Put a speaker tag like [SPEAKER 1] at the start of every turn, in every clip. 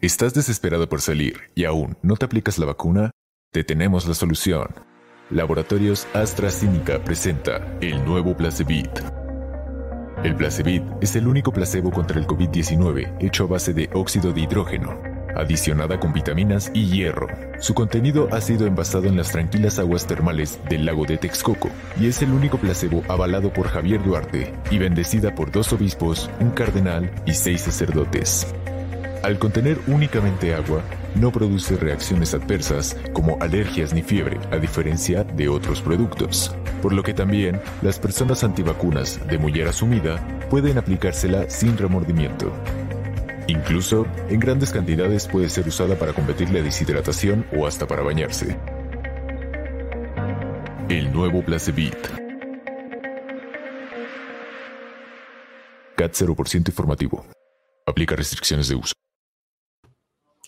[SPEAKER 1] ¿Estás desesperado por salir y aún no te aplicas la vacuna? Te tenemos la solución. Laboratorios AstraZeneca presenta el nuevo Placebit. El Placebit es el único placebo contra el COVID-19 hecho a base de óxido de hidrógeno, adicionada con vitaminas y hierro. Su contenido ha sido envasado en las tranquilas aguas termales del lago de Texcoco y es el único placebo avalado por Javier Duarte y bendecida por dos obispos, un cardenal y seis sacerdotes. Al contener únicamente agua, no produce reacciones adversas como alergias ni fiebre, a diferencia de otros productos. Por lo que también las personas antivacunas de mullera sumida pueden aplicársela sin remordimiento. Incluso, en grandes cantidades puede ser usada para combatir la deshidratación o hasta para bañarse. El nuevo Placebit. CAT 0% informativo. Aplica restricciones de uso.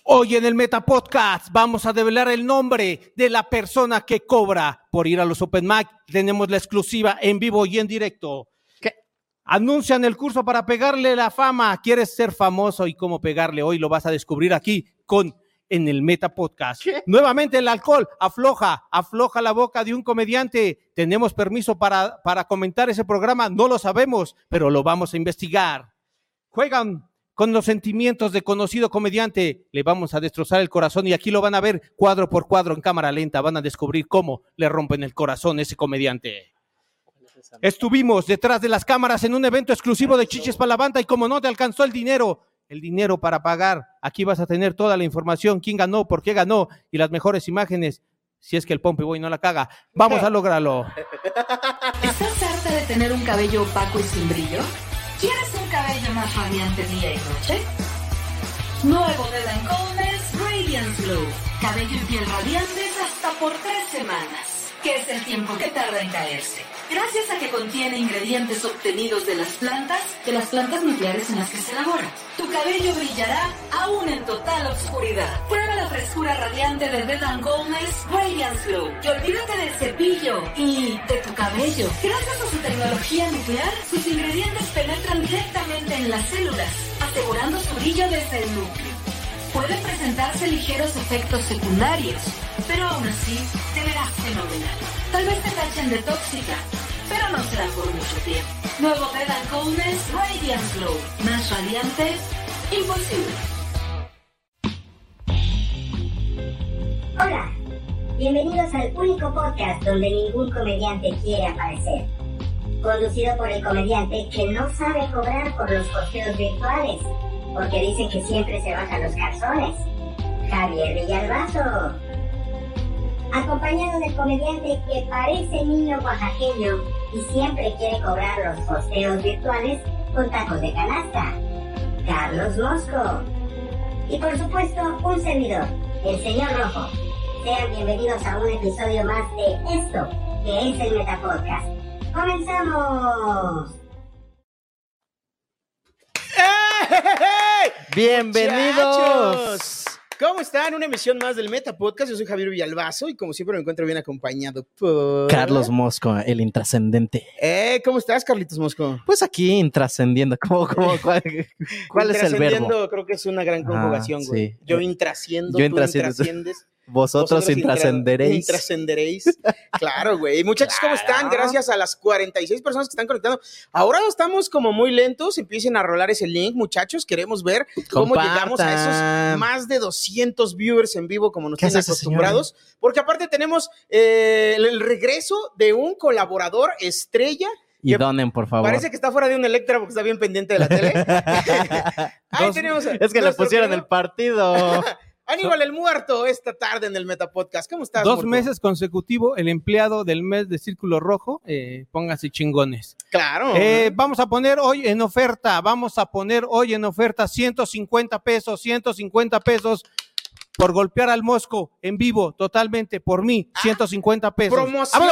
[SPEAKER 2] Hoy en el Meta Podcast vamos a develar el nombre de la persona que cobra por ir a los Open Mic. Tenemos la exclusiva en vivo y en directo. Anuncian el curso para pegarle la fama. ¿Quieres ser famoso y cómo pegarle hoy? Lo vas a descubrir aquí con en el Meta Podcast. Nuevamente el alcohol afloja, afloja la boca de un comediante. ¿Tenemos permiso para, para comentar ese programa? No lo sabemos, pero lo vamos a investigar. Juegan con los sentimientos de conocido comediante. Le vamos a destrozar el corazón y aquí lo van a ver cuadro por cuadro en cámara lenta. Van a descubrir cómo le rompen el corazón a ese comediante. Estuvimos detrás de las cámaras en un evento exclusivo de Chiches para la Banda y como no te alcanzó el dinero, el dinero para pagar, aquí vas a tener toda la información, quién ganó, por qué ganó y las mejores imágenes. Si es que el Pompey Boy no la caga, vamos a lograrlo.
[SPEAKER 3] ¿Estás harta de tener un cabello opaco y sin brillo? ¿Quieres un cabello más radiante día y noche? Nuevo de Lancome es Radiance Glow. Cabello y piel radiantes hasta por tres semanas, que es el tiempo que tarda en caerse. Gracias a que contiene ingredientes obtenidos de las plantas, de las plantas nucleares en las que se elabora. Tu cabello brillará aún en total oscuridad. Prueba la frescura radiante de Dedan Gomez Radiance Glow. Y olvídate del cepillo y de tu cabello. Gracias a su tecnología nuclear, sus ingredientes penetran directamente en las células, asegurando su brillo desde el núcleo pueden presentarse ligeros efectos secundarios, pero aún así te verás fenomenal. Tal vez te tachen de tóxica, pero no será por mucho tiempo. Nuevo Vedan Cones Radiant Glow. Más radiante, imposible.
[SPEAKER 4] Hola, bienvenidos al único podcast donde ningún comediante quiere aparecer. Conducido por el comediante que no sabe cobrar por los costeos virtuales, porque dice que siempre se bajan los calzones. Javier Villalbazo. Acompañado del comediante que parece niño oaxaqueño y siempre quiere cobrar los costeos virtuales con tacos de canasta. Carlos Mosco. Y por supuesto, un servidor, el señor Rojo. Sean bienvenidos a un episodio más de esto, que es el Metapodcast. ¡Comenzamos!
[SPEAKER 5] ¡Eh,
[SPEAKER 6] Bienvenidos.
[SPEAKER 5] Muchachos, ¿Cómo están? Una emisión más del Meta Podcast. Yo soy Javier Villalbazo y como siempre me encuentro bien acompañado por...
[SPEAKER 6] Carlos Mosco, el intrascendente.
[SPEAKER 5] Eh, ¿Cómo estás, Carlitos Mosco?
[SPEAKER 6] Pues aquí intrascendiendo, ¿cómo, cómo, cuál, cuál es el verbo?
[SPEAKER 5] Intrascendiendo, creo que es una gran conjugación,
[SPEAKER 6] Ah,
[SPEAKER 5] güey.
[SPEAKER 6] sí.
[SPEAKER 5] Yo intrasciendo,
[SPEAKER 6] Yo
[SPEAKER 5] tú
[SPEAKER 6] intrasciendo, tú-
[SPEAKER 5] intrasciendes.
[SPEAKER 6] Vosotros
[SPEAKER 5] intra-
[SPEAKER 6] intrascenderéis.
[SPEAKER 5] intrascenderéis. Claro, güey. Muchachos, ¿cómo están? Gracias a las 46 personas que están conectando. Ahora estamos como muy lentos. Empiecen a rolar ese link, muchachos. Queremos ver cómo
[SPEAKER 6] Compartan.
[SPEAKER 5] llegamos a esos más de 200 viewers en vivo, como nos
[SPEAKER 6] ¿Qué
[SPEAKER 5] tienen
[SPEAKER 6] hace ese
[SPEAKER 5] acostumbrados. Porque aparte tenemos eh, el- el regreso de un colaborador estrella.
[SPEAKER 6] Y donen, por favor.
[SPEAKER 5] Parece que está fuera de un Electra porque está bien pendiente de la tele. Ahí tenemos a
[SPEAKER 6] es que le
[SPEAKER 5] nuestro
[SPEAKER 6] pusieron
[SPEAKER 5] querido-
[SPEAKER 6] el partido.
[SPEAKER 5] Aníbal el Muerto, esta tarde en el Metapodcast. ¿Cómo estás?
[SPEAKER 2] Dos
[SPEAKER 5] Muerto?
[SPEAKER 2] meses consecutivo, el empleado del mes de Círculo Rojo, eh, póngase chingones.
[SPEAKER 5] Claro.
[SPEAKER 2] Eh, vamos a poner hoy en oferta, vamos a poner hoy en oferta 150 pesos, 150 pesos por golpear al mosco en vivo, totalmente, por mí, 150 pesos.
[SPEAKER 5] Ah, Promoción,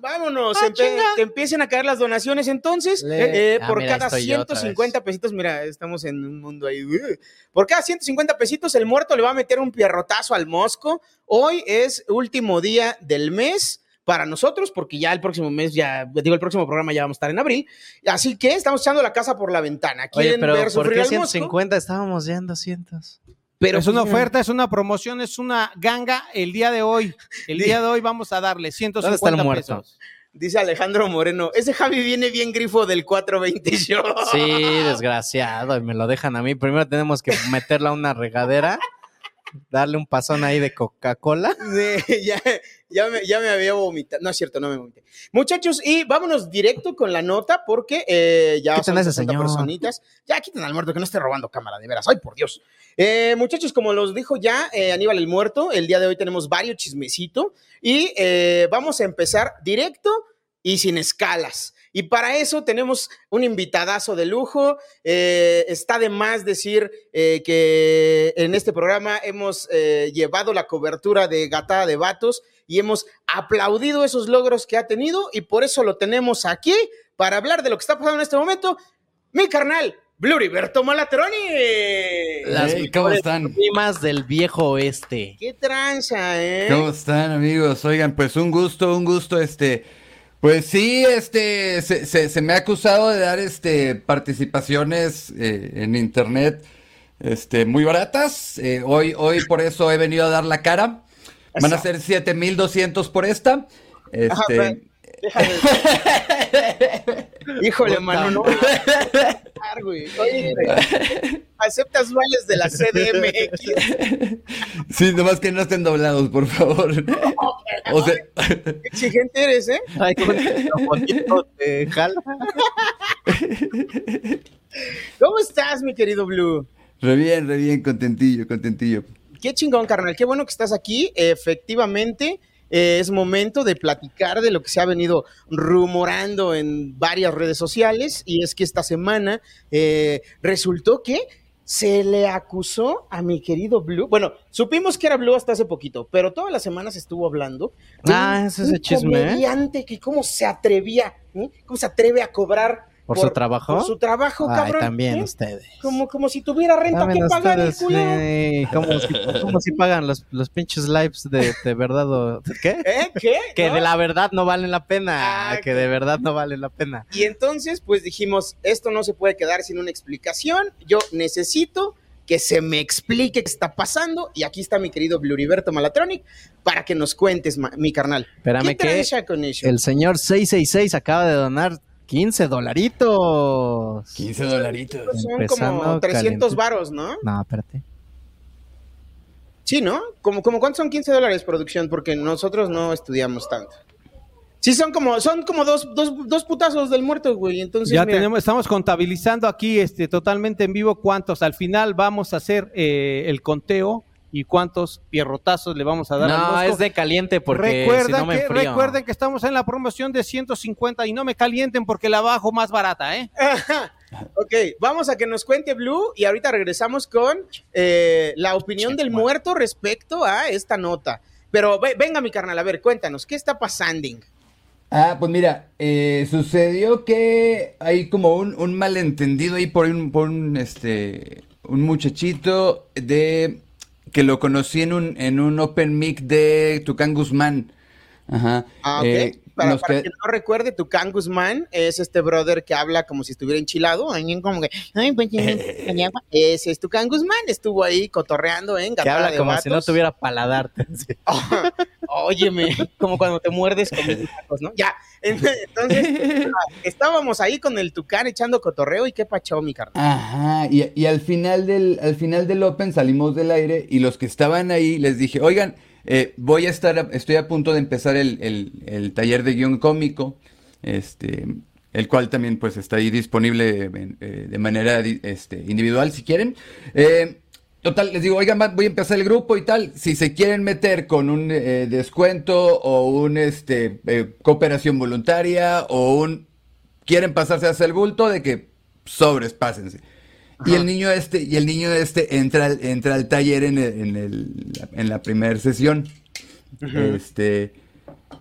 [SPEAKER 2] ¡Vámonos!
[SPEAKER 5] vámonos,
[SPEAKER 2] Ah,
[SPEAKER 5] Empe-
[SPEAKER 2] chinga.
[SPEAKER 5] que empiecen a caer las donaciones entonces.
[SPEAKER 6] Le-
[SPEAKER 5] eh,
[SPEAKER 6] Ah,
[SPEAKER 5] por
[SPEAKER 6] mira,
[SPEAKER 5] cada
[SPEAKER 6] estoy yo otra
[SPEAKER 5] 150 pesitos, mira, estamos en un mundo ahí. uh. Por cada 150 pesitos, el muerto le va a meter un pierrotazo al mosco. Hoy es último día del mes para nosotros, porque ya el próximo mes, ya digo, el próximo programa ya vamos a estar en abril. Así que estamos echando la casa por la ventana.
[SPEAKER 6] Oye,
[SPEAKER 5] ¿Quieren
[SPEAKER 6] pero
[SPEAKER 5] ver
[SPEAKER 6] ¿por
[SPEAKER 5] sufrir
[SPEAKER 6] qué
[SPEAKER 5] al mosco?
[SPEAKER 6] 150? Estábamos ya en 200.
[SPEAKER 5] Pero
[SPEAKER 2] es una
[SPEAKER 5] pues,
[SPEAKER 2] oferta, es una promoción, es una ganga el día de hoy. El día de hoy vamos a darle 150
[SPEAKER 6] está el muerto?
[SPEAKER 2] pesos.
[SPEAKER 5] Dice Alejandro Moreno, ese Javi viene bien grifo del 420 Show.
[SPEAKER 6] Sí, desgraciado, y me lo dejan a mí. Primero tenemos que meterla a una regadera, darle un pasón ahí de Coca-Cola.
[SPEAKER 5] Sí, ya, ya, me, ya me había vomitado. No es cierto, no me vomité. Muchachos, y vámonos directo con la nota porque eh, ya
[SPEAKER 6] Quiten
[SPEAKER 5] son
[SPEAKER 6] a ese
[SPEAKER 5] 60
[SPEAKER 6] señor.
[SPEAKER 5] personitas. Ya quiten al muerto, que no esté robando cámara, de veras. Ay, por Dios. Eh, muchachos, como los dijo ya eh, Aníbal el Muerto, el día de hoy tenemos varios chismecito y eh, vamos a empezar directo y sin escalas. Y para eso tenemos un invitadazo de lujo. Eh, está de más decir eh, que en este programa hemos eh, llevado la cobertura de Gatada de Vatos y hemos aplaudido esos logros que ha tenido y por eso lo tenemos aquí para hablar de lo que está pasando en este momento. Mi carnal, Bluriberto Malateroni.
[SPEAKER 6] Las
[SPEAKER 7] Hey, ¿Cómo
[SPEAKER 6] mejores
[SPEAKER 7] están?
[SPEAKER 6] primas del viejo oeste.
[SPEAKER 5] ¡Qué tranza, eh!
[SPEAKER 7] ¿Cómo están, amigos? Oigan, pues un gusto, un gusto, este. Pues sí, este, se, se- se me ha acusado de dar, este, participaciones eh, en internet, este, muy baratas. Eh, hoy, hoy por eso he venido a dar la cara. Van a ser 7200 por esta.
[SPEAKER 5] Ajá,
[SPEAKER 7] Este,
[SPEAKER 5] pero- déjame- Híjole, mano, no. güey. Oye, aceptas vales de la CDMX.
[SPEAKER 7] sí, nomás que no estén doblados, por favor. O sea,
[SPEAKER 5] Qué exigente eres, ¿eh?
[SPEAKER 6] Ay, con un poquito de jala.
[SPEAKER 5] ¿Cómo estás, mi querido Blue?
[SPEAKER 7] re bien, re bien, contentillo, contentillo.
[SPEAKER 5] Qué chingón, carnal. Qué bueno que estás aquí. Efectivamente, eh, es momento de platicar de lo que se ha venido rumorando en varias redes sociales. Y es que esta semana eh, resultó que se le acusó a mi querido Blue. Bueno, supimos que era Blue hasta hace poquito, pero todas las semanas estuvo hablando. de
[SPEAKER 6] Ah,
[SPEAKER 5] un-
[SPEAKER 6] ese es el
[SPEAKER 5] un
[SPEAKER 6] chisme, ¿eh?
[SPEAKER 5] comediante que cómo se atrevía, ¿eh? cómo se atreve a cobrar.
[SPEAKER 6] ¿Por su trabajo?
[SPEAKER 5] Por su trabajo,
[SPEAKER 6] Ay,
[SPEAKER 5] cabrón.
[SPEAKER 6] también
[SPEAKER 5] ¿eh?
[SPEAKER 6] ustedes.
[SPEAKER 5] Como, como si tuviera renta
[SPEAKER 6] También
[SPEAKER 5] que pagar el
[SPEAKER 6] ustedes,
[SPEAKER 5] culero.
[SPEAKER 6] sí, como si, como si pagan los, los pinches lives de, de verdad o... ¿Qué?
[SPEAKER 5] ¿Eh? ¿Qué?
[SPEAKER 6] Que
[SPEAKER 5] ¿No?
[SPEAKER 6] de la verdad no valen la pena.
[SPEAKER 5] Ah,
[SPEAKER 6] que de verdad no valen la pena.
[SPEAKER 5] Y entonces, pues dijimos, esto no se puede quedar sin una explicación. Yo necesito que se me explique qué está pasando. Y aquí está mi querido Bluriberto Malatronic para que nos cuentes, ma- mi carnal.
[SPEAKER 6] Espérame
[SPEAKER 5] ¿Qué
[SPEAKER 6] que
[SPEAKER 5] tranza con eso?
[SPEAKER 6] el señor 666 acaba de donar 15 dolaritos.
[SPEAKER 7] 15 dolaritos.
[SPEAKER 5] Son como
[SPEAKER 6] empezando
[SPEAKER 5] 300
[SPEAKER 6] caliente.
[SPEAKER 5] varos, ¿no?
[SPEAKER 6] No, espérate.
[SPEAKER 5] Sí, ¿no? Como, como cuántos son 15 dólares producción, porque nosotros no estudiamos tanto. Sí, son como, son como dos, dos, dos putazos del muerto, güey. Entonces,
[SPEAKER 2] ya
[SPEAKER 5] mira,
[SPEAKER 2] tenemos, estamos contabilizando aquí este, totalmente en vivo cuántos. Al final vamos a hacer eh, el conteo y cuántos pierrotazos le vamos a dar. al
[SPEAKER 6] No,
[SPEAKER 2] mosco.
[SPEAKER 6] es de caliente porque
[SPEAKER 2] recuerden,
[SPEAKER 6] si no me
[SPEAKER 2] que,
[SPEAKER 6] enfrío.
[SPEAKER 2] recuerden que estamos en la promoción de 150 y no me calienten porque la bajo más barata, ¿eh?
[SPEAKER 5] Ok, vamos a que nos cuente Blue y ahorita regresamos con eh, la opinión del muerto respecto a esta nota. Pero ve- venga, mi carnal, a ver, cuéntanos, ¿qué está pasando?
[SPEAKER 7] Ah, pues mira, eh, sucedió que hay como un, un malentendido ahí por un, por un, este, un muchachito de que lo conocí en un, en un open mic de Tucán Guzmán. Ajá.
[SPEAKER 5] Ah, ok.
[SPEAKER 7] Eh,
[SPEAKER 5] para
[SPEAKER 7] nos
[SPEAKER 5] para
[SPEAKER 7] qued-
[SPEAKER 5] quien no recuerde, Tucán Guzmán es este brother que habla como si estuviera enchilado. alguien como que, "Ay, pues, eh, eh, Ese es Tucán Guzmán, estuvo ahí cotorreando en
[SPEAKER 6] Que
[SPEAKER 5] Gatada
[SPEAKER 6] habla
[SPEAKER 5] de
[SPEAKER 6] como si no
[SPEAKER 5] Vatos.
[SPEAKER 6] tuviera paladar. Sí.
[SPEAKER 5] Óyeme, como cuando te muerdes con mis tacos, ¿no? Ya. Entonces, estábamos ahí con el Tucán echando cotorreo y qué pachó, mi carnal.
[SPEAKER 7] Ajá, y, y al final del, al final del Open salimos del aire y los que estaban ahí les dije, oigan, eh, voy a estar, a- estoy a punto de empezar el, el- el taller de guión cómico, este, el cual también pues está ahí disponible en- eh, de manera di- este, individual si quieren. Eh, Total, les digo, oigan, va- voy a empezar el grupo y tal. Si se quieren meter con un eh, descuento o un este eh, cooperación voluntaria o un quieren pasarse hacia el bulto de que sobres, pásense. Y el niño este, y el niño este entra, al- entra al taller en, el- en el- en la primera sesión. Este,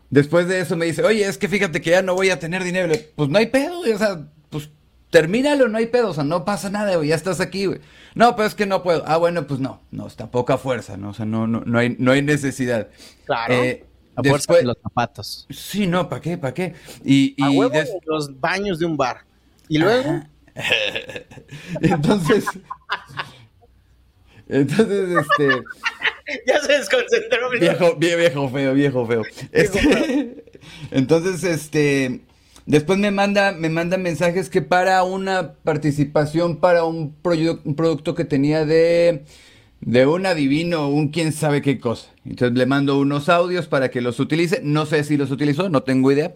[SPEAKER 7] después de eso me dice, oye, es que fíjate que ya no voy a tener dinero. Le- Pues no hay pedo, güey, o sea, pues termínalo, no hay pedo, o sea, no pasa nada, güey, ya estás aquí, güey. No, pero es que no puedo. Ah, bueno, pues no, no, está poca fuerza, ¿no? O sea, no, no, no hay, no hay necesidad.
[SPEAKER 5] Claro.
[SPEAKER 7] Eh,
[SPEAKER 6] A fuerza
[SPEAKER 7] después-
[SPEAKER 6] de los zapatos.
[SPEAKER 7] Sí, no, ¿para qué? ¿Para qué? Y,
[SPEAKER 5] A
[SPEAKER 7] y
[SPEAKER 5] huevo
[SPEAKER 7] des-
[SPEAKER 5] de los baños de un bar. Y luego,
[SPEAKER 7] entonces, entonces, este...
[SPEAKER 5] ya se desconcentró.
[SPEAKER 7] Viejo, vie- viejo feo, viejo feo. Este, entonces, este, después me manda, me manda mensajes que para una participación para un, proyo- un producto que tenía de, de un adivino, un quién sabe qué cosa. Entonces le mando unos audios para que los utilice. No sé si los utilizó, no tengo idea.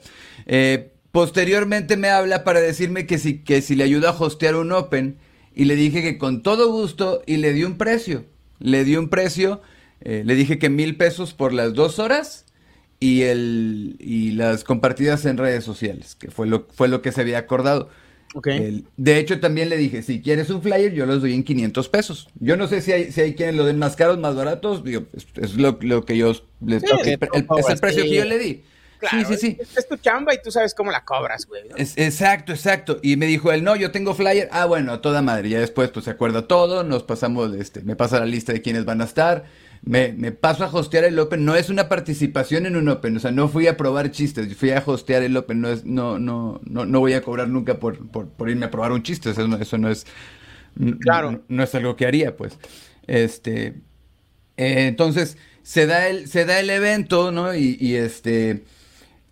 [SPEAKER 7] Eh, posteriormente me habla para decirme que si, que si le ayuda a hostear un Open y le dije que con todo gusto y le di un precio. Le di un precio, eh, le dije que mil pesos por las dos horas y, el, y las compartidas en redes sociales, que fue lo, fue lo que se había acordado.
[SPEAKER 5] Ok.
[SPEAKER 7] El- de hecho, también le dije, si quieres un flyer, yo los doy en 500 pesos. Yo no sé si hay, si hay quienes lo den más caros, más baratos. Digo, es, es lo, lo que yo... le-
[SPEAKER 5] es
[SPEAKER 7] el- el- es el precio que yo le di.
[SPEAKER 5] pues, Claro,
[SPEAKER 7] sí, sí, sí.
[SPEAKER 5] Es, es tu chamba y tú sabes cómo la cobras, güey. ¿no?
[SPEAKER 7] Es- exacto, exacto. Y me dijo él, no, yo tengo flyer. Ah, bueno, a toda madre. Ya después, pues se acuerda todo. Nos pasamos, este, me pasa la lista de quienes van a estar. Me, me paso a hostear el Open. No es una participación en un Open. O sea, no fui a probar chistes. Fui a hostear el Open. No es, no, no, no, no voy a cobrar nunca por, por, por irme a probar un chiste. O sea, no- eso no es, n-
[SPEAKER 5] Claro.
[SPEAKER 7] no- no es algo que haría, pues. Este, eh, entonces, se da el, se da el evento, ¿no? Y, y, este,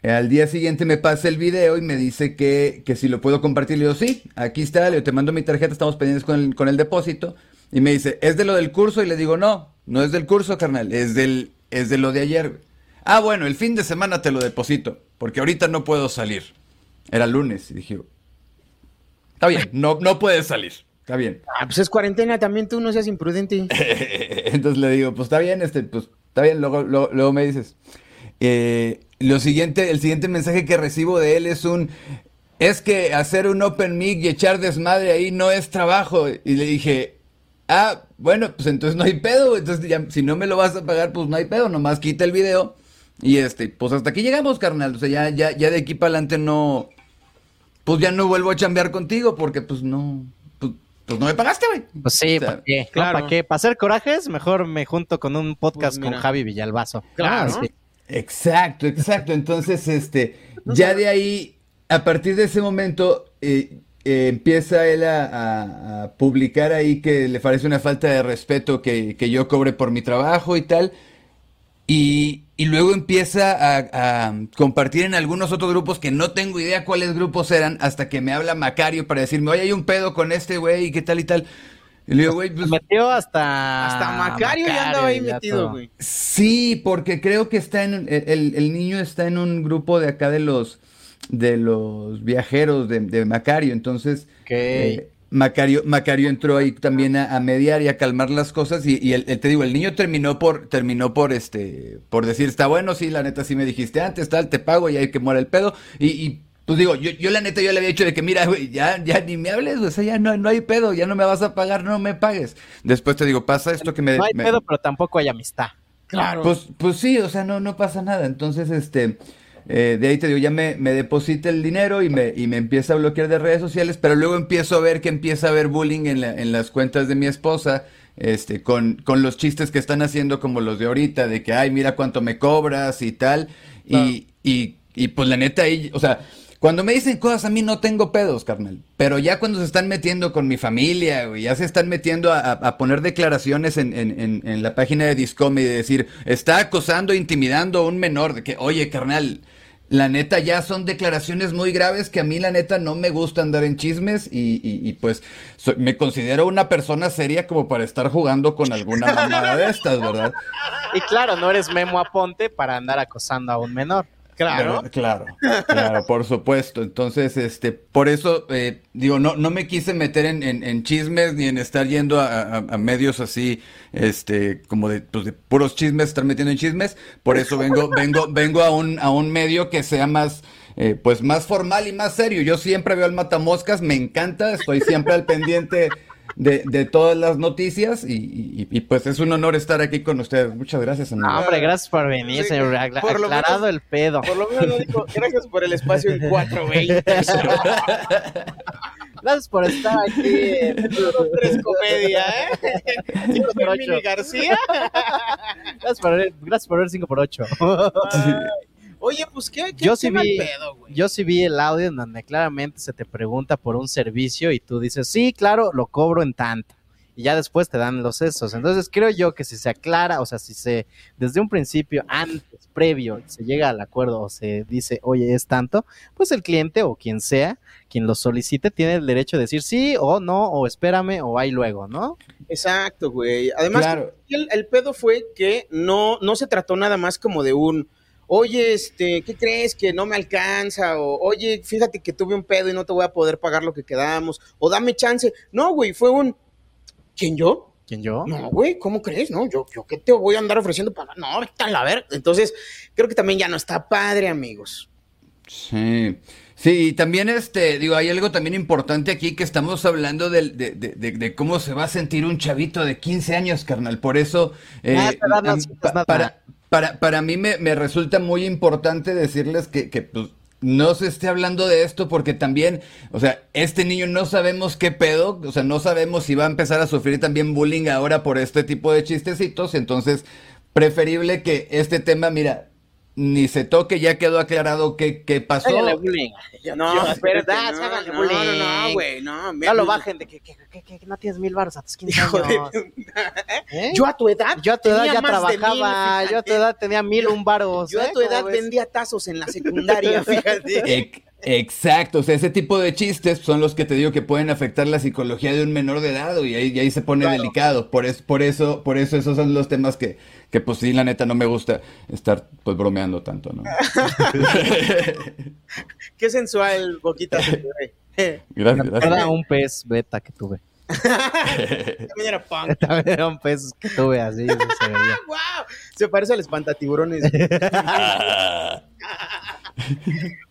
[SPEAKER 7] eh, al día siguiente me pasa el video y me dice que, que si lo puedo compartir. Le digo, sí, aquí está, le digo, te mando mi tarjeta, estamos pendientes con el, con el depósito. Y me dice, ¿es de lo del curso? Y le digo, no, no es del curso, carnal, es del, es de lo de ayer. Ah, bueno, el fin de semana te lo deposito, porque ahorita no puedo salir. Era lunes, y dije, está bien, no, no puedes salir, está bien.
[SPEAKER 5] Ah, pues es cuarentena también, tú no seas imprudente.
[SPEAKER 7] Entonces le digo, pues está bien, este, pues está bien, luego, luego, luego me dices. Eh, lo siguiente, el siguiente mensaje que recibo de él es un, es que hacer un open mic y echar desmadre ahí no es trabajo. Y le dije, ah, bueno, pues entonces no hay pedo, entonces ya, si no me lo vas a pagar, pues no hay pedo, nomás quita el video. Y este, pues hasta aquí llegamos, carnal. O sea, ya, ya, ya de aquí para adelante no, pues ya no vuelvo a chambear contigo porque pues no, pues, pues no me pagaste, güey.
[SPEAKER 6] Pues sí,
[SPEAKER 7] O sea,
[SPEAKER 6] ¿para qué?
[SPEAKER 5] claro.
[SPEAKER 6] ¿Para qué? ¿Para hacer corajes? Mejor me junto con un podcast
[SPEAKER 5] Pues mira.
[SPEAKER 6] con Javi Villalbazo.
[SPEAKER 5] Claro.
[SPEAKER 6] Ah, sí.
[SPEAKER 7] Exacto, exacto. Entonces, este, ya de ahí, a partir de ese momento, eh, eh, empieza él a, a- a publicar ahí que le parece una falta de respeto que, que yo cobre por mi trabajo y tal. Y, y luego empieza a, a compartir en algunos otros grupos que no tengo idea cuáles grupos eran, hasta que me habla Macario para decirme, oye, hay un pedo con este güey, ¿qué tal y tal? Y le digo, güey, pues...
[SPEAKER 6] Metió hasta.
[SPEAKER 5] Hasta Macario, ya andaba ahí
[SPEAKER 6] ya
[SPEAKER 5] metido,
[SPEAKER 6] todo.
[SPEAKER 5] güey.
[SPEAKER 7] Sí, porque creo que está en un- el, el niño está en un grupo de acá de los de los viajeros de, de Macario, entonces
[SPEAKER 6] Ok.
[SPEAKER 7] eh, Macario Macario entró ahí también a, a mediar y a calmar las cosas y, y el- el- te digo el niño terminó por terminó por este por decir está bueno sí la neta sí me dijiste antes tal te pago y hay que muera el pedo y, y, pues digo yo, yo la neta yo le había dicho de que mira güey ya ya ni me hables o sea ya no no hay pedo ya no me vas a pagar no me pagues después te digo pasa esto que me
[SPEAKER 6] No hay
[SPEAKER 7] me-
[SPEAKER 6] pedo, pero tampoco hay amistad.
[SPEAKER 5] Claro.
[SPEAKER 7] pues, pues sí, o sea, no, no pasa nada. Entonces, este, eh, de ahí te digo, ya me, me deposita el dinero y me, y me empieza a bloquear de redes sociales, pero luego empiezo a ver que empieza a haber bullying en, la- en las cuentas de mi esposa, este, con, con los chistes que están haciendo como los de ahorita, de que, ay, mira cuánto me cobras y tal. Y, y, y pues la neta ahí, o sea, cuando me dicen cosas a mí no tengo pedos, carnal. Pero ya cuando se están metiendo con mi familia, güey, ya se están metiendo a, a- a poner declaraciones en, en- en- en la página de Discom y decir, está acosando, intimidando a un menor, de que, oye, carnal, la neta ya son declaraciones muy graves que a mí la neta no me gusta andar en chismes y, y- y, pues so- me considero una persona seria como para estar jugando con alguna mamada de estas, ¿verdad?
[SPEAKER 6] Y claro, no eres Memo Aponte para andar acosando a un menor.
[SPEAKER 5] Claro.
[SPEAKER 7] Pero, claro, claro, por supuesto. Entonces, este, por eso, eh, digo, no, no me quise meter en, en- en chismes ni en estar yendo a, a- a medios así, este, como de, pues, de puros chismes, estar metiendo en chismes. Por eso vengo, vengo, vengo a un, a un medio que sea más, eh, pues más formal y más serio. Yo siempre veo al matamoscas, me encanta, estoy siempre al pendiente. De, de todas las noticias y, y- y, pues es un honor estar aquí con ustedes. Muchas gracias, amigo.
[SPEAKER 6] No, Ah, hombre, gracias por venir,
[SPEAKER 5] Sí,
[SPEAKER 6] señor. Agla-
[SPEAKER 5] por lo
[SPEAKER 6] aclarado
[SPEAKER 5] menos-
[SPEAKER 6] el pedo.
[SPEAKER 5] Por lo menos no digo, gracias por el espacio en 420.
[SPEAKER 6] Gracias por estar aquí.
[SPEAKER 5] Dos, tres comedia, ¿eh? Chicos,
[SPEAKER 6] Pero
[SPEAKER 5] Mini
[SPEAKER 6] yo-
[SPEAKER 5] García.
[SPEAKER 6] Gracias por ver, gracias por ver 5x8.
[SPEAKER 5] Ah. Oye, pues qué, qué,
[SPEAKER 6] Yo
[SPEAKER 5] qué
[SPEAKER 6] sí
[SPEAKER 5] mal
[SPEAKER 6] vi-
[SPEAKER 5] pedo, güey.
[SPEAKER 6] Yo sí vi el audio en donde claramente se te pregunta por un servicio y tú dices, sí, claro, lo cobro en tanto. Y ya después te dan los esos. Entonces creo yo que si se aclara, o sea, si se desde un principio, antes, previo, se llega al acuerdo o se dice, oye, es tanto, pues el cliente o quien sea, quien lo solicite, tiene el derecho de decir sí o no, o espérame, o ahí luego, ¿no?
[SPEAKER 5] Exacto, güey. Además,
[SPEAKER 7] Claro.
[SPEAKER 5] el, el pedo fue que no, no se trató nada más como de un, oye, este, ¿qué crees que no me alcanza? O, oye, fíjate que tuve un pedo y no te voy a poder pagar lo que quedamos. O dame chance. No, güey, fue un, ¿quién yo?
[SPEAKER 6] ¿Quién yo?
[SPEAKER 5] No, güey, ¿cómo crees? No, yo, yo qué te voy a andar ofreciendo para... No, vete a la ver. Entonces, creo que también ya no está padre, amigos.
[SPEAKER 7] Sí. Sí, y también este, digo, hay algo también importante aquí que estamos hablando del- de, de- de- de cómo se va a sentir un chavito de 15 años, carnal. Por eso, eh,
[SPEAKER 6] Ah, esta edad no
[SPEAKER 7] am-
[SPEAKER 6] sientes
[SPEAKER 7] pa-
[SPEAKER 6] nada.
[SPEAKER 7] para, para, para mí me, me resulta muy importante decirles que, que, pues, no se esté hablando de esto porque también, o sea, este niño no sabemos qué pedo, o sea, no sabemos si va a empezar a sufrir también bullying ahora por este tipo de chistecitos, entonces preferible que este tema, mira, ni se toque, ya quedó aclarado qué, qué pasó.
[SPEAKER 6] Háganle bullying.
[SPEAKER 5] No,
[SPEAKER 6] yo-
[SPEAKER 5] es verdad,
[SPEAKER 6] verdad,
[SPEAKER 5] no,
[SPEAKER 6] háganle
[SPEAKER 5] no,
[SPEAKER 6] bullying.
[SPEAKER 5] no, no, güey, no. me-
[SPEAKER 6] No lo bajen de que, que- que- que- que no tienes mil baros a tus 15
[SPEAKER 5] Hijo de-
[SPEAKER 6] años. ¿Eh?
[SPEAKER 5] Yo a tu edad.
[SPEAKER 6] Yo a tu edad
[SPEAKER 5] tenía
[SPEAKER 6] ya
[SPEAKER 5] más de mil,
[SPEAKER 6] trabajaba, yo a tu
[SPEAKER 5] fíjate.
[SPEAKER 6] edad tenía mil umbaros.
[SPEAKER 5] Yo a
[SPEAKER 6] ¿eh?
[SPEAKER 5] tu edad
[SPEAKER 6] ¿Cómo ves?
[SPEAKER 5] vendía tazos en la secundaria, fíjate.
[SPEAKER 7] Ec- Exacto, o sea, ese tipo de chistes son los que te digo que pueden afectar la psicología de un menor de edad y ahí, y ahí se pone delicado. Por, es- por eso, por eso esos son los temas que, que pues sí, la neta no me gusta estar pues bromeando tanto, ¿no?
[SPEAKER 5] Qué sensual boquita se te ve. Eh,
[SPEAKER 7] Gracias,
[SPEAKER 6] Me acuerdo a
[SPEAKER 7] gracias.
[SPEAKER 6] un pez beta que tuve.
[SPEAKER 5] También era punk.
[SPEAKER 6] También era un pez que tuve así, eso se veía.
[SPEAKER 5] ¡Wow! Se parece al espantatiburones.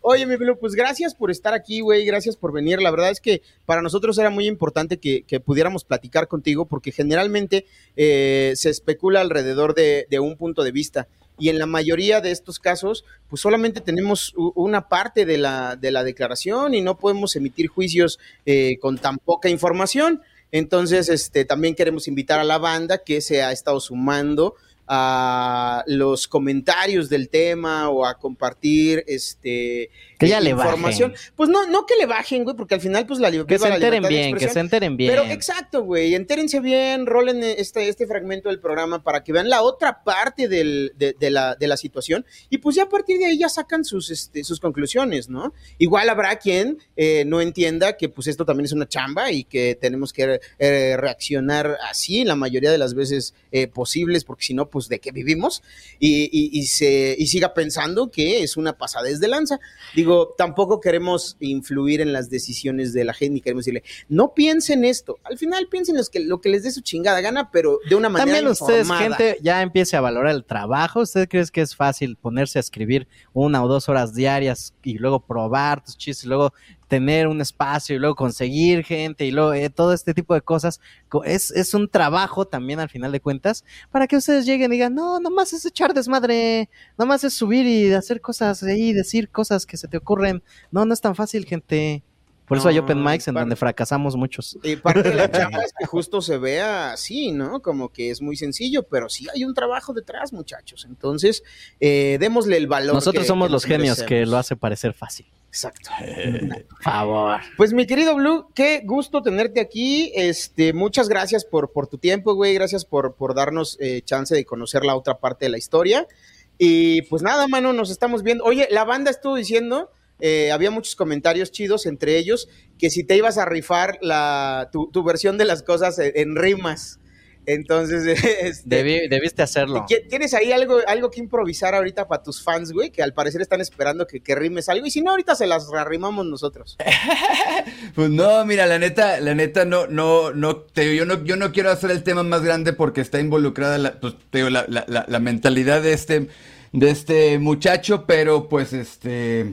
[SPEAKER 5] Oye, mi Pilo, pues gracias por estar aquí, güey. Gracias por venir. La verdad es que para nosotros era muy importante que, que pudiéramos platicar contigo porque generalmente eh, se especula alrededor de, de un punto de vista. Y en la mayoría de estos casos, pues solamente tenemos u- una parte de la, de la declaración y no podemos emitir juicios eh, con tan poca información. Entonces, este, también queremos invitar a la banda que se ha estado sumando a los comentarios del tema o a compartir este
[SPEAKER 6] Que ya le
[SPEAKER 5] información. Pues no, no que le bajen, güey, porque al final, pues la libertad.
[SPEAKER 6] Que se enteren bien, que se enteren bien.
[SPEAKER 5] Pero exacto, güey, entérense bien, rolen este, este fragmento del programa para que vean la otra parte del- de, de la, de la situación y pues ya a partir de ahí ya sacan sus, este, sus conclusiones, ¿no? Igual habrá quien eh, no entienda que pues esto también es una chamba y que tenemos que eh, reaccionar así la mayoría de las veces eh, posibles, porque si no, pues de qué vivimos y, y- y se, y siga pensando que es una pasadez de lanza. Digo, tampoco queremos influir en las decisiones de la gente y queremos decirle, no piensen esto. Al final piensen los que, lo que les dé su chingada gana, pero Ah, de una manera
[SPEAKER 6] También ustedes,
[SPEAKER 5] informada.
[SPEAKER 6] gente, ya empiece a valorar el trabajo. ¿Ustedes creen que es fácil ponerse a escribir una o dos horas diarias y luego probar tus chistes, y luego tener un espacio y luego conseguir gente y luego eh, todo este tipo de cosas? Co- Es, es un trabajo también al final de cuentas para que ustedes lleguen y digan, no, nomás es echar desmadre, nomás es subir y hacer cosas ahí, decir cosas que se te ocurren. No, no es tan fácil, gente. Por eso hay
[SPEAKER 5] No,
[SPEAKER 6] open mics en
[SPEAKER 5] para-
[SPEAKER 6] donde fracasamos muchos.
[SPEAKER 5] Y parte de la chamba es que justo se vea así, ¿no? Como que es muy sencillo, pero sí hay un trabajo detrás, muchachos. Entonces, eh, démosle el valor.
[SPEAKER 6] Nosotros
[SPEAKER 5] que-
[SPEAKER 6] somos
[SPEAKER 5] que
[SPEAKER 6] los
[SPEAKER 5] nos
[SPEAKER 6] genios que
[SPEAKER 5] merecemos.
[SPEAKER 6] lo hace parecer fácil.
[SPEAKER 5] Exacto.
[SPEAKER 6] Eh, favor.
[SPEAKER 5] Pues mi querido Blue, qué gusto tenerte aquí. Este, muchas gracias por, por tu tiempo, güey. Gracias por, por darnos eh, chance de conocer la otra parte de la historia. Y pues nada, mano, nos estamos viendo. Oye, la banda estuvo diciendo, eh, había muchos comentarios chidos entre ellos, que si te ibas a rifar la, tu, tu versión de las cosas en, en rimas. Entonces, este,
[SPEAKER 6] Debí- debiste hacerlo.
[SPEAKER 5] ¿Qui- ¿Tienes ahí algo, algo que improvisar ahorita para tus fans, güey? Que al parecer están esperando que, que rimes algo. Y si no, ahorita se las arrimamos nosotros.
[SPEAKER 7] Pues no, mira, la neta, la neta no, no, no, te digo, yo no, yo no quiero hacer el tema más grande porque está involucrada la, pues, te digo, la, la- la- la mentalidad de este, de este muchacho, pero pues este,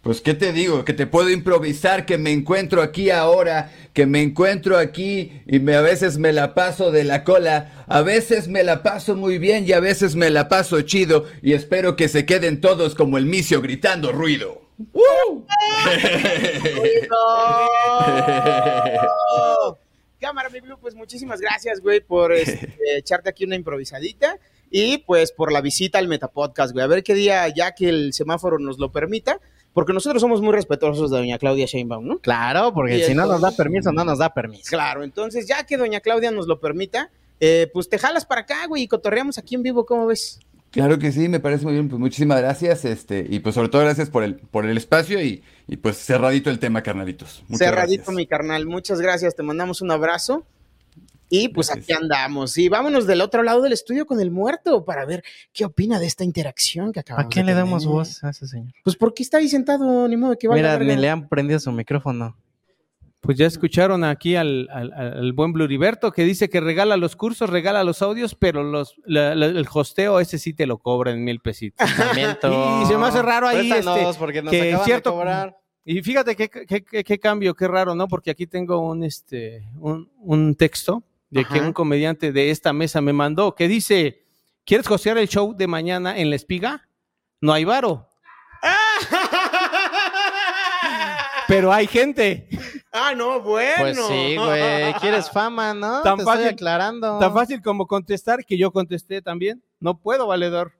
[SPEAKER 7] pues qué te digo, que te puedo improvisar, que me encuentro aquí ahora, que me encuentro aquí y me a veces me la paso de la cola, a veces me la paso muy bien y a veces me la paso chido y espero que se queden todos como el micio gritando ruido.
[SPEAKER 5] ¡No! Cámara, mi Blue, pues muchísimas gracias, güey, por este, echarte aquí una improvisadita y pues por la visita al Metapodcast, güey. A ver qué día, ya que el semáforo nos lo permita, porque nosotros somos muy respetuosos de doña Claudia Sheinbaum, ¿no?
[SPEAKER 6] Claro,
[SPEAKER 5] Y
[SPEAKER 6] porque si no nos da
[SPEAKER 5] entonces-
[SPEAKER 6] permiso, no nos da permiso.
[SPEAKER 5] Claro, entonces ya que doña Claudia nos lo permita, eh, pues te jalas para acá, güey, y cotorreamos aquí en vivo, ¿cómo ves?
[SPEAKER 7] Claro que sí, me parece muy bien, pues muchísimas gracias, este, y pues sobre todo gracias por el, por el espacio y, y, pues cerradito el tema, carnalitos. Muchas
[SPEAKER 5] Cerradito,
[SPEAKER 7] gracias.
[SPEAKER 5] mi carnal. Muchas gracias. Te mandamos un abrazo. Y pues
[SPEAKER 7] Gracias.
[SPEAKER 5] aquí andamos. Y vámonos del otro lado del estudio con el muerto para ver qué opina de esta interacción que acabamos
[SPEAKER 6] ¿A quién
[SPEAKER 5] de
[SPEAKER 6] le damos
[SPEAKER 5] tener.
[SPEAKER 6] voz a ese señor?
[SPEAKER 5] Pues porque está ahí sentado, ni modo que vaya
[SPEAKER 6] Mira,
[SPEAKER 5] verga.
[SPEAKER 6] ni le han prendido su micrófono.
[SPEAKER 2] Pues ya escucharon aquí al, al- al buen Bluriberto que dice que regala los cursos, regala los audios, pero los, la- la- el hosteo ese sí te lo cobran mil pesitos.
[SPEAKER 6] Lamento.
[SPEAKER 2] Y se me hace raro ahí,
[SPEAKER 6] Préstanos,
[SPEAKER 2] este,
[SPEAKER 6] porque nos
[SPEAKER 2] que
[SPEAKER 6] acaban de
[SPEAKER 2] cierto-
[SPEAKER 6] cobrar.
[SPEAKER 2] Y fíjate qué, qué- qué- qué cambio, qué raro, ¿no? Porque aquí tengo un, este, un, un texto de que
[SPEAKER 5] Ajá.
[SPEAKER 2] un comediante de esta mesa me mandó que dice, ¿quieres costear el show de mañana en La Espiga? No hay varo, pero hay gente.
[SPEAKER 5] ah, no, bueno.
[SPEAKER 6] Pues sí, güey. Quieres fama, ¿no?
[SPEAKER 2] Tan
[SPEAKER 6] Te
[SPEAKER 2] fácil-
[SPEAKER 6] estoy aclarando.
[SPEAKER 2] Tan fácil como contestar que yo contesté también. No puedo, valedor.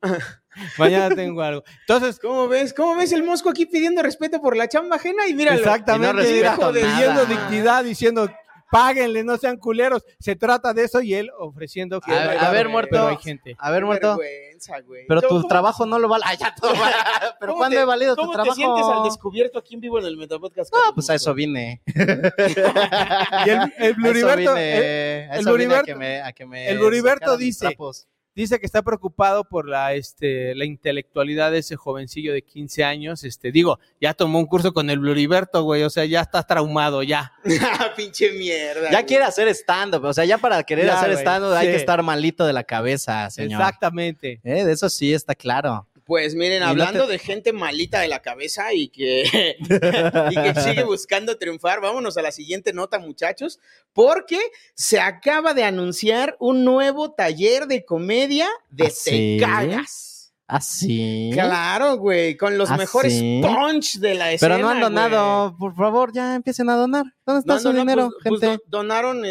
[SPEAKER 2] mañana tengo algo. Entonces,
[SPEAKER 5] ¿Cómo ves? ¿Cómo ves el mosco aquí pidiendo respeto por la chamba ajena? Y míralo.
[SPEAKER 6] Y no
[SPEAKER 2] Exactamente,
[SPEAKER 6] respeto
[SPEAKER 2] hijo de-
[SPEAKER 6] nada.
[SPEAKER 2] pidiendo
[SPEAKER 5] Ah.
[SPEAKER 2] dignidad, diciendo páguenle, no sean culeros. Se trata de eso y él ofreciendo que.
[SPEAKER 6] A,
[SPEAKER 2] no hay
[SPEAKER 6] a
[SPEAKER 2] varo,
[SPEAKER 6] ver, muerto.
[SPEAKER 2] Pero hay gente.
[SPEAKER 6] A ver,
[SPEAKER 5] Qué
[SPEAKER 6] muerto.
[SPEAKER 5] vergüenza, güey.
[SPEAKER 6] Pero
[SPEAKER 5] Yo,
[SPEAKER 6] tu
[SPEAKER 5] ¿cómo-
[SPEAKER 6] trabajo no lo vale. Ay, ya todo vale. Pero
[SPEAKER 5] cómo
[SPEAKER 6] ¿cuándo
[SPEAKER 5] te-
[SPEAKER 6] he valido tu
[SPEAKER 5] ¿Cómo
[SPEAKER 6] trabajo?
[SPEAKER 5] te sientes al descubierto aquí en vivo en el Metapodcast?
[SPEAKER 6] No, pues a
[SPEAKER 5] Carlos?
[SPEAKER 6] eso vine.
[SPEAKER 5] pues.
[SPEAKER 2] Y el, el
[SPEAKER 6] A eso
[SPEAKER 2] Bluriberto, eh,
[SPEAKER 6] vine, a
[SPEAKER 2] el
[SPEAKER 6] eso vine a
[SPEAKER 2] Luriberto-
[SPEAKER 6] que me- a que me
[SPEAKER 2] el Luriberto
[SPEAKER 6] sacaran mis
[SPEAKER 2] dice-
[SPEAKER 6] trapos.
[SPEAKER 2] dice que está preocupado por la, este, la intelectualidad de ese jovencillo de 15 años. Este, digo, ya tomó un curso con el Bluriberto, güey. O sea, ya está traumado, ya.
[SPEAKER 5] Ah, pinche mierda.
[SPEAKER 6] Ya
[SPEAKER 5] güey.
[SPEAKER 6] quiere hacer stand-up. O sea, ya para querer
[SPEAKER 2] Ya,
[SPEAKER 6] hacer
[SPEAKER 2] güey,
[SPEAKER 6] stand-up hay
[SPEAKER 2] sí.
[SPEAKER 6] que estar malito de la cabeza, señor.
[SPEAKER 2] Exactamente.
[SPEAKER 6] Eh, de eso sí está claro.
[SPEAKER 5] Pues miren,
[SPEAKER 6] Y no
[SPEAKER 5] hablando
[SPEAKER 6] te-
[SPEAKER 5] de gente malita de la cabeza y que, y que sigue buscando triunfar, vámonos a la siguiente nota, muchachos, porque se acaba de anunciar un nuevo taller de comedia de
[SPEAKER 6] ¿Ah,
[SPEAKER 5] Te
[SPEAKER 6] sí? ¿Ah,
[SPEAKER 5] Cagas.
[SPEAKER 6] Así.
[SPEAKER 5] Claro, güey, con los
[SPEAKER 6] ¿Ah,
[SPEAKER 5] mejores
[SPEAKER 6] sí?
[SPEAKER 5] punch de la escena.
[SPEAKER 6] Pero no han
[SPEAKER 5] güey.
[SPEAKER 6] donado, por favor, ya empiecen a donar. ¿Dónde está
[SPEAKER 5] No,
[SPEAKER 6] su
[SPEAKER 5] no, no,
[SPEAKER 6] dinero,
[SPEAKER 5] pues- pues
[SPEAKER 6] gente?
[SPEAKER 5] don- donaron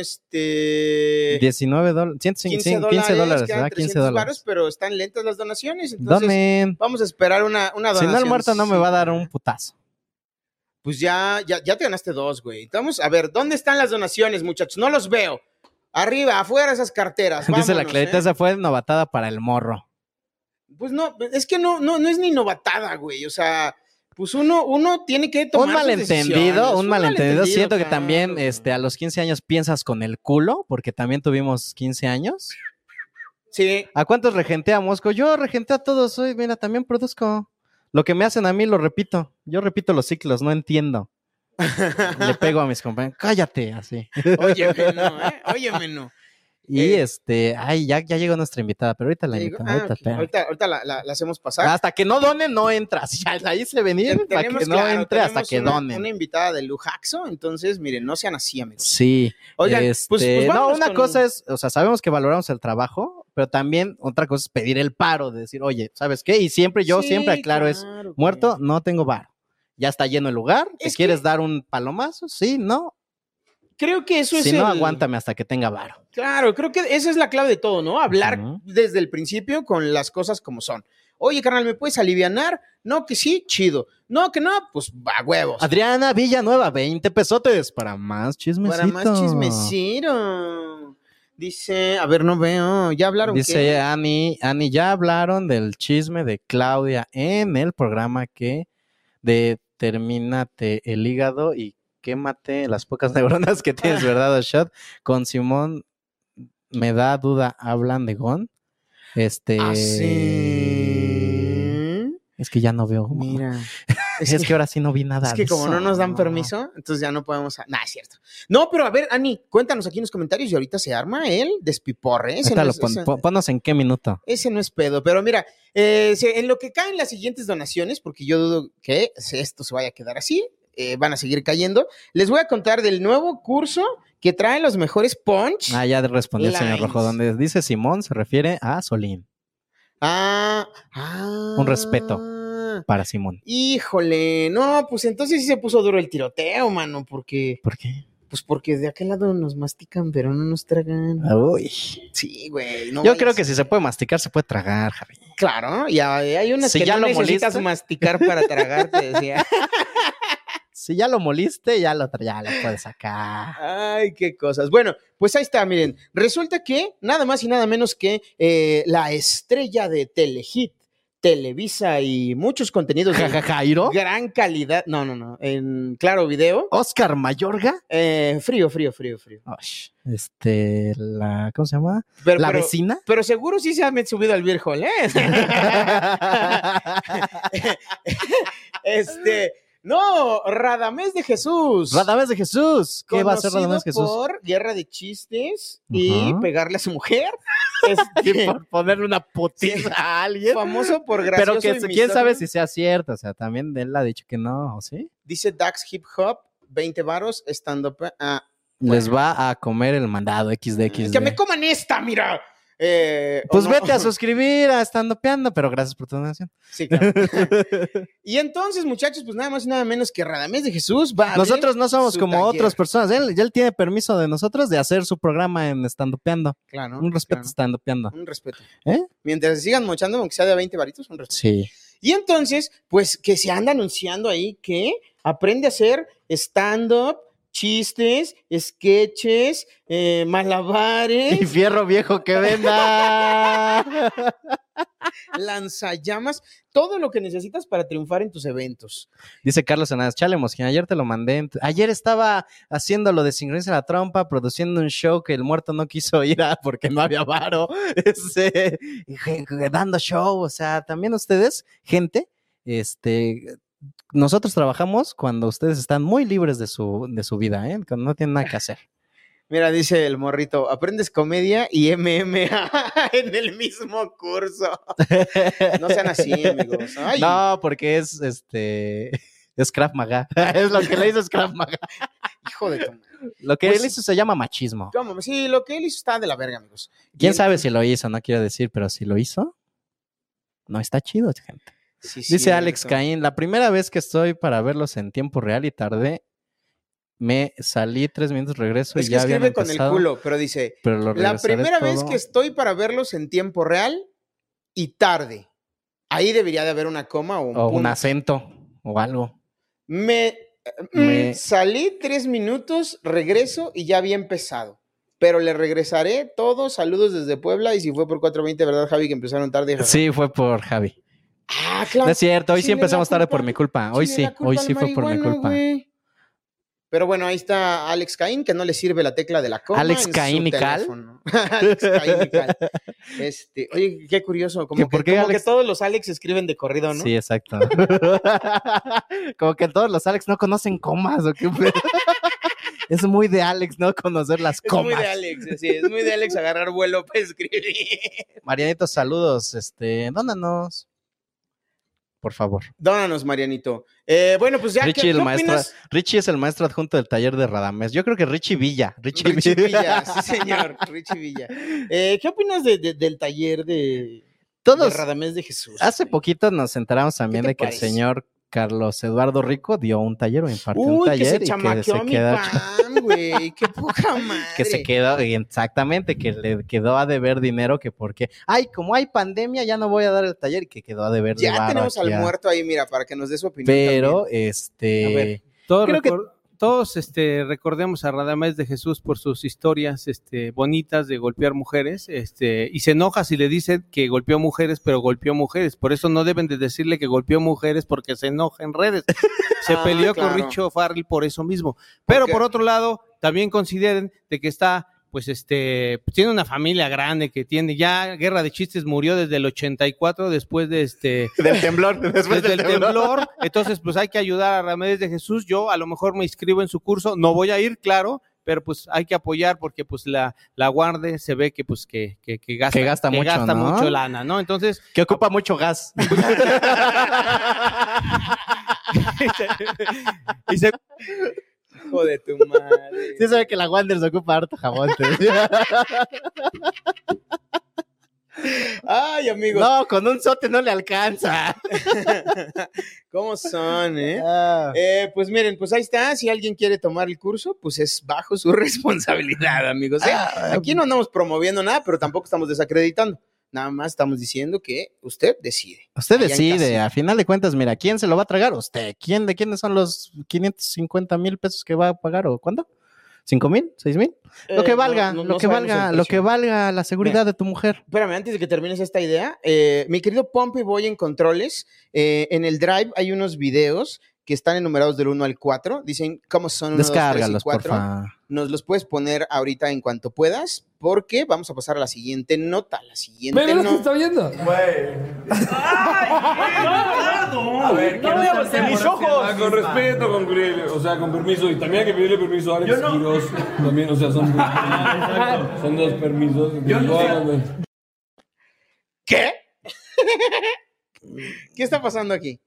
[SPEAKER 5] este
[SPEAKER 6] 19 dólares, 15 dólares,
[SPEAKER 5] quedan
[SPEAKER 6] ¿verdad? 15
[SPEAKER 5] 300 varos,
[SPEAKER 6] dólares.
[SPEAKER 5] pero están lentas las donaciones, entonces
[SPEAKER 6] Donen.
[SPEAKER 5] vamos a esperar una, una
[SPEAKER 6] Si
[SPEAKER 5] donación.
[SPEAKER 6] no, el muerto no me va a dar un putazo.
[SPEAKER 5] Pues ya, ya, ya te ganaste dos, güey. Vamos a ver, ¿dónde están las donaciones, muchachos? No los veo. Arriba, afuera esas carteras.
[SPEAKER 6] Dice la
[SPEAKER 5] vámonos,
[SPEAKER 6] clarita,
[SPEAKER 5] ¿eh?
[SPEAKER 6] esa fue novatada para el morro.
[SPEAKER 5] Pues no, es que no, no, no es ni novatada, güey. O sea, pues uno, uno tiene que tomar.
[SPEAKER 6] Un
[SPEAKER 5] sus decisiones.
[SPEAKER 6] malentendido, un malentendido. Siento que
[SPEAKER 5] claro,
[SPEAKER 6] también
[SPEAKER 5] güey.
[SPEAKER 6] este, a los 15 años piensas con el culo, porque también tuvimos 15 años.
[SPEAKER 5] Sí.
[SPEAKER 6] ¿A cuántos regenté a Mosco? Yo regenté a todos. Soy, mira, también produzco. Lo que me hacen a mí lo repito. Yo repito los ciclos, no entiendo. Le pego a mis compañeros, cállate, así.
[SPEAKER 5] Óyeme, no, ¿eh? Óyeme, no.
[SPEAKER 6] Y
[SPEAKER 5] Eh.
[SPEAKER 6] este, ay, ya, ya llegó nuestra invitada, pero ahorita la
[SPEAKER 5] Digo,
[SPEAKER 6] invitamos.
[SPEAKER 5] ah,
[SPEAKER 6] ahorita,
[SPEAKER 5] ok,
[SPEAKER 6] espera.
[SPEAKER 5] Ahorita, ahorita la, la- la hacemos pasar.
[SPEAKER 6] Hasta que no donen, no entras. Ya la hice venir
[SPEAKER 5] Ten-
[SPEAKER 6] para
[SPEAKER 5] tenemos,
[SPEAKER 6] que no
[SPEAKER 5] claro,
[SPEAKER 6] entre hasta
[SPEAKER 5] tenemos
[SPEAKER 6] que
[SPEAKER 5] una,
[SPEAKER 6] donen.
[SPEAKER 5] Una invitada de Lujaxo, entonces, miren, no sean así, amigos.
[SPEAKER 6] Sí.
[SPEAKER 5] Oigan, pues-
[SPEAKER 6] este,
[SPEAKER 5] pues,
[SPEAKER 6] no,
[SPEAKER 5] vámonos
[SPEAKER 6] una
[SPEAKER 5] con-
[SPEAKER 6] cosa es, o sea, sabemos que valoramos el trabajo, pero también otra cosa es pedir el paro, de decir, oye, ¿sabes qué? Y siempre, yo
[SPEAKER 5] Sí,
[SPEAKER 6] siempre aclaro es,
[SPEAKER 5] claro, güey.
[SPEAKER 6] Muerto, no tengo bar. Ya está lleno el lugar. ¿Te
[SPEAKER 5] Es que-
[SPEAKER 6] quieres dar un palomazo? Sí, no.
[SPEAKER 5] Creo que eso es.
[SPEAKER 6] si no,
[SPEAKER 5] el-
[SPEAKER 6] aguántame hasta que tenga varo.
[SPEAKER 5] Claro, creo que esa es la clave de todo, ¿no? Hablar
[SPEAKER 6] Ujú.
[SPEAKER 5] desde el principio con las cosas como son. Oye, carnal, ¿me puedes alivianar? No, que sí, chido. No, que no, pues a huevos.
[SPEAKER 6] Adriana Villanueva, 20 pesotes para más chismecito.
[SPEAKER 5] Para más chismecito. Dice, a ver, no veo. Ya hablaron.
[SPEAKER 6] Dice
[SPEAKER 5] qué?
[SPEAKER 6] Ani, Ani, ya hablaron del chisme de Claudia en el programa que de Termínate el hígado y quémate las pocas neuronas que tienes, ¿verdad, Oshot? Con Simón me da duda, hablan de Gon. Este.
[SPEAKER 5] Ah, Así.
[SPEAKER 6] Es que ya no veo. mamá.
[SPEAKER 5] Mira.
[SPEAKER 6] Es, que, ahora sí no vi nada.
[SPEAKER 5] Es que
[SPEAKER 6] de
[SPEAKER 5] como no
[SPEAKER 6] eso.
[SPEAKER 5] nos dan permiso, entonces ya no podemos. Nada, es cierto. No, pero a ver, Ani, cuéntanos aquí en los comentarios y ahorita se arma el despiporre. Ese,
[SPEAKER 6] Ahorita
[SPEAKER 5] no
[SPEAKER 6] lo
[SPEAKER 5] es,
[SPEAKER 6] pon-
[SPEAKER 5] ese-
[SPEAKER 6] pon- ponos en qué minuto.
[SPEAKER 5] ese no es pedo. Pero mira, eh, se- en lo que caen las siguientes donaciones, porque yo dudo que se- esto se vaya a quedar así, eh, van a seguir cayendo. Les voy a contar del nuevo curso que trae los mejores punch.
[SPEAKER 6] Ah, ya respondió el señor
[SPEAKER 5] Lines.
[SPEAKER 6] Rojo. Donde dice Simón se refiere a Solín.
[SPEAKER 5] Ah, ah.
[SPEAKER 6] Un respeto. Para Simón.
[SPEAKER 5] Híjole, no, pues entonces sí se puso duro el tiroteo, mano, porque,
[SPEAKER 6] ¿Por qué?
[SPEAKER 5] pues porque de aquel lado nos mastican, pero no nos tragan.
[SPEAKER 6] Uy.
[SPEAKER 5] Sí, güey. no
[SPEAKER 6] Yo
[SPEAKER 5] vayas-
[SPEAKER 6] creo que si se puede masticar, se puede tragar, Javi.
[SPEAKER 5] Claro, y hay hay unas
[SPEAKER 6] Si
[SPEAKER 5] que
[SPEAKER 6] ya lo
[SPEAKER 5] no necesitas
[SPEAKER 6] moliste.
[SPEAKER 5] masticar para tragarte, decía.
[SPEAKER 6] Si ya lo moliste, ya lo, tra- ya lo puedes sacar.
[SPEAKER 5] Ay, qué cosas. Bueno, pues ahí está, miren. Resulta que nada más y nada menos que eh, la estrella de Telehit, Televisa y muchos contenidos de
[SPEAKER 6] Jajajairo.
[SPEAKER 5] gran calidad. No, no, no. En claro video.
[SPEAKER 6] Oscar Mayorga.
[SPEAKER 5] eh, frío, frío, frío, frío.
[SPEAKER 6] Osh, Este, la, ¿cómo se llama?
[SPEAKER 5] Pero,
[SPEAKER 6] La
[SPEAKER 5] pero-
[SPEAKER 6] vecina.
[SPEAKER 5] pero seguro sí se han subido al Beer Hall, ¿eh? este. No, Radamés de Jesús.
[SPEAKER 6] Radamés de Jesús. ¿Qué va a hacer
[SPEAKER 5] conocido
[SPEAKER 6] Radamés de Jesús?
[SPEAKER 5] Por guerra de chistes y
[SPEAKER 6] Ajá.
[SPEAKER 5] pegarle a su mujer.
[SPEAKER 6] Sí,
[SPEAKER 5] Este,
[SPEAKER 6] por ponerle una putiza
[SPEAKER 5] Sí.
[SPEAKER 6] a alguien.
[SPEAKER 5] famoso por gracioso.
[SPEAKER 6] Pero que
[SPEAKER 5] y
[SPEAKER 6] se- quién sabe si
[SPEAKER 5] misógino.
[SPEAKER 6] sea cierto. O sea, también él ha dicho que no, ¿o sí?
[SPEAKER 5] Dice Dax Hip Hop, 20 varos, stand up. Ah,
[SPEAKER 6] Les va a comer el mandado XDX.
[SPEAKER 5] que me coman esta, mira. Eh, ¿o
[SPEAKER 6] Pues
[SPEAKER 5] no?
[SPEAKER 6] vete a suscribir a Estando Peando, pero gracias por tu donación.
[SPEAKER 5] Sí, claro. y entonces, muchachos, pues nada más y nada menos que Radamés de Jesús va a
[SPEAKER 6] Nosotros no somos
[SPEAKER 5] Ah, su
[SPEAKER 6] como
[SPEAKER 5] taller.
[SPEAKER 6] otras personas. Él, él tiene permiso de nosotros de hacer su programa en Estando Peando.
[SPEAKER 5] abrir- Claro,
[SPEAKER 6] Un respeto
[SPEAKER 5] claro,
[SPEAKER 6] Estando Peando.
[SPEAKER 5] Un respeto.
[SPEAKER 6] ¿Eh?
[SPEAKER 5] Mientras sigan mochando, aunque sea de 20 varitos, un respeto.
[SPEAKER 6] Sí.
[SPEAKER 5] Y entonces, pues que se anda anunciando ahí que aprende a hacer stand-up, chistes, sketches, eh, malabares,
[SPEAKER 6] Y fierro viejo que venda.
[SPEAKER 5] lanzallamas, todo lo que necesitas para triunfar en tus eventos.
[SPEAKER 6] Dice Carlos Hernández, chale, Mosquín, ayer te lo mandé. en tu- Ayer estaba haciendo lo de sincronizar la trompa, produciendo un show que el muerto no quiso ir a porque no había varo. Este, y je- je- dando show, o sea, también ustedes, gente, este, nosotros trabajamos cuando ustedes están muy libres de su, de su vida, ¿eh? cuando no tienen nada que hacer.
[SPEAKER 5] Mira, dice el morrito, aprendes comedia y MMA en el mismo curso. No sean así, amigos. Ay,
[SPEAKER 6] No, porque es, este, es Krav Maga. Es lo que le hizo es Krav Maga.
[SPEAKER 5] hijo de tu madre.
[SPEAKER 6] Lo que
[SPEAKER 5] Pues-
[SPEAKER 6] él hizo se llama machismo.
[SPEAKER 5] ¿Cómo? Sí, lo que él hizo está de la verga, amigos.
[SPEAKER 6] ¿Quién
[SPEAKER 5] Y-
[SPEAKER 6] sabe si lo hizo? No quiero decir, pero si lo hizo, no está chido, gente.
[SPEAKER 5] Sí,
[SPEAKER 6] Dice Alex
[SPEAKER 5] cierto.
[SPEAKER 6] Caín, la primera vez que estoy para verlos en tiempo real y tardé, me salí tres minutos, regreso
[SPEAKER 5] Es
[SPEAKER 6] y
[SPEAKER 5] que
[SPEAKER 6] ya habían
[SPEAKER 5] escribe con el
[SPEAKER 6] empezado,
[SPEAKER 5] culo, pero dice,
[SPEAKER 6] Pero lo
[SPEAKER 5] La
[SPEAKER 6] regresaré
[SPEAKER 5] primera vez
[SPEAKER 6] todo.
[SPEAKER 5] que estoy para verlos en tiempo real y tarde. Ahí debería de haber una coma o un
[SPEAKER 6] O un
[SPEAKER 5] punto.
[SPEAKER 6] acento o algo.
[SPEAKER 5] Me,
[SPEAKER 6] Me-
[SPEAKER 5] mm, salí tres minutos, regreso y ya había empezado. Pero le regresaré todos saludos desde Puebla y si fue por 4.20, ¿verdad, Javi? Que empezaron tarde. jaja?
[SPEAKER 6] Sí, fue por Javi.
[SPEAKER 5] Ah,
[SPEAKER 6] No
[SPEAKER 5] claro.
[SPEAKER 6] es cierto, hoy sí
[SPEAKER 5] échale la
[SPEAKER 6] empezamos tarde por
[SPEAKER 5] culpa-
[SPEAKER 6] mi culpa. Hoy
[SPEAKER 5] Échale
[SPEAKER 6] sí,
[SPEAKER 5] la culpa
[SPEAKER 6] hoy
[SPEAKER 5] al
[SPEAKER 6] sí fue por mi
[SPEAKER 5] marihuano,
[SPEAKER 6] culpa.
[SPEAKER 5] güey. Pero bueno, ahí está Alex Caín, que no le sirve la tecla de la coma.
[SPEAKER 6] Alex
[SPEAKER 5] en su
[SPEAKER 6] Caín y Cal.
[SPEAKER 5] teléfono. Alex Caín y Cal. Este, oye, qué curioso. Como,
[SPEAKER 6] ¿Que
[SPEAKER 5] que,
[SPEAKER 6] por qué
[SPEAKER 5] como
[SPEAKER 6] Alex-
[SPEAKER 5] que todos los Alex escriben de corrido, ¿no?
[SPEAKER 6] Sí, exacto. Como que todos los Alex no conocen comas o qué pedo? Es muy de Alex no conocer las
[SPEAKER 5] es
[SPEAKER 6] comas.
[SPEAKER 5] muy de Alex, sí, es muy de Alex agarrar vuelo para escribir.
[SPEAKER 6] Marianito, saludos, este, dónanos. Por favor.
[SPEAKER 5] Dónanos, Marianito. Eh, bueno, pues ya, ¿qué,
[SPEAKER 6] Richie,
[SPEAKER 5] qué
[SPEAKER 6] el maestro,
[SPEAKER 5] opinas?
[SPEAKER 6] Richie es el maestro adjunto del taller de Radamés. Yo creo que Richie Villa. Richie,
[SPEAKER 5] Richie
[SPEAKER 6] Villa.
[SPEAKER 5] Villa, sí señor, Richie Villa. Eh, ¿Qué opinas de- de- del taller de, de
[SPEAKER 6] Todos.
[SPEAKER 5] Radamés de Jesús?
[SPEAKER 6] Hace poquito nos enteramos también
[SPEAKER 5] te
[SPEAKER 6] de que
[SPEAKER 5] parece?
[SPEAKER 6] el señor Carlos Eduardo Rico dio un taller o impartió un
[SPEAKER 5] Uy, que
[SPEAKER 6] taller
[SPEAKER 5] se
[SPEAKER 6] y que
[SPEAKER 5] chamaqueó
[SPEAKER 6] se
[SPEAKER 5] mi
[SPEAKER 6] queda
[SPEAKER 5] pan, güey. Qué poca madre.
[SPEAKER 6] que se quedó, exactamente, que le quedó a deber dinero, que porque, ay, como hay pandemia, ya no voy a dar el taller, y que quedó a deber de
[SPEAKER 5] Ya
[SPEAKER 6] varo
[SPEAKER 5] tenemos al
[SPEAKER 6] aquí a-
[SPEAKER 5] muerto ahí, mira, para que nos dé su opinión.
[SPEAKER 6] Pero,
[SPEAKER 5] también. A ver.
[SPEAKER 6] este,
[SPEAKER 2] Eh, Todos,
[SPEAKER 6] Creo que-
[SPEAKER 2] recor- todos, este, recordemos a Radamés de Jesús por sus historias este, bonitas de golpear mujeres este, y se enoja si le dicen que golpeó mujeres, pero golpeó mujeres. Por eso no deben de decirle que golpeó mujeres porque se enoja en redes. Se
[SPEAKER 5] Ah,
[SPEAKER 2] peleó
[SPEAKER 5] claro.
[SPEAKER 2] con Richo Farrell por eso mismo. Pero
[SPEAKER 5] Ok.
[SPEAKER 2] por otro lado, también consideren de que está pues, pues este, pues, tiene una familia grande que tiene, ya Guerra de Chistes murió desde el 84 después de este,
[SPEAKER 5] Del temblor, después
[SPEAKER 2] desde
[SPEAKER 5] del
[SPEAKER 2] el
[SPEAKER 5] temblor.
[SPEAKER 2] temblor, entonces pues hay que ayudar a Ramírez de Jesús, yo a lo mejor me inscribo en su curso, no voy a ir, claro, pero pues hay que apoyar porque pues la, la guarde se ve que pues que, que, que gasta,
[SPEAKER 6] Que gasta mucho, ¿no?
[SPEAKER 2] mucho lana, ¿no? Entonces,
[SPEAKER 6] Que ocupa mucho gas.
[SPEAKER 2] y se-
[SPEAKER 5] Hijo de tu madre.
[SPEAKER 6] Sí sabe que la Wanderers ocupa harto jabón. te digo.
[SPEAKER 5] Ay, amigos,
[SPEAKER 6] no, con un sote no le alcanza.
[SPEAKER 5] ¿cómo son, eh?
[SPEAKER 6] Ah.
[SPEAKER 5] Eh, pues miren, pues ahí está. Si alguien quiere tomar el curso, pues es bajo su responsabilidad, amigos. ¿eh?
[SPEAKER 6] Ah.
[SPEAKER 5] Aquí no andamos promoviendo nada, pero tampoco estamos desacreditando. Nada más estamos diciendo que usted decide.
[SPEAKER 6] Usted
[SPEAKER 5] Allá en
[SPEAKER 6] decide,
[SPEAKER 5] casa.
[SPEAKER 6] a final de cuentas, mira, ¿quién se lo va a tragar? Usted. ¿Quién de quiénes son los 550 mil pesos que va a pagar o cuánto? ¿Cinco mil? ¿Seis mil? Lo
[SPEAKER 5] Eh,
[SPEAKER 6] que
[SPEAKER 5] no-
[SPEAKER 6] valga,
[SPEAKER 5] no-
[SPEAKER 6] lo
[SPEAKER 5] no
[SPEAKER 6] que
[SPEAKER 5] sabemos
[SPEAKER 6] valga,
[SPEAKER 5] el
[SPEAKER 6] lo
[SPEAKER 5] precio.
[SPEAKER 6] que valga la seguridad de tu mujer.
[SPEAKER 5] Espérame, antes de que termines esta idea, eh, mi querido Pompey Boy en controles, eh, en el Drive hay unos videos que están enumerados del 1 al 4. Dicen cómo son uno, dos, tres y
[SPEAKER 6] Descárgalos,
[SPEAKER 5] cuatro.
[SPEAKER 6] porfa.
[SPEAKER 5] Nos los puedes poner ahorita en cuanto puedas, porque vamos a pasar a la siguiente nota. La siguiente
[SPEAKER 8] Ve, ve lo que
[SPEAKER 5] nota.
[SPEAKER 8] está viendo.
[SPEAKER 5] Ah,
[SPEAKER 9] A ver, no voy a mis ojos. Ah, Con respeto, con, cre- o sea, con permiso. Y también hay que pedirle permiso a Alex Quiroz. También, o sea, son, son dos permisos. Yo
[SPEAKER 5] ¿Qué? ¿Qué está pasando aquí?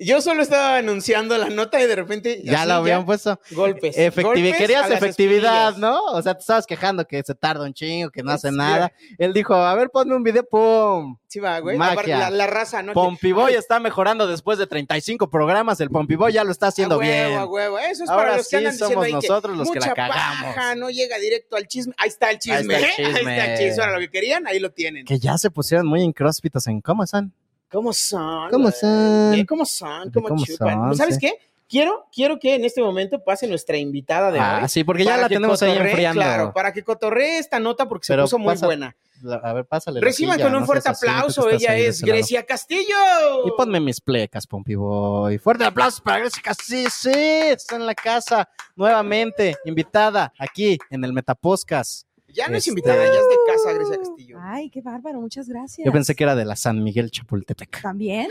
[SPEAKER 5] Yo solo estaba anunciando la nota y de repente.
[SPEAKER 6] Ya
[SPEAKER 5] así,
[SPEAKER 6] lo habían puesto.
[SPEAKER 5] Golpes.
[SPEAKER 6] Efectivi-
[SPEAKER 5] Golpes a
[SPEAKER 6] Querías
[SPEAKER 5] las
[SPEAKER 6] efectividad,
[SPEAKER 5] espinillas.
[SPEAKER 6] ¿no? O sea, te estabas quejando que se tarda un chingo, que no hace nada. Él dijo, a ver, ponme un video, pum.
[SPEAKER 5] Sí, va, güey.
[SPEAKER 6] Magia.
[SPEAKER 5] La, la raza, ¿no?
[SPEAKER 6] Pompiboy está mejorando después de 35 programas. El Pompiboy ya lo está haciendo
[SPEAKER 5] a huevo,
[SPEAKER 6] bien.
[SPEAKER 5] A huevo. Eso es
[SPEAKER 6] Ahora
[SPEAKER 5] para los
[SPEAKER 6] sí
[SPEAKER 5] que andan diciendo
[SPEAKER 6] somos
[SPEAKER 5] ahí
[SPEAKER 6] nosotros
[SPEAKER 5] que
[SPEAKER 6] los que la
[SPEAKER 5] mucha
[SPEAKER 6] cagamos.
[SPEAKER 5] paja, no llega directo al chisme. Ahí está el chisme.
[SPEAKER 6] el
[SPEAKER 5] ¿eh? Ahí está el
[SPEAKER 6] chisme.
[SPEAKER 5] chisme. Ahora lo que querían, ahí lo tienen.
[SPEAKER 6] Que ya se pusieron muy incróspitos en cómo están.
[SPEAKER 5] ¿Cómo son?
[SPEAKER 6] ¿Cómo
[SPEAKER 5] güey?
[SPEAKER 6] son?
[SPEAKER 5] Eh, ¿Cómo son? ¿Cómo,
[SPEAKER 6] ¿Cómo
[SPEAKER 5] chupan?
[SPEAKER 6] son?
[SPEAKER 5] ¿Sabes
[SPEAKER 6] Sí.
[SPEAKER 5] qué? Quiero, quiero que en este momento pase nuestra invitada de hoy.
[SPEAKER 6] Ah, sí, porque ya
[SPEAKER 5] para
[SPEAKER 6] la
[SPEAKER 5] que
[SPEAKER 6] tenemos ahí
[SPEAKER 5] cotorree,
[SPEAKER 6] enfriando.
[SPEAKER 5] Claro, para que cotorree esta nota porque se
[SPEAKER 6] Pero
[SPEAKER 5] puso muy
[SPEAKER 6] pasa-
[SPEAKER 5] buena.
[SPEAKER 6] La- A ver, pásale. la
[SPEAKER 5] Reciban
[SPEAKER 6] silla,
[SPEAKER 5] con
[SPEAKER 6] no
[SPEAKER 5] un
[SPEAKER 6] seas
[SPEAKER 5] fuerte
[SPEAKER 6] así, tú que
[SPEAKER 5] aplauso.
[SPEAKER 6] estás
[SPEAKER 5] Ella
[SPEAKER 6] ahí de
[SPEAKER 5] es
[SPEAKER 6] ese lado.
[SPEAKER 5] Grecia Castillo.
[SPEAKER 6] Y ponme mis plecas, Pompiboy. Fuerte aplauso para Grecia Castillo. Sí, está en la casa nuevamente, invitada aquí en el Metaposcas.
[SPEAKER 5] Ya no es
[SPEAKER 6] Este-
[SPEAKER 5] invitada, ya es de casa, Grecia Castillo.
[SPEAKER 9] ¡Uh! Ay, qué bárbaro, muchas gracias.
[SPEAKER 6] Yo pensé que era de la San Miguel Chapultepec.
[SPEAKER 9] También.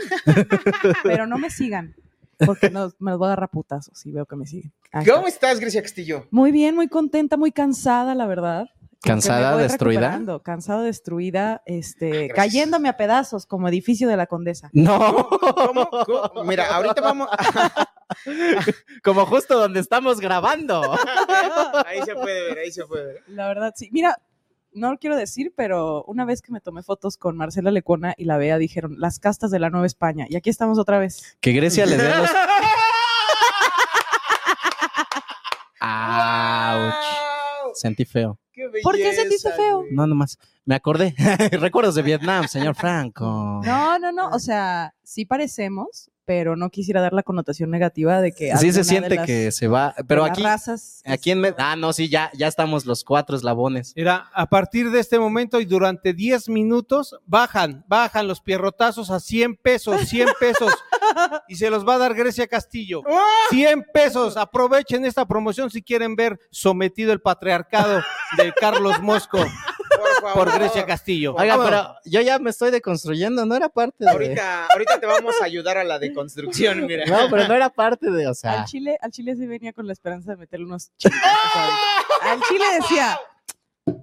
[SPEAKER 9] Pero no me sigan, porque no- me los voy a agarrar putazos si veo que me siguen. Ahí está.
[SPEAKER 5] ¿Cómo estás, Grecia Castillo?
[SPEAKER 9] Muy bien, muy contenta, muy cansada, la verdad. Como que me
[SPEAKER 6] ¿Cansada,
[SPEAKER 9] voy
[SPEAKER 6] destruida?
[SPEAKER 9] recuperando, Cansada, destruida, este,
[SPEAKER 5] Ah, Gracias.
[SPEAKER 9] cayéndome a pedazos como edificio de la condesa.
[SPEAKER 6] No,
[SPEAKER 5] ¿Cómo? ¿Cómo? Mira, ahorita vamos.
[SPEAKER 6] como justo donde estamos grabando.
[SPEAKER 5] ahí se puede ver, ahí se puede ver.
[SPEAKER 9] La verdad, sí. Mira, no lo quiero decir, pero una vez que me tomé fotos con Marcela Lecuona y la Bea, dijeron las castas de la Nueva España. Y aquí estamos otra vez.
[SPEAKER 6] Que Grecia le dé los. ¡Auch!
[SPEAKER 5] ¡Guau!
[SPEAKER 6] Sentí feo.
[SPEAKER 5] ¡Qué
[SPEAKER 9] ¿Por qué
[SPEAKER 5] belleza,
[SPEAKER 9] sentiste feo?
[SPEAKER 5] güey!
[SPEAKER 6] No, nomás. Me acordé. Recuerdos de Vietnam, señor Franco.
[SPEAKER 9] No, no, no. O sea, sí parecemos, pero no quisiera dar la connotación negativa de que.
[SPEAKER 6] sí
[SPEAKER 9] alguna de
[SPEAKER 6] se siente
[SPEAKER 9] las-
[SPEAKER 6] que se va. Pero
[SPEAKER 9] de las
[SPEAKER 6] aquí.
[SPEAKER 9] razas, este,
[SPEAKER 6] Aquí en. Me- Ah, no, sí, ya, ya estamos los cuatro eslabones.
[SPEAKER 2] Mira, a partir de este momento y durante 10 minutos bajan, bajan los pierrotazos a 100 pesos, 100 pesos. y se los va a dar Grecia Castillo.
[SPEAKER 5] ¡Ah!
[SPEAKER 2] 100 pesos. Aprovechen esta promoción si quieren ver sometido el patriarcado de Carlos Mosco
[SPEAKER 5] Por favor.
[SPEAKER 2] por Grecia Castillo.
[SPEAKER 6] Oiga,
[SPEAKER 2] Vámonos.
[SPEAKER 6] pero yo ya me estoy deconstruyendo, no era parte de.
[SPEAKER 5] Ahorita, ahorita te vamos a ayudar a la deconstrucción, mira.
[SPEAKER 6] No, pero no era parte de. O sea.
[SPEAKER 9] Al chile, al chile sí venía con la esperanza de meterle unos chingazos ahí. Al chile decía,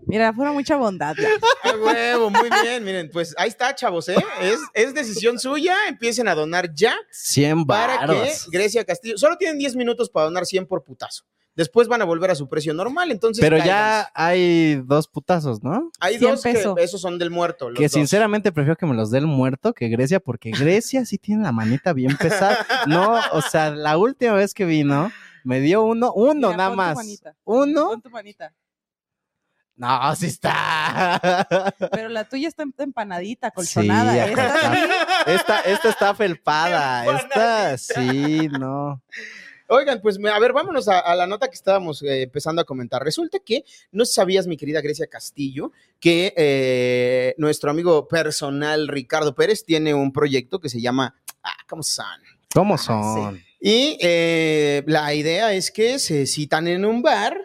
[SPEAKER 9] mira, fuera mucha bondad. ya".
[SPEAKER 5] A huevo, muy bien. Miren, pues ahí está, chavos, ¿eh? Es, es decisión suya. Empiecen a donar ya
[SPEAKER 6] 100
[SPEAKER 5] para que
[SPEAKER 6] baros.
[SPEAKER 5] Grecia Castillo. Solo tienen 10 minutos para donar 100 por putazo. Después van a volver a su precio normal, entonces.
[SPEAKER 6] Pero
[SPEAKER 5] cáiganse.
[SPEAKER 6] ya hay dos putazos, ¿no?
[SPEAKER 5] Hay
[SPEAKER 9] 100
[SPEAKER 5] dos
[SPEAKER 9] peso.
[SPEAKER 5] que esos son del muerto. los
[SPEAKER 6] Que
[SPEAKER 5] dos.
[SPEAKER 6] sinceramente prefiero que me los dé el muerto que Grecia, porque Grecia sí tiene la manita bien pesada. No, o sea, la última vez que vino, me dio uno, uno
[SPEAKER 9] Mira,
[SPEAKER 6] nada
[SPEAKER 9] pon tu
[SPEAKER 6] más.
[SPEAKER 9] manita.
[SPEAKER 6] Uno.
[SPEAKER 9] Pon tu manita.
[SPEAKER 6] No, sí está.
[SPEAKER 9] Pero la tuya está empanadita,
[SPEAKER 6] Sí,
[SPEAKER 9] colchonada. esta
[SPEAKER 6] acá
[SPEAKER 9] sí.
[SPEAKER 6] está. esta, esta está felpada. Esta, sí, no.
[SPEAKER 5] Oigan, pues me- a ver, vámonos a, a la nota que estábamos eh, empezando a comentar. Resulta que no sabías, mi querida Grecia Castillo, que eh, nuestro amigo personal Ricardo Pérez tiene un proyecto que se llama Ah, ¿cómo son? Ah,
[SPEAKER 6] ¿Cómo son?
[SPEAKER 5] Y eh, la idea es que se citan en un bar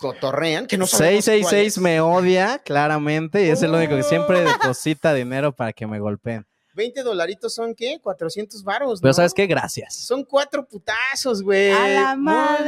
[SPEAKER 5] cotorrean, que no sabemos cuál
[SPEAKER 6] 666
[SPEAKER 5] es. Oh.
[SPEAKER 6] me odia, claramente, y es el único que siempre deposita dinero para que me golpeen.
[SPEAKER 5] 20 dolaritos son, ¿qué? 400 varos,
[SPEAKER 6] Pero
[SPEAKER 5] ¿no?
[SPEAKER 6] ¿sabes qué? Gracias.
[SPEAKER 5] Son cuatro putazos, güey.
[SPEAKER 6] A la
[SPEAKER 5] Muy
[SPEAKER 6] madre.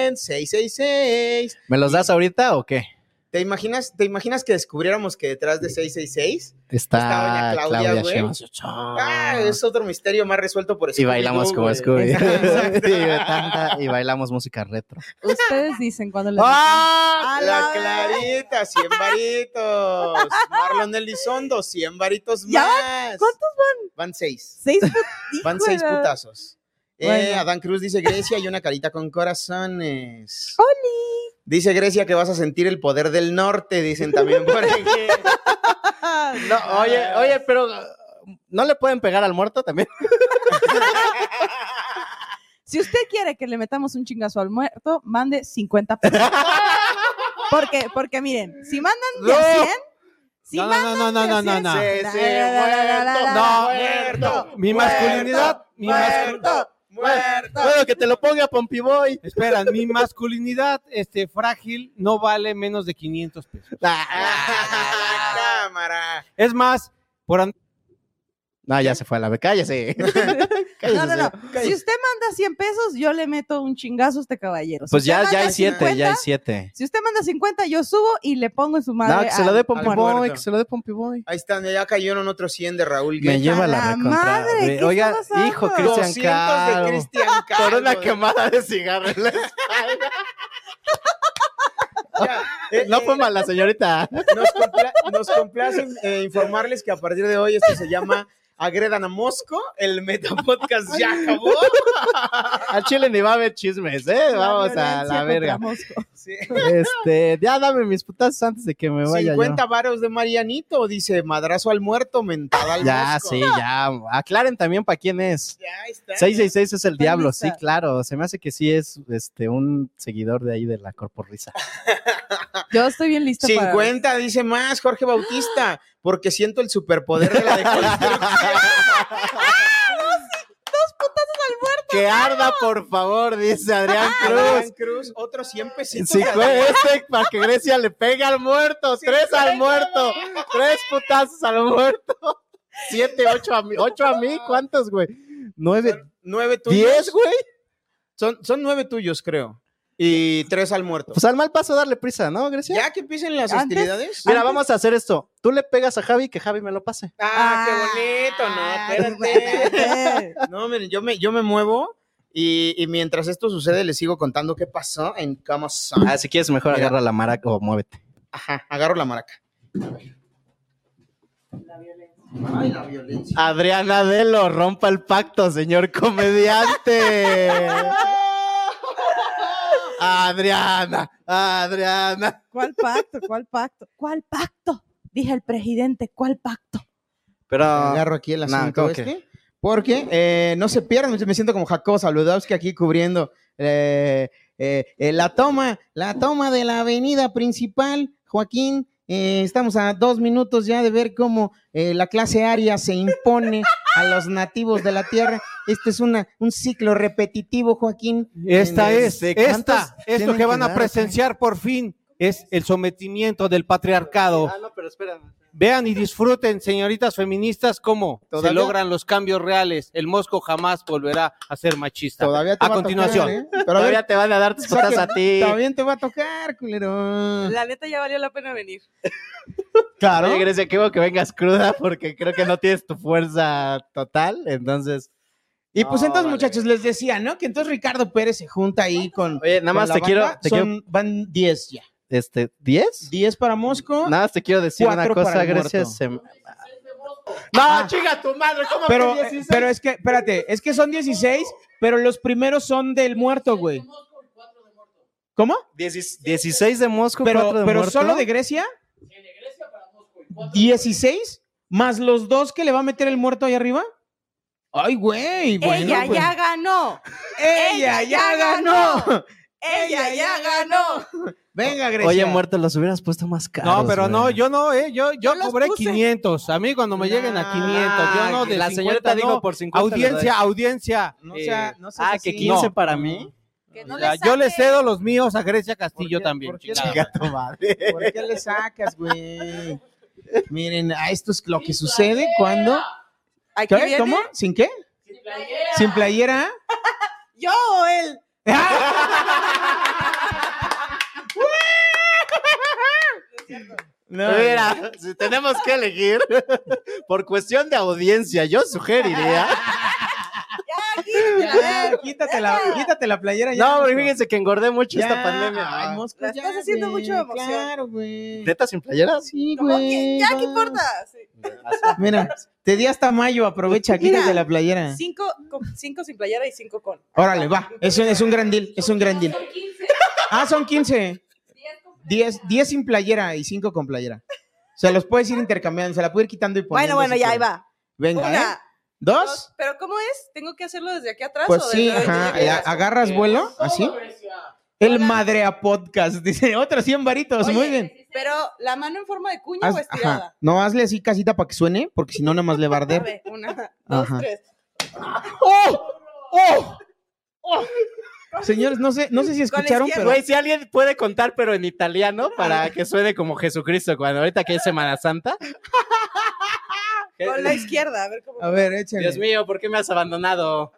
[SPEAKER 5] bien. 666.
[SPEAKER 6] ¿Me los das ahorita o qué?
[SPEAKER 5] ¿Te imaginas, ¿Te imaginas que descubriéramos que detrás de 666?
[SPEAKER 6] Está,
[SPEAKER 5] Está doña Claudia,
[SPEAKER 6] Claudia,
[SPEAKER 5] güey.
[SPEAKER 6] Sheinbaum.
[SPEAKER 5] Ah, es otro misterio más resuelto por
[SPEAKER 6] Y
[SPEAKER 5] Scooby-Doo,
[SPEAKER 6] bailamos como
[SPEAKER 5] güey.
[SPEAKER 6] Scooby.
[SPEAKER 5] Exacto.
[SPEAKER 6] y, tanta- y bailamos música retro.
[SPEAKER 8] Ustedes dicen cuando les.
[SPEAKER 5] ¡Ah!
[SPEAKER 8] A
[SPEAKER 5] La
[SPEAKER 8] la
[SPEAKER 5] Clarita, 100 varitos. Marlon Elizondo, 100 varitos
[SPEAKER 8] ¿Ya
[SPEAKER 5] más.
[SPEAKER 8] ¿Cuántos
[SPEAKER 5] Van seis.
[SPEAKER 8] Seis put-
[SPEAKER 5] Van
[SPEAKER 8] Híjole.
[SPEAKER 5] seis putazos. Eh,
[SPEAKER 8] Bueno.
[SPEAKER 5] Adán Cruz dice Grecia y una carita con corazones. Dice Grecia que vas a sentir el poder del norte, dicen también por aquí.
[SPEAKER 6] No, oye, oye, pero ¿no le pueden pegar al muerto también?
[SPEAKER 8] Si usted quiere que le metamos un chingazo al muerto, mande 50 pesos. porque, porque miren, si mandan de a 100, si
[SPEAKER 2] No, no,
[SPEAKER 8] mandan
[SPEAKER 2] no, no,
[SPEAKER 8] de a
[SPEAKER 2] no, no,
[SPEAKER 8] 100,
[SPEAKER 2] no.
[SPEAKER 5] Sí,
[SPEAKER 8] la,
[SPEAKER 5] sí,
[SPEAKER 8] la, la, la, la, la,
[SPEAKER 5] muerto,
[SPEAKER 8] la.
[SPEAKER 5] muerto,
[SPEAKER 2] Mi masculinidad, mi
[SPEAKER 5] muerto, muerto.
[SPEAKER 6] Bueno, que te lo ponga Pompey Boy.
[SPEAKER 2] Espera, mi masculinidad este, frágil no vale menos de 500 pesos.
[SPEAKER 5] Ah, cámara.
[SPEAKER 2] Es más, por an-
[SPEAKER 6] No, Ah, ya se fue a la beca, cállese. Cállese,
[SPEAKER 8] No, no, no.
[SPEAKER 6] señor.
[SPEAKER 8] Si usted manda 100 pesos, yo le meto un chingazo a este caballero. Si
[SPEAKER 6] Pues
[SPEAKER 8] usted
[SPEAKER 6] ya, ya
[SPEAKER 8] manda
[SPEAKER 6] hay siete,
[SPEAKER 8] 50,
[SPEAKER 6] ya hay siete.
[SPEAKER 8] Si usted manda 50, yo subo y le pongo en su madre.
[SPEAKER 6] No, que se lo
[SPEAKER 8] al-
[SPEAKER 6] dé Pompey
[SPEAKER 5] al
[SPEAKER 6] Boy,
[SPEAKER 5] muerto.
[SPEAKER 6] que se lo dé Pompey Boy.
[SPEAKER 5] Ahí están, ya cayeron otros 100 de Raúl.
[SPEAKER 6] Me
[SPEAKER 5] Guerra.
[SPEAKER 6] lleva la
[SPEAKER 8] la
[SPEAKER 6] recontra.
[SPEAKER 8] madre,
[SPEAKER 6] güey.
[SPEAKER 8] ¿qué
[SPEAKER 6] Oiga,
[SPEAKER 8] estás hablando?
[SPEAKER 6] hijo,
[SPEAKER 5] 200
[SPEAKER 6] Cristian
[SPEAKER 5] de
[SPEAKER 6] Caro.
[SPEAKER 5] Cristian Caro.
[SPEAKER 6] Por una
[SPEAKER 5] güey.
[SPEAKER 6] quemada de cigarro en la espalda.
[SPEAKER 5] Ya, eh,
[SPEAKER 6] No
[SPEAKER 5] eh,
[SPEAKER 6] fue mala, señorita.
[SPEAKER 5] Nos, compla- nos complace eh, informarles que a partir de hoy esto se llama Agredan a Mosco, el Metapodcast ya acabó.
[SPEAKER 6] Al chile ni va a haber chismes, ¿eh?
[SPEAKER 8] la
[SPEAKER 6] Vamos a
[SPEAKER 8] violencia
[SPEAKER 6] la
[SPEAKER 8] contra
[SPEAKER 6] verga.
[SPEAKER 8] Mosco.
[SPEAKER 5] Sí.
[SPEAKER 6] Este, ya dame mis putazos antes de que me vaya. yo.
[SPEAKER 5] 50 varos de Marianito, dice madrazo al muerto, mentada al
[SPEAKER 6] Ya,
[SPEAKER 5] Mosco.
[SPEAKER 6] sí, ya. Aclaren también para quién es.
[SPEAKER 5] Ya está.
[SPEAKER 6] 666 es el diablo, sí,
[SPEAKER 8] lista.
[SPEAKER 6] claro. Se me hace que sí es este un seguidor de ahí de la corporrisa.
[SPEAKER 8] Yo estoy bien lista para.
[SPEAKER 5] 50 dice más Jorge Bautista, porque siento el superpoder de la deconstrucción.
[SPEAKER 6] Que arda, por favor, dice Adrián
[SPEAKER 5] Adrián
[SPEAKER 6] Cruz.
[SPEAKER 5] Cruz, otros 100 pesitos.
[SPEAKER 6] Sí, güey, este para que Grecia le pegue al muerto, tres al muerto, tres putazos al muerto, siete, ocho a mí, ocho a mí, ¿cuántos, güey? Nueve,
[SPEAKER 5] Nueve tuyos.
[SPEAKER 6] diez, güey.
[SPEAKER 5] Son, son nueve tuyos, creo. Y tres al muerto.
[SPEAKER 6] Pues al mal paso darle prisa, ¿no, Grecia?
[SPEAKER 5] ya que empiecen las
[SPEAKER 8] Antes-
[SPEAKER 5] hostilidades.
[SPEAKER 6] Mira, vamos a hacer esto. Tú le pegas a Javi que Javi me lo pase.
[SPEAKER 5] Ah,
[SPEAKER 8] Ah,
[SPEAKER 5] qué bonito, no, espérate.
[SPEAKER 8] espérate.
[SPEAKER 5] No, miren, yo me, yo me muevo y, y mientras esto sucede les sigo contando qué pasó en Kama
[SPEAKER 6] Ah, si quieres mejor
[SPEAKER 5] Mira.
[SPEAKER 6] agarra la maraca o muévete.
[SPEAKER 5] Ajá, agarro la maraca. Ay, la violencia.
[SPEAKER 6] Adriana Delo, rompa el pacto, señor comediante. Adriana, Adriana.
[SPEAKER 8] ¿Cuál pacto? ¿Cuál pacto? ¿Cuál pacto? Dije el presidente, ¿cuál pacto?
[SPEAKER 6] Pero
[SPEAKER 5] Agarro aquí el
[SPEAKER 6] No,
[SPEAKER 5] asunto
[SPEAKER 6] ¿cómo
[SPEAKER 5] este,
[SPEAKER 6] que?
[SPEAKER 5] Porque eh, no se pierdan, me siento como Jacobo Saludowski aquí cubriendo eh, eh, eh, la toma, la toma de la avenida principal, Joaquín. eh, estamos a dos minutos ya de ver cómo eh, la clase aria se impone a los nativos de la tierra. Este es una, un ciclo repetitivo, Joaquín.
[SPEAKER 2] esta es,
[SPEAKER 6] Este, ¿cuántos
[SPEAKER 2] esta, esto
[SPEAKER 6] tienen
[SPEAKER 2] que van
[SPEAKER 6] que
[SPEAKER 2] a
[SPEAKER 6] dar,
[SPEAKER 2] presenciar por fin es el sometimiento del patriarcado.
[SPEAKER 6] Ah,
[SPEAKER 2] Vean y disfruten, señoritas feministas, cómo
[SPEAKER 5] Todavía-
[SPEAKER 2] se logran los cambios reales. El Mosco jamás volverá a ser machista.
[SPEAKER 5] Todavía te
[SPEAKER 2] a
[SPEAKER 5] va
[SPEAKER 2] continuación.
[SPEAKER 5] tocar, ¿eh? Pero a ver,
[SPEAKER 6] todavía te van a dar tus putas a ti.
[SPEAKER 5] también te va a tocar, culero.
[SPEAKER 8] La neta ya valió la pena venir.
[SPEAKER 5] Claro.
[SPEAKER 6] Oye, Grecia, qué bueno que vengas cruda porque creo que no tienes tu fuerza total, entonces...
[SPEAKER 5] Y pues
[SPEAKER 6] No,
[SPEAKER 5] entonces,
[SPEAKER 6] vale.
[SPEAKER 5] muchachos, les decía, ¿no? Que entonces Ricardo Pérez se junta ahí con.
[SPEAKER 6] Oye, nada
[SPEAKER 5] con
[SPEAKER 6] más
[SPEAKER 5] la
[SPEAKER 6] te quiero,
[SPEAKER 5] banda.
[SPEAKER 6] te
[SPEAKER 5] Son-
[SPEAKER 6] quiero,
[SPEAKER 5] Van 10 ya.
[SPEAKER 6] este, ¿10?
[SPEAKER 5] 10 para Mosco.
[SPEAKER 6] Nada más te quiero decir una
[SPEAKER 5] Cuatro para
[SPEAKER 6] cosa, em,
[SPEAKER 5] el
[SPEAKER 6] Grecia.
[SPEAKER 5] muerto.
[SPEAKER 6] se me-
[SPEAKER 5] No, chinga tu madre, ¿cómo pero, pero es que, espérate, es que son 16, pero los primeros son del muerto, güey. ¿Cómo?
[SPEAKER 6] 16 de Moscú,
[SPEAKER 5] Pero,
[SPEAKER 6] 4 de
[SPEAKER 5] pero
[SPEAKER 6] muerto.
[SPEAKER 5] solo de Grecia. 16 más los dos que le va a meter el muerto ahí arriba. Ay, güey. Bueno,
[SPEAKER 8] ella
[SPEAKER 5] pues.
[SPEAKER 8] ya ganó.
[SPEAKER 5] ella ya ganó.
[SPEAKER 8] Ella ya ganó.
[SPEAKER 5] Venga, Grecia.
[SPEAKER 6] Oye, muerto, los hubieras puesto más caros.
[SPEAKER 2] no, pero no,
[SPEAKER 6] güey.
[SPEAKER 2] yo no, eh, yo, yo,
[SPEAKER 8] Yo los
[SPEAKER 2] cobré
[SPEAKER 8] puse.
[SPEAKER 2] 500. A mí cuando me lleguen a 500, yo no, de
[SPEAKER 6] La
[SPEAKER 2] 50
[SPEAKER 6] señorita dijo
[SPEAKER 2] no.
[SPEAKER 6] por 50 le doy.
[SPEAKER 2] Audiencia, audiencia.
[SPEAKER 5] No
[SPEAKER 2] Eh,
[SPEAKER 5] sea- no seas
[SPEAKER 6] Ah, que
[SPEAKER 5] así.
[SPEAKER 6] 15
[SPEAKER 5] No.
[SPEAKER 6] para mí.
[SPEAKER 8] Que no
[SPEAKER 2] Ya,
[SPEAKER 8] le
[SPEAKER 2] yo le
[SPEAKER 8] saque.
[SPEAKER 2] cedo los míos a Grecia Castillo también.
[SPEAKER 5] ¿Por qué, Chinga
[SPEAKER 2] chingada.
[SPEAKER 5] tu madre. ¿Por qué le sacas, güey? Miren, a esto es lo que sucede cuando.
[SPEAKER 8] Aquí
[SPEAKER 5] ¿Qué?
[SPEAKER 8] viene.
[SPEAKER 5] ¿Cómo? ¿Sin qué? ¿Sin playera?
[SPEAKER 8] Yo o él.
[SPEAKER 5] No.
[SPEAKER 6] Mira, si tenemos que elegir, por cuestión de audiencia, yo sugeriría.
[SPEAKER 8] eh.
[SPEAKER 5] Ya, quítate, la, quítate la playera ya.
[SPEAKER 6] No, pero fíjense que engordé mucho
[SPEAKER 5] Ya,
[SPEAKER 6] esta pandemia.
[SPEAKER 5] ay, mosco,
[SPEAKER 8] La
[SPEAKER 5] ya,
[SPEAKER 8] estás haciendo
[SPEAKER 5] güey,
[SPEAKER 8] mucho de emoción.
[SPEAKER 5] Claro, güey.
[SPEAKER 6] ¿Tetas sin playeras?
[SPEAKER 5] Sí,
[SPEAKER 8] Como
[SPEAKER 5] güey.
[SPEAKER 8] que, ya,
[SPEAKER 5] va.
[SPEAKER 8] ¿qué importa? Sí.
[SPEAKER 5] Mira, te di hasta mayo, aprovecha,
[SPEAKER 8] Mira.
[SPEAKER 5] quítate la playera.
[SPEAKER 8] Cinco, con- cinco sin playera y cinco con.
[SPEAKER 5] Órale, va. Es un, es un gran deal, es un gran deal. Ah, son 15. 10, 10 sin playera y 5 con playera. Se los puedes ir intercambiando, se la puedes ir quitando y
[SPEAKER 8] Bueno,
[SPEAKER 5] poniendo.
[SPEAKER 8] bueno,
[SPEAKER 5] si
[SPEAKER 8] ya ahí
[SPEAKER 5] quieres.
[SPEAKER 8] va.
[SPEAKER 5] Venga,
[SPEAKER 8] Una,
[SPEAKER 5] ¿eh? ¿Dos?
[SPEAKER 8] dos. Pero ¿cómo es? ¿Tengo que hacerlo desde aquí atrás?
[SPEAKER 5] Pues
[SPEAKER 8] o
[SPEAKER 5] sí,
[SPEAKER 8] desde desde
[SPEAKER 5] ajá.
[SPEAKER 8] aquí
[SPEAKER 5] a-
[SPEAKER 8] atrás?
[SPEAKER 5] Agarras vuelo, así. El madre a podcast, dice. Otros 100 varitos,
[SPEAKER 8] Oye,
[SPEAKER 5] muy bien.
[SPEAKER 8] Pero la mano en forma de cuña
[SPEAKER 5] Haz-
[SPEAKER 8] o
[SPEAKER 5] ajá.
[SPEAKER 8] estirada.
[SPEAKER 5] No, hazle así casita para que suene, porque si no, nada más le va a
[SPEAKER 8] A
[SPEAKER 5] arder.
[SPEAKER 8] ver, una, dos,
[SPEAKER 5] Ajá.
[SPEAKER 8] tres.
[SPEAKER 5] ¡Oh! ¡Oh! ¡Oh! Señores, no sé, no sé si
[SPEAKER 8] Con la
[SPEAKER 5] escucharon,
[SPEAKER 8] izquierda.
[SPEAKER 5] pero.
[SPEAKER 6] Güey, si alguien puede contar, pero en italiano, para que suene como Jesucristo, cuando ahorita que es Semana Santa.
[SPEAKER 8] Con la izquierda, a ver cómo.
[SPEAKER 5] A ver, échale.
[SPEAKER 6] Dios mío, ¿por qué me has abandonado?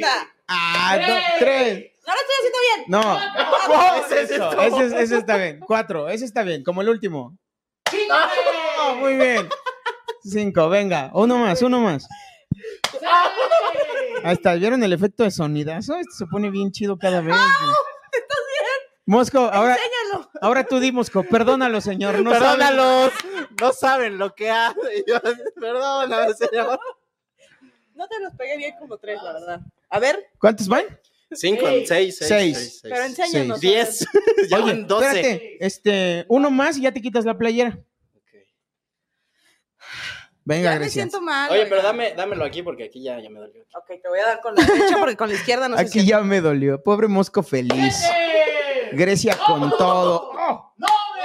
[SPEAKER 8] Nah,
[SPEAKER 5] Ah, dos, tres.
[SPEAKER 8] No lo estoy haciendo bien.
[SPEAKER 5] No.
[SPEAKER 8] Ah,
[SPEAKER 5] Oh, Ese, ese es- ese está bien. Cuatro, ese está bien, como el último.
[SPEAKER 6] Ah,
[SPEAKER 5] ¡Oh, muy bien. Cinco, venga. Uno más, uno más. Ahí está, ¿vieron el efecto de sonidazo? Esto se pone bien chido cada vez.
[SPEAKER 6] Ah,
[SPEAKER 5] güey.
[SPEAKER 8] ¿Estás bien?
[SPEAKER 5] Mosco, ahora,
[SPEAKER 8] Ah. Enséñalo.
[SPEAKER 5] ahora tú di, Mosco. Perdónalo, señor. No sabe-
[SPEAKER 6] Perdónalos, no saben lo que hace. Perdóname, señor.
[SPEAKER 8] No te los pegué bien como tres, la verdad. A ver,
[SPEAKER 5] ¿Cuántos van?
[SPEAKER 6] Cinco, seis, seis,
[SPEAKER 5] Seis.
[SPEAKER 6] seis, seis.
[SPEAKER 8] pero enséñanos.
[SPEAKER 5] seis.
[SPEAKER 6] Diez. Ya
[SPEAKER 5] Oye,
[SPEAKER 6] van doce.
[SPEAKER 5] espérate. Este, uno más y ya te quitas la playera. Venga,
[SPEAKER 8] Ya me
[SPEAKER 5] gracias.
[SPEAKER 8] siento mal.
[SPEAKER 6] Oye,
[SPEAKER 8] oiga.
[SPEAKER 6] pero dame, dámelo aquí porque aquí ya, ya me dolió.
[SPEAKER 8] Ok, te voy a dar con la derecha porque con la izquierda no sé
[SPEAKER 5] Aquí ya me dolió. Pobre Mosco feliz. Grecia con todo. ¡Oh!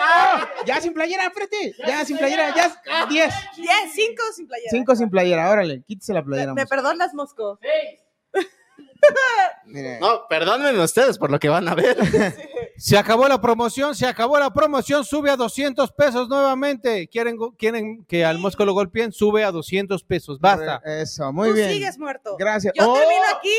[SPEAKER 5] ¡Ah! Ya sin playera, apriete. Ya, sin playera. Ya 10.
[SPEAKER 8] Diez, cinco sin playera.
[SPEAKER 5] 5 sin playera. Órale, quítese la
[SPEAKER 8] ¿Me,
[SPEAKER 5] playera.
[SPEAKER 8] me
[SPEAKER 5] Mosco.
[SPEAKER 8] perdonas, Mosco?
[SPEAKER 5] Mira.
[SPEAKER 6] No, perdónenme ustedes por lo que van a ver.
[SPEAKER 2] Se acabó la promoción, se acabó la promoción, sube a 200 pesos nuevamente. Quieren, go- quieren que al Mosco lo golpeen, sube a 200 pesos, basta.
[SPEAKER 5] Eso, muy
[SPEAKER 8] tú
[SPEAKER 5] bien.
[SPEAKER 8] sigues muerto.
[SPEAKER 5] Gracias.
[SPEAKER 8] Yo
[SPEAKER 5] ¡Oh!
[SPEAKER 8] termino aquí,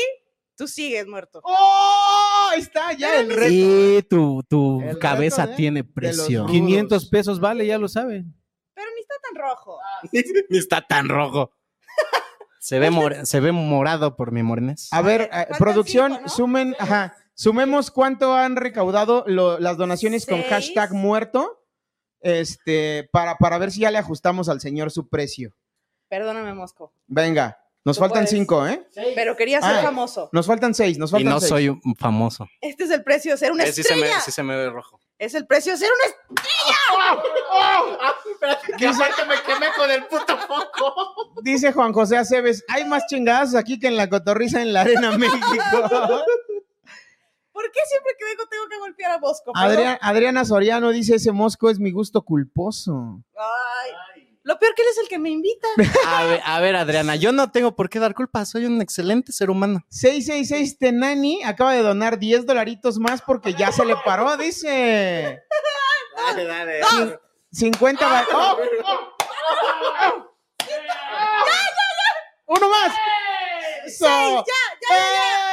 [SPEAKER 8] tú sigues muerto.
[SPEAKER 5] ¡Oh! Ahí está ya el reto.
[SPEAKER 6] Y tu, tu
[SPEAKER 5] El cabeza reto de- tiene precio. rudos.
[SPEAKER 2] 500 pesos vale, ya lo saben.
[SPEAKER 8] Pero ni está tan rojo.
[SPEAKER 6] Ni está tan rojo. Se ve, mor- se ve morado por mi mornes.
[SPEAKER 5] A ver, eh,
[SPEAKER 8] Faltan
[SPEAKER 5] producción,
[SPEAKER 8] cinco, ¿no?
[SPEAKER 5] sumen, ajá, sumemos cuánto han recaudado lo- las donaciones con
[SPEAKER 8] Seis.
[SPEAKER 5] hashtag muerto, este, para, para ver si ya le ajustamos al señor su precio.
[SPEAKER 8] Perdóname, Mosco.
[SPEAKER 5] Venga, nos
[SPEAKER 8] Tú
[SPEAKER 5] faltan
[SPEAKER 8] puedes.
[SPEAKER 5] cinco, ¿eh?
[SPEAKER 8] Pero quería ser
[SPEAKER 5] Ah.
[SPEAKER 8] famoso.
[SPEAKER 5] Nos faltan seis,
[SPEAKER 6] Y
[SPEAKER 5] nos faltan
[SPEAKER 6] no
[SPEAKER 5] seis.
[SPEAKER 6] soy un famoso.
[SPEAKER 8] Este es el precio de ser una
[SPEAKER 6] Eh, sí se me-
[SPEAKER 8] estrella.
[SPEAKER 6] sí se me ve rojo.
[SPEAKER 8] Es el precio de ser una estrella.
[SPEAKER 5] Ah,
[SPEAKER 6] Ah, Que aparte me quemé con el puto foco.
[SPEAKER 5] Dice Juan José Aceves, hay más chingazos aquí que en la cotorriza en la Arena México.
[SPEAKER 8] ¿Por qué siempre que vengo tengo que golpear a Mosco? Perdón.
[SPEAKER 5] Adrián- Adriana Soriano dice, ese mosco es mi gusto culposo.
[SPEAKER 8] Ay, Lo peor que él es el que me invita.
[SPEAKER 6] A ver, a ver, Adriana, yo no tengo por qué dar culpa. Soy un excelente ser humano.
[SPEAKER 5] 666 Tenani acaba de donar 10 dolaritos más porque ya se le paró, dice.
[SPEAKER 6] Dale, dale.
[SPEAKER 5] Cin- 50 va-
[SPEAKER 6] Ah,
[SPEAKER 5] ¡Oh! ah, ¡Uno más! ah. Eso.
[SPEAKER 8] Seis, ya, ya, ya.
[SPEAKER 5] ¡Eh!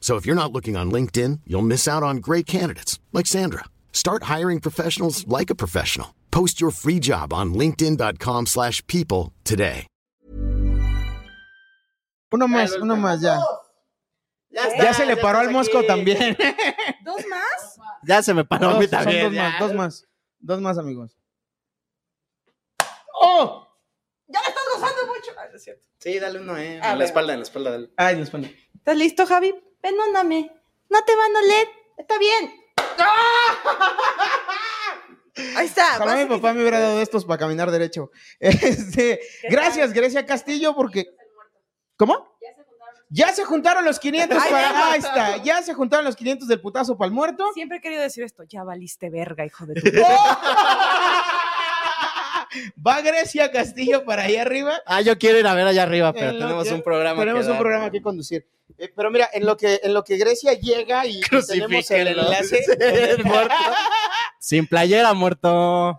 [SPEAKER 10] So if you're not looking on LinkedIn, you'll miss out on great candidates like Sandra. Start hiring professionals like a professional. Post your free job on linkedin.com/people slash people today.
[SPEAKER 5] Uno más, uno más ya.
[SPEAKER 6] Ya,
[SPEAKER 5] Ya se le paró al mosco también.
[SPEAKER 8] ¿Dos más?
[SPEAKER 6] Ya se me paró a
[SPEAKER 5] Dos,
[SPEAKER 6] mí
[SPEAKER 5] son
[SPEAKER 6] también.
[SPEAKER 5] dos
[SPEAKER 6] ya.
[SPEAKER 5] más, dos más. Dos más, amigos. ¡Oh!
[SPEAKER 8] Ya le estás gozando mucho. Ay, no es cierto.
[SPEAKER 6] Sí, dale uno, eh.
[SPEAKER 8] Ah,
[SPEAKER 6] en
[SPEAKER 8] bueno.
[SPEAKER 6] la espalda, en la espalda. Dale.
[SPEAKER 5] Ay, Dios mío.
[SPEAKER 8] ¿Estás listo, Javi? Perdóname. No te van a leer. E Está bien.
[SPEAKER 6] Ah,
[SPEAKER 8] Ahí está.
[SPEAKER 5] Ojalá mi papá me hubiera dado estos para caminar derecho. Este, gracias, Grecia Castillo, porque. ¿Cómo? Ya se juntaron los 500
[SPEAKER 8] Ay,
[SPEAKER 5] para.
[SPEAKER 8] ya.
[SPEAKER 5] Ahí está. Ya se juntaron los 500 del putazo para el muerto. ¡Oh!
[SPEAKER 8] Siempre he querido decir esto. Ya valiste verga, hijo de tu.
[SPEAKER 5] Va Grecia Castillo para allá arriba.
[SPEAKER 6] Ah, yo quiero ir a ver allá arriba, pero
[SPEAKER 5] En lo
[SPEAKER 6] tenemos
[SPEAKER 5] que-
[SPEAKER 6] un programa.
[SPEAKER 5] Tenemos
[SPEAKER 6] que
[SPEAKER 5] un
[SPEAKER 6] dar.
[SPEAKER 5] programa que conducir. Eh, pero mira, en lo que en lo que Grecia llega y, y tenemos el
[SPEAKER 6] Crucifíquenlo.
[SPEAKER 5] enlace.
[SPEAKER 6] El muerto. Sin playera, muerto.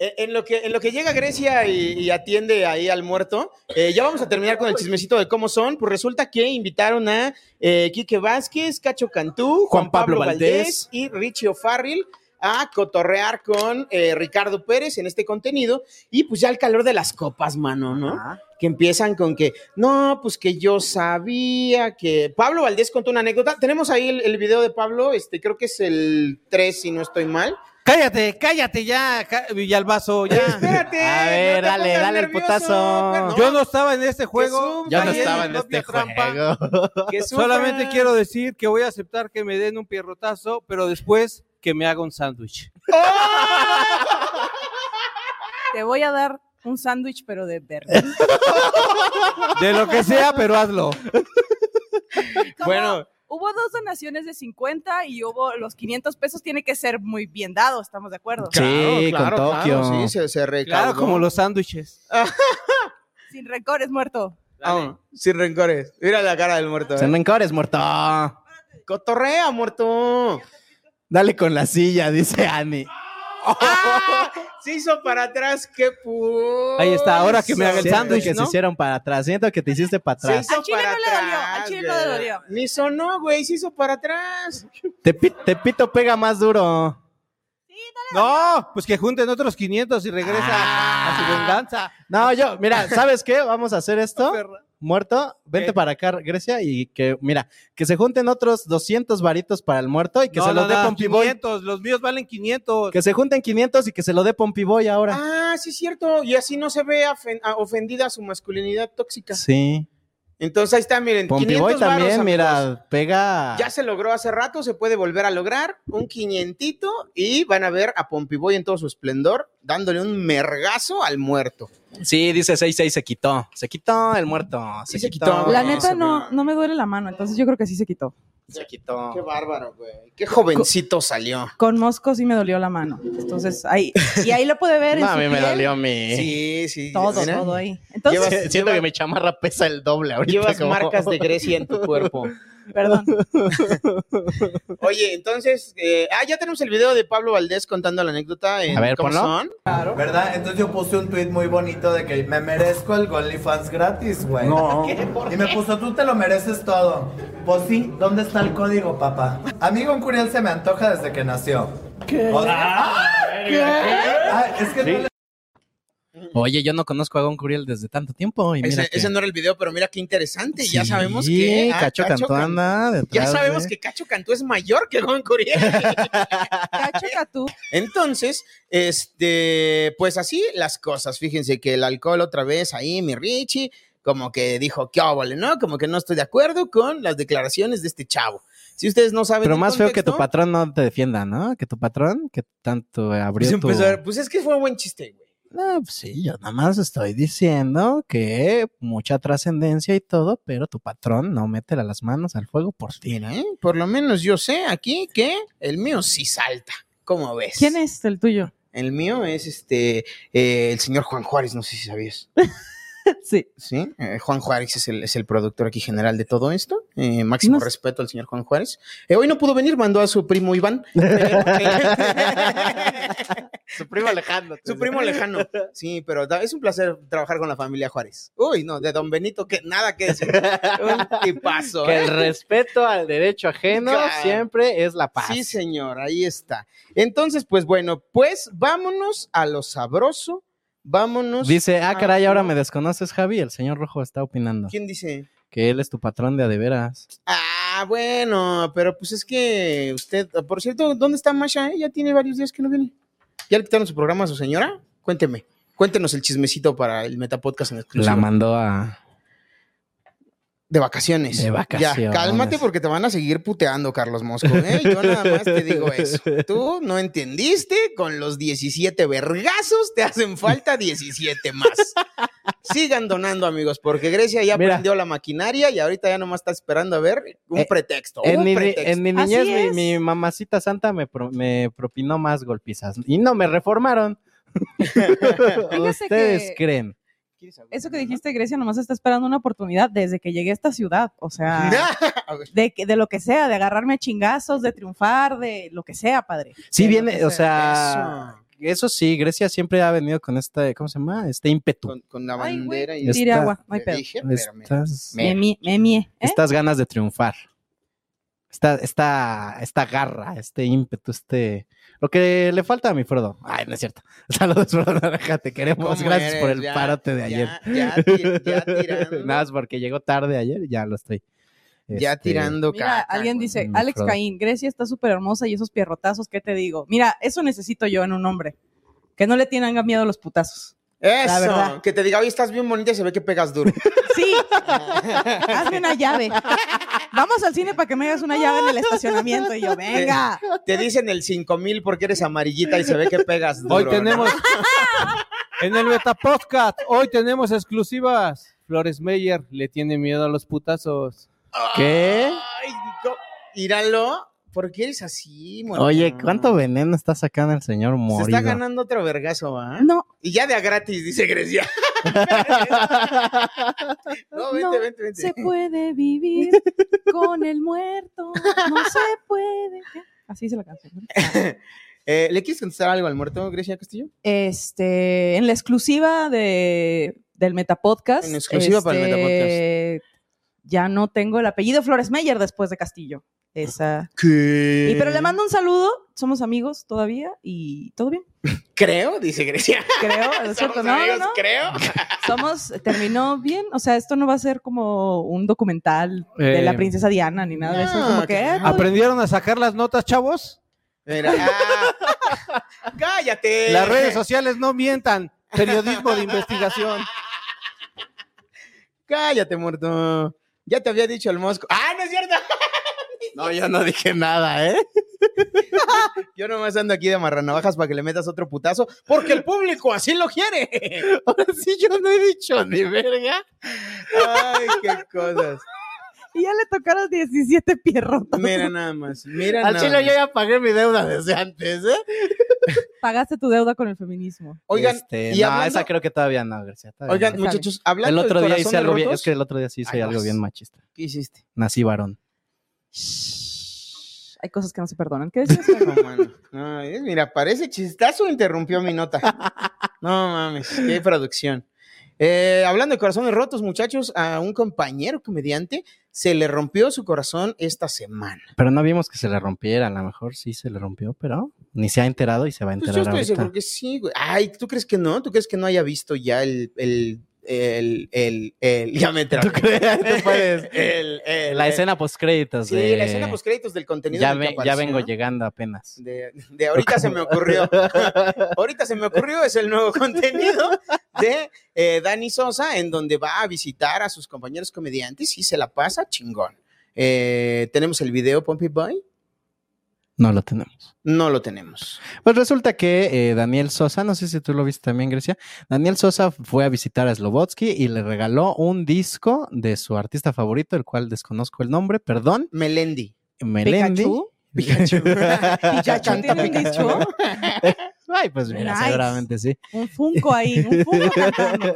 [SPEAKER 5] Eh, En lo, que, en lo que llega Grecia y, y atiende ahí al muerto, eh, ya vamos a terminar con el chismecito de cómo son. Pues resulta que invitaron a eh, Quique Vázquez, Cacho Cantú, Juan, Pablo, Valdés y Richie O'Farrill a cotorrear con eh, Ricardo Pérez en este contenido. Y pues ya el calor de las copas, mano, ¿no? Que empiezan con que, no, pues que yo sabía que. Pablo Valdés contó una anécdota. Tenemos ahí el, el video de Pablo, este creo que es el 3, si no estoy mal.
[SPEAKER 2] Cállate, cállate ya, ca- Villalbazo, ya.
[SPEAKER 5] Espérate.
[SPEAKER 6] A ver, dale,
[SPEAKER 5] te pongas
[SPEAKER 6] dale el
[SPEAKER 5] nervioso,
[SPEAKER 6] putazo.
[SPEAKER 5] Fernando.
[SPEAKER 2] Yo no estaba en este juego.
[SPEAKER 5] sufra.
[SPEAKER 6] Yo no
[SPEAKER 2] caí mi
[SPEAKER 6] estaba en
[SPEAKER 2] propia
[SPEAKER 6] este
[SPEAKER 2] trampa.
[SPEAKER 6] juego.
[SPEAKER 5] Que sufra.
[SPEAKER 2] Solamente quiero decir que voy a aceptar que me den un pierrotazo, pero después que me haga un sándwich.
[SPEAKER 8] ¡Oh! Te voy a dar un sándwich, pero de verga.
[SPEAKER 2] De lo que sea,
[SPEAKER 6] este-
[SPEAKER 2] pero hazlo.
[SPEAKER 8] Como
[SPEAKER 5] Bueno.
[SPEAKER 8] Hubo dos donaciones de 50 y hubo los 500 pesos. Tiene que ser muy bien dado, estamos de acuerdo.
[SPEAKER 6] Sí, con Tokio.
[SPEAKER 5] sí, se, se recaudó.
[SPEAKER 2] Claro, como los sándwiches.
[SPEAKER 8] Sin rencores, muerto.
[SPEAKER 5] Ah, sin rencores. Mira la cara del muerto.
[SPEAKER 6] Sin
[SPEAKER 5] eh.
[SPEAKER 6] rencores, muerto.
[SPEAKER 5] Cotorrea, muerto.
[SPEAKER 6] Dale con la silla, dice Ani.
[SPEAKER 5] ¡Ah! Se hizo para atrás, qué pu.
[SPEAKER 2] Ahí está, ahora que me haga el
[SPEAKER 6] Siento
[SPEAKER 2] sándwich,
[SPEAKER 6] que se
[SPEAKER 2] ¿no?
[SPEAKER 6] hicieron para atrás. Siento que te hiciste para
[SPEAKER 5] Se
[SPEAKER 6] atrás.
[SPEAKER 5] hizo
[SPEAKER 8] Al chile
[SPEAKER 5] para
[SPEAKER 8] no le dolió,
[SPEAKER 5] atrás,
[SPEAKER 8] al chile no le
[SPEAKER 5] güey.
[SPEAKER 8] dolió.
[SPEAKER 5] Ni sonó, güey, se hizo para atrás.
[SPEAKER 6] Tepi- Tepito pega más duro.
[SPEAKER 2] No, pues que junten otros 500 y regresa a su venganza.
[SPEAKER 6] No, yo, mira, ¿sabes qué? Vamos a hacer esto.
[SPEAKER 2] perra.
[SPEAKER 6] Muerto, vente
[SPEAKER 5] Eh.
[SPEAKER 2] ¿Qué?
[SPEAKER 6] para acá, Grecia, y que, mira, que se junten otros 200 varitos para el muerto y que se los dé Pompey Boy.
[SPEAKER 2] 500, los míos valen 500.
[SPEAKER 6] Que se junten 500 y que se lo dé Pompey Boy ahora.
[SPEAKER 5] Ah, sí es cierto. Y así no se ve afen- a- ofendida su masculinidad tóxica.
[SPEAKER 6] Sí.
[SPEAKER 5] Entonces ahí está, miren.
[SPEAKER 6] Pompey Boy
[SPEAKER 5] 500 varos,
[SPEAKER 6] también,
[SPEAKER 5] amigos.
[SPEAKER 6] mira, pega.
[SPEAKER 5] Ya se logró hace rato, se puede volver a lograr un quinientito y van a ver a Pompiboy en todo su esplendor dándole un mergazo al muerto.
[SPEAKER 6] Sí, dice 6-6, se quitó. Se quitó el muerto.
[SPEAKER 5] Sí se quitó.
[SPEAKER 8] La
[SPEAKER 5] No,
[SPEAKER 8] neta
[SPEAKER 5] se
[SPEAKER 8] no,
[SPEAKER 5] vea.
[SPEAKER 8] no me duele la mano, entonces yo creo que sí se quitó.
[SPEAKER 6] Se quitó.
[SPEAKER 5] Qué bárbaro, güey. Qué jovencito salió.
[SPEAKER 8] Con Mosco sí me dolió la mano. Entonces ahí, y ahí lo pude ver. en
[SPEAKER 6] No, a
[SPEAKER 8] su
[SPEAKER 6] mí me
[SPEAKER 8] piel,
[SPEAKER 6] dolió a mí.
[SPEAKER 5] Sí, sí.
[SPEAKER 8] Todo,
[SPEAKER 5] mira.
[SPEAKER 8] todo ahí. Entonces,
[SPEAKER 5] Llevas-
[SPEAKER 6] Siento
[SPEAKER 5] lleva-
[SPEAKER 6] que mi chamarra pesa el doble ahorita.
[SPEAKER 5] Llevas
[SPEAKER 6] como-
[SPEAKER 5] marcas de Grecia en tu cuerpo.
[SPEAKER 8] perdón.
[SPEAKER 5] Oye, entonces, eh, ah, ya tenemos el video de Pablo Valdés contando la anécdota. En
[SPEAKER 6] A ver,
[SPEAKER 5] ¿Cómo
[SPEAKER 6] ponlo.
[SPEAKER 5] son?
[SPEAKER 3] ¿Verdad? Entonces yo puse un tweet muy bonito de que me merezco el OnlyFans gratis, güey.
[SPEAKER 9] No.
[SPEAKER 3] Y me puso, tú te lo mereces todo. Pues sí, ¿dónde está el código, papá? Amigo un curiel se me antoja desde que nació. ¿Qué?
[SPEAKER 8] Ah,
[SPEAKER 6] Eh,
[SPEAKER 3] ah, es que no le-
[SPEAKER 6] Oye, yo no conozco a Gon Curiel desde tanto tiempo. Y mira
[SPEAKER 5] Ese,
[SPEAKER 6] que-
[SPEAKER 5] ese no era el video, pero mira qué interesante. ya
[SPEAKER 6] Sí,
[SPEAKER 5] sabemos que. ah,
[SPEAKER 6] Cacho Cantú
[SPEAKER 5] Can-
[SPEAKER 6] anda
[SPEAKER 5] Ya
[SPEAKER 6] detrás
[SPEAKER 5] sabemos
[SPEAKER 6] de- ¿eh?
[SPEAKER 5] que Cacho Cantú es mayor que Juan Curiel.
[SPEAKER 8] Cacho Catú.
[SPEAKER 5] Entonces, este, pues así las cosas. Fíjense que el alcohol otra vez ahí, mi Richie, como que dijo, qué óvole, ¿no? Como que no estoy de acuerdo con las declaraciones de este chavo. Si ustedes no saben.
[SPEAKER 6] Pero
[SPEAKER 5] el
[SPEAKER 6] más feo que tu
[SPEAKER 5] contexto,
[SPEAKER 6] patrón no te defienda, ¿no? Que tu patrón, que tanto abrió
[SPEAKER 5] Pues,
[SPEAKER 6] tu...
[SPEAKER 5] empezó a ver, pues es que fue un buen chiste, güey.
[SPEAKER 6] No, pues sí, yo nada más estoy diciendo que mucha trascendencia y todo, pero tu patrón no mete las manos al fuego por ti, ¿no?
[SPEAKER 5] ¿Eh? Por lo menos yo sé aquí que el mío sí salta. ¿Cómo ves?
[SPEAKER 8] ¿Quién es el tuyo?
[SPEAKER 5] El mío es este, eh, el señor Juan Juárez, no sé si sabías.
[SPEAKER 8] Sí.
[SPEAKER 5] Sí, eh, Juan Juárez es el, es el productor aquí general de todo esto. Eh, máximo
[SPEAKER 8] No-
[SPEAKER 5] respeto al señor Juan Juárez. Eh, hoy no pudo venir, mandó a su primo Iván. pero-
[SPEAKER 6] Su primo Alejandro.
[SPEAKER 5] su primo lejano. Sí, pero da- es un placer trabajar con la familia Juárez. Uy, no, de don Benito, que nada que decir. Un tipazo.
[SPEAKER 6] Que
[SPEAKER 5] ¿eh?
[SPEAKER 6] el respeto al derecho ajeno
[SPEAKER 5] Claro.
[SPEAKER 6] siempre es la paz.
[SPEAKER 5] Sí, señor, ahí está. Entonces, pues bueno, pues vámonos a lo sabroso. Vámonos.
[SPEAKER 6] Dice, ah,
[SPEAKER 5] Ah,
[SPEAKER 6] caray, ahora
[SPEAKER 5] no.
[SPEAKER 6] me desconoces, Javi. El señor rojo está opinando
[SPEAKER 5] ¿Quién dice?
[SPEAKER 6] que él es tu patrón de a de veras.
[SPEAKER 5] Ah, bueno, pero pues es que usted, por cierto, ¿dónde está Masha? eh? Ya tiene varios días que no viene. ¿Ya le quitaron su programa a su señora? Cuénteme. Cuéntenos el chismecito para el Metapodcast en
[SPEAKER 6] La
[SPEAKER 5] exclusiva.
[SPEAKER 6] mandó a...
[SPEAKER 5] De vacaciones.
[SPEAKER 6] De
[SPEAKER 5] Ya,
[SPEAKER 6] vacaciones.
[SPEAKER 5] cálmate porque te van a seguir puteando, Carlos Mosco. ¿eh? Yo nada más te digo eso. Tú no entendiste, con los 17 vergazos te hacen falta 17 más. Sigan donando, amigos, porque Grecia ya
[SPEAKER 6] Mira.
[SPEAKER 5] prendió la maquinaria y ahorita ya nomás está esperando a ver un
[SPEAKER 6] Eh,
[SPEAKER 5] pretexto.
[SPEAKER 6] En
[SPEAKER 5] un
[SPEAKER 6] mi, ni-
[SPEAKER 5] pretexto.
[SPEAKER 6] en mi niñez, mi, mi mamacita santa me, pro- me propinó más golpizas y no me reformaron.
[SPEAKER 8] Fíjese
[SPEAKER 6] Ustedes
[SPEAKER 8] que-
[SPEAKER 6] creen.
[SPEAKER 8] Eso que dijiste, Grecia, nomás está esperando una oportunidad desde que llegué a esta ciudad. O sea, de, que- de lo que sea, de agarrarme a chingazos, de triunfar, de lo que sea, padre.
[SPEAKER 6] Sí,
[SPEAKER 8] De lo
[SPEAKER 6] viene,
[SPEAKER 8] que
[SPEAKER 6] o sea, eso. sí, Grecia siempre ha venido con este, ¿cómo se llama? Este ímpetu.
[SPEAKER 5] Con, con la bandera y
[SPEAKER 6] Está-
[SPEAKER 8] Tire agua, no hay
[SPEAKER 5] Te
[SPEAKER 8] pedo.
[SPEAKER 5] dije,
[SPEAKER 6] Pues
[SPEAKER 5] pero me-
[SPEAKER 6] Estas,
[SPEAKER 8] Me mie- me mie, ¿eh?
[SPEAKER 6] estas ganas de triunfar. Esta, esta, esta garra, este ímpetu, este. Lo que le falta a mi Frodo. Ay, no es cierto. Saludos, Frodo Naranja, te queremos.
[SPEAKER 5] ¿Cómo
[SPEAKER 6] Gracias por
[SPEAKER 5] eres?
[SPEAKER 6] el
[SPEAKER 5] Ya-
[SPEAKER 6] parote de ayer.
[SPEAKER 5] Ya, ya ti- ya tirando,
[SPEAKER 6] Nada más porque llegó tarde ayer, ya lo estoy.
[SPEAKER 5] ya
[SPEAKER 6] este,
[SPEAKER 5] tirando
[SPEAKER 8] Mira,
[SPEAKER 5] caca,
[SPEAKER 8] alguien
[SPEAKER 5] güey.
[SPEAKER 8] dice,
[SPEAKER 6] Mm,
[SPEAKER 8] Alex
[SPEAKER 6] Frodo.
[SPEAKER 8] Caín, Grecia está súper hermosa y esos pierrotazos, ¿qué te digo? Mira, eso necesito yo en un hombre. Que no le tengan miedo a los putazos. La
[SPEAKER 5] Eso,
[SPEAKER 8] verdad.
[SPEAKER 5] que te diga, oye, estás bien bonita y se ve que pegas duro.
[SPEAKER 8] Sí, hazme una llave. Vamos al cine para que me hagas una llave en el estacionamiento. Y yo, venga.
[SPEAKER 5] Te dicen el 5000 porque eres amarillita y se ve que pegas duro.
[SPEAKER 2] Hoy
[SPEAKER 5] ¿no?
[SPEAKER 2] tenemos en el Metapodcast, hoy tenemos exclusivas. Flores Meyer le tiene miedo a los putazos.
[SPEAKER 6] ¿Qué?
[SPEAKER 5] Ay, no. Íralo. Ah, ¿Por qué eres así, moreno?
[SPEAKER 6] Oye, ¿cuánto veneno está sacando el señor
[SPEAKER 5] Se
[SPEAKER 6] Morido?
[SPEAKER 5] está ganando otro vergazo, ¿va?
[SPEAKER 8] No,
[SPEAKER 5] Y ya de a gratis, dice Grecia. no, vente,
[SPEAKER 8] No,
[SPEAKER 5] vente, vente.
[SPEAKER 8] se puede vivir con el muerto. No se puede. Así se la canción.
[SPEAKER 5] Eh, ¿Le quieres contestar algo al muerto, Grecia Castillo?
[SPEAKER 8] Este, en la exclusiva de, del Metapodcast.
[SPEAKER 5] En exclusiva para el
[SPEAKER 8] Metapodcast. Ya no tengo el apellido Flores Meyer después de Castillo. Esa.
[SPEAKER 5] ¿Qué?
[SPEAKER 8] Y pero le mando un saludo. Somos amigos todavía y todo bien.
[SPEAKER 5] Creo, dice Grecia.
[SPEAKER 8] Creo, es
[SPEAKER 5] Somos
[SPEAKER 8] cierto. No, no,
[SPEAKER 5] amigos,
[SPEAKER 8] no.
[SPEAKER 5] creo.
[SPEAKER 8] Somos, terminó bien. O sea, esto no va a ser como un documental de
[SPEAKER 2] Eh,
[SPEAKER 8] la princesa Diana ni nada de eso. Es
[SPEAKER 5] no,
[SPEAKER 8] como que.
[SPEAKER 5] que
[SPEAKER 8] eh,
[SPEAKER 5] no.
[SPEAKER 8] todo bien.
[SPEAKER 2] ¿Aprendieron a sacar las notas, chavos?
[SPEAKER 5] Mira, ah, cállate.
[SPEAKER 2] Las redes sociales no mientan. Periodismo de investigación.
[SPEAKER 5] Cállate, muerto. Ya te había dicho el mosco. ¡Ah, no es cierto!
[SPEAKER 6] No, yo no dije nada, ¿eh?
[SPEAKER 5] Yo nomás ando aquí de marranavajas para que le metas otro putazo, porque el público así lo quiere.
[SPEAKER 6] Ahora sí, yo no he dicho ni verga.
[SPEAKER 5] Ay, qué cosas.
[SPEAKER 8] Y ya le tocaron 17 pierrotas.
[SPEAKER 5] Mira nada más. Mira
[SPEAKER 6] Al
[SPEAKER 5] nada
[SPEAKER 6] chile yo
[SPEAKER 5] más.
[SPEAKER 6] ya pagué mi deuda desde antes, ¿eh?
[SPEAKER 8] Pagaste tu deuda con el feminismo.
[SPEAKER 5] Oigan,
[SPEAKER 6] Este,
[SPEAKER 5] y
[SPEAKER 6] no,
[SPEAKER 5] hablando-
[SPEAKER 6] esa creo que todavía no, Grecia. todavía
[SPEAKER 5] oigan,
[SPEAKER 6] no.
[SPEAKER 8] Está
[SPEAKER 5] muchachos, hablando
[SPEAKER 6] el otro
[SPEAKER 5] de
[SPEAKER 6] día hice algo bien,
[SPEAKER 5] rotos,
[SPEAKER 6] es que el otro día sí hice
[SPEAKER 5] Ay,
[SPEAKER 6] algo
[SPEAKER 5] vas.
[SPEAKER 6] bien machista.
[SPEAKER 5] ¿Qué hiciste?
[SPEAKER 6] Nací varón.
[SPEAKER 8] Shh. Hay cosas que no se perdonan. ¿Qué decías? Fer?
[SPEAKER 5] No, mano. Ay, mira, parece chistazo, interrumpió mi nota. No mames, qué producción. Eh, hablando de corazones rotos, muchachos, a un compañero comediante se le rompió su corazón esta semana.
[SPEAKER 6] Pero no vimos que se le rompiera, a lo mejor sí se le rompió, pero ni se ha enterado y se va a
[SPEAKER 5] Pues
[SPEAKER 6] enterar
[SPEAKER 5] yo estoy
[SPEAKER 6] ahorita.
[SPEAKER 5] seguro que sí, güey. Ay, ¿tú crees que no? ¿Tú crees que no haya visto ya el. el, el, el, el- ya me trabé.
[SPEAKER 6] ¿Tú crees? Tú puedes.
[SPEAKER 5] El- el-
[SPEAKER 6] La
[SPEAKER 5] el-
[SPEAKER 6] escena post créditos
[SPEAKER 5] Sí, la escena post créditos del contenido.
[SPEAKER 6] ya,
[SPEAKER 5] en el
[SPEAKER 6] ve-
[SPEAKER 5] que
[SPEAKER 6] ya
[SPEAKER 5] apareció,
[SPEAKER 6] vengo
[SPEAKER 5] ¿no?
[SPEAKER 6] llegando apenas.
[SPEAKER 5] De, eh, de ahorita se me ocurrió. ahorita se me ocurrió, es el nuevo contenido de eh, Dani Sosa, en donde va a visitar a sus compañeros comediantes y se la pasa chingón. Eh, ¿Tenemos el video, Pompey Boy?
[SPEAKER 6] No lo tenemos.
[SPEAKER 5] No lo tenemos.
[SPEAKER 6] Pues resulta que eh, Daniel Sosa, no sé si tú lo viste también, Grecia. Daniel Sosa fue a visitar a Slobotsky y le regaló un disco de su artista favorito, el cual desconozco el nombre, perdón,
[SPEAKER 5] Melendi.
[SPEAKER 6] Melendi.
[SPEAKER 8] ¿Pikachu?
[SPEAKER 5] Pikachu.
[SPEAKER 8] ¿Pikachu
[SPEAKER 5] Canta
[SPEAKER 8] tiene un
[SPEAKER 5] Pikachu.
[SPEAKER 8] disco?
[SPEAKER 6] Ay, pues mira,
[SPEAKER 8] Nice.
[SPEAKER 6] seguramente sí.
[SPEAKER 8] Un Funko ahí, un Funko cantando.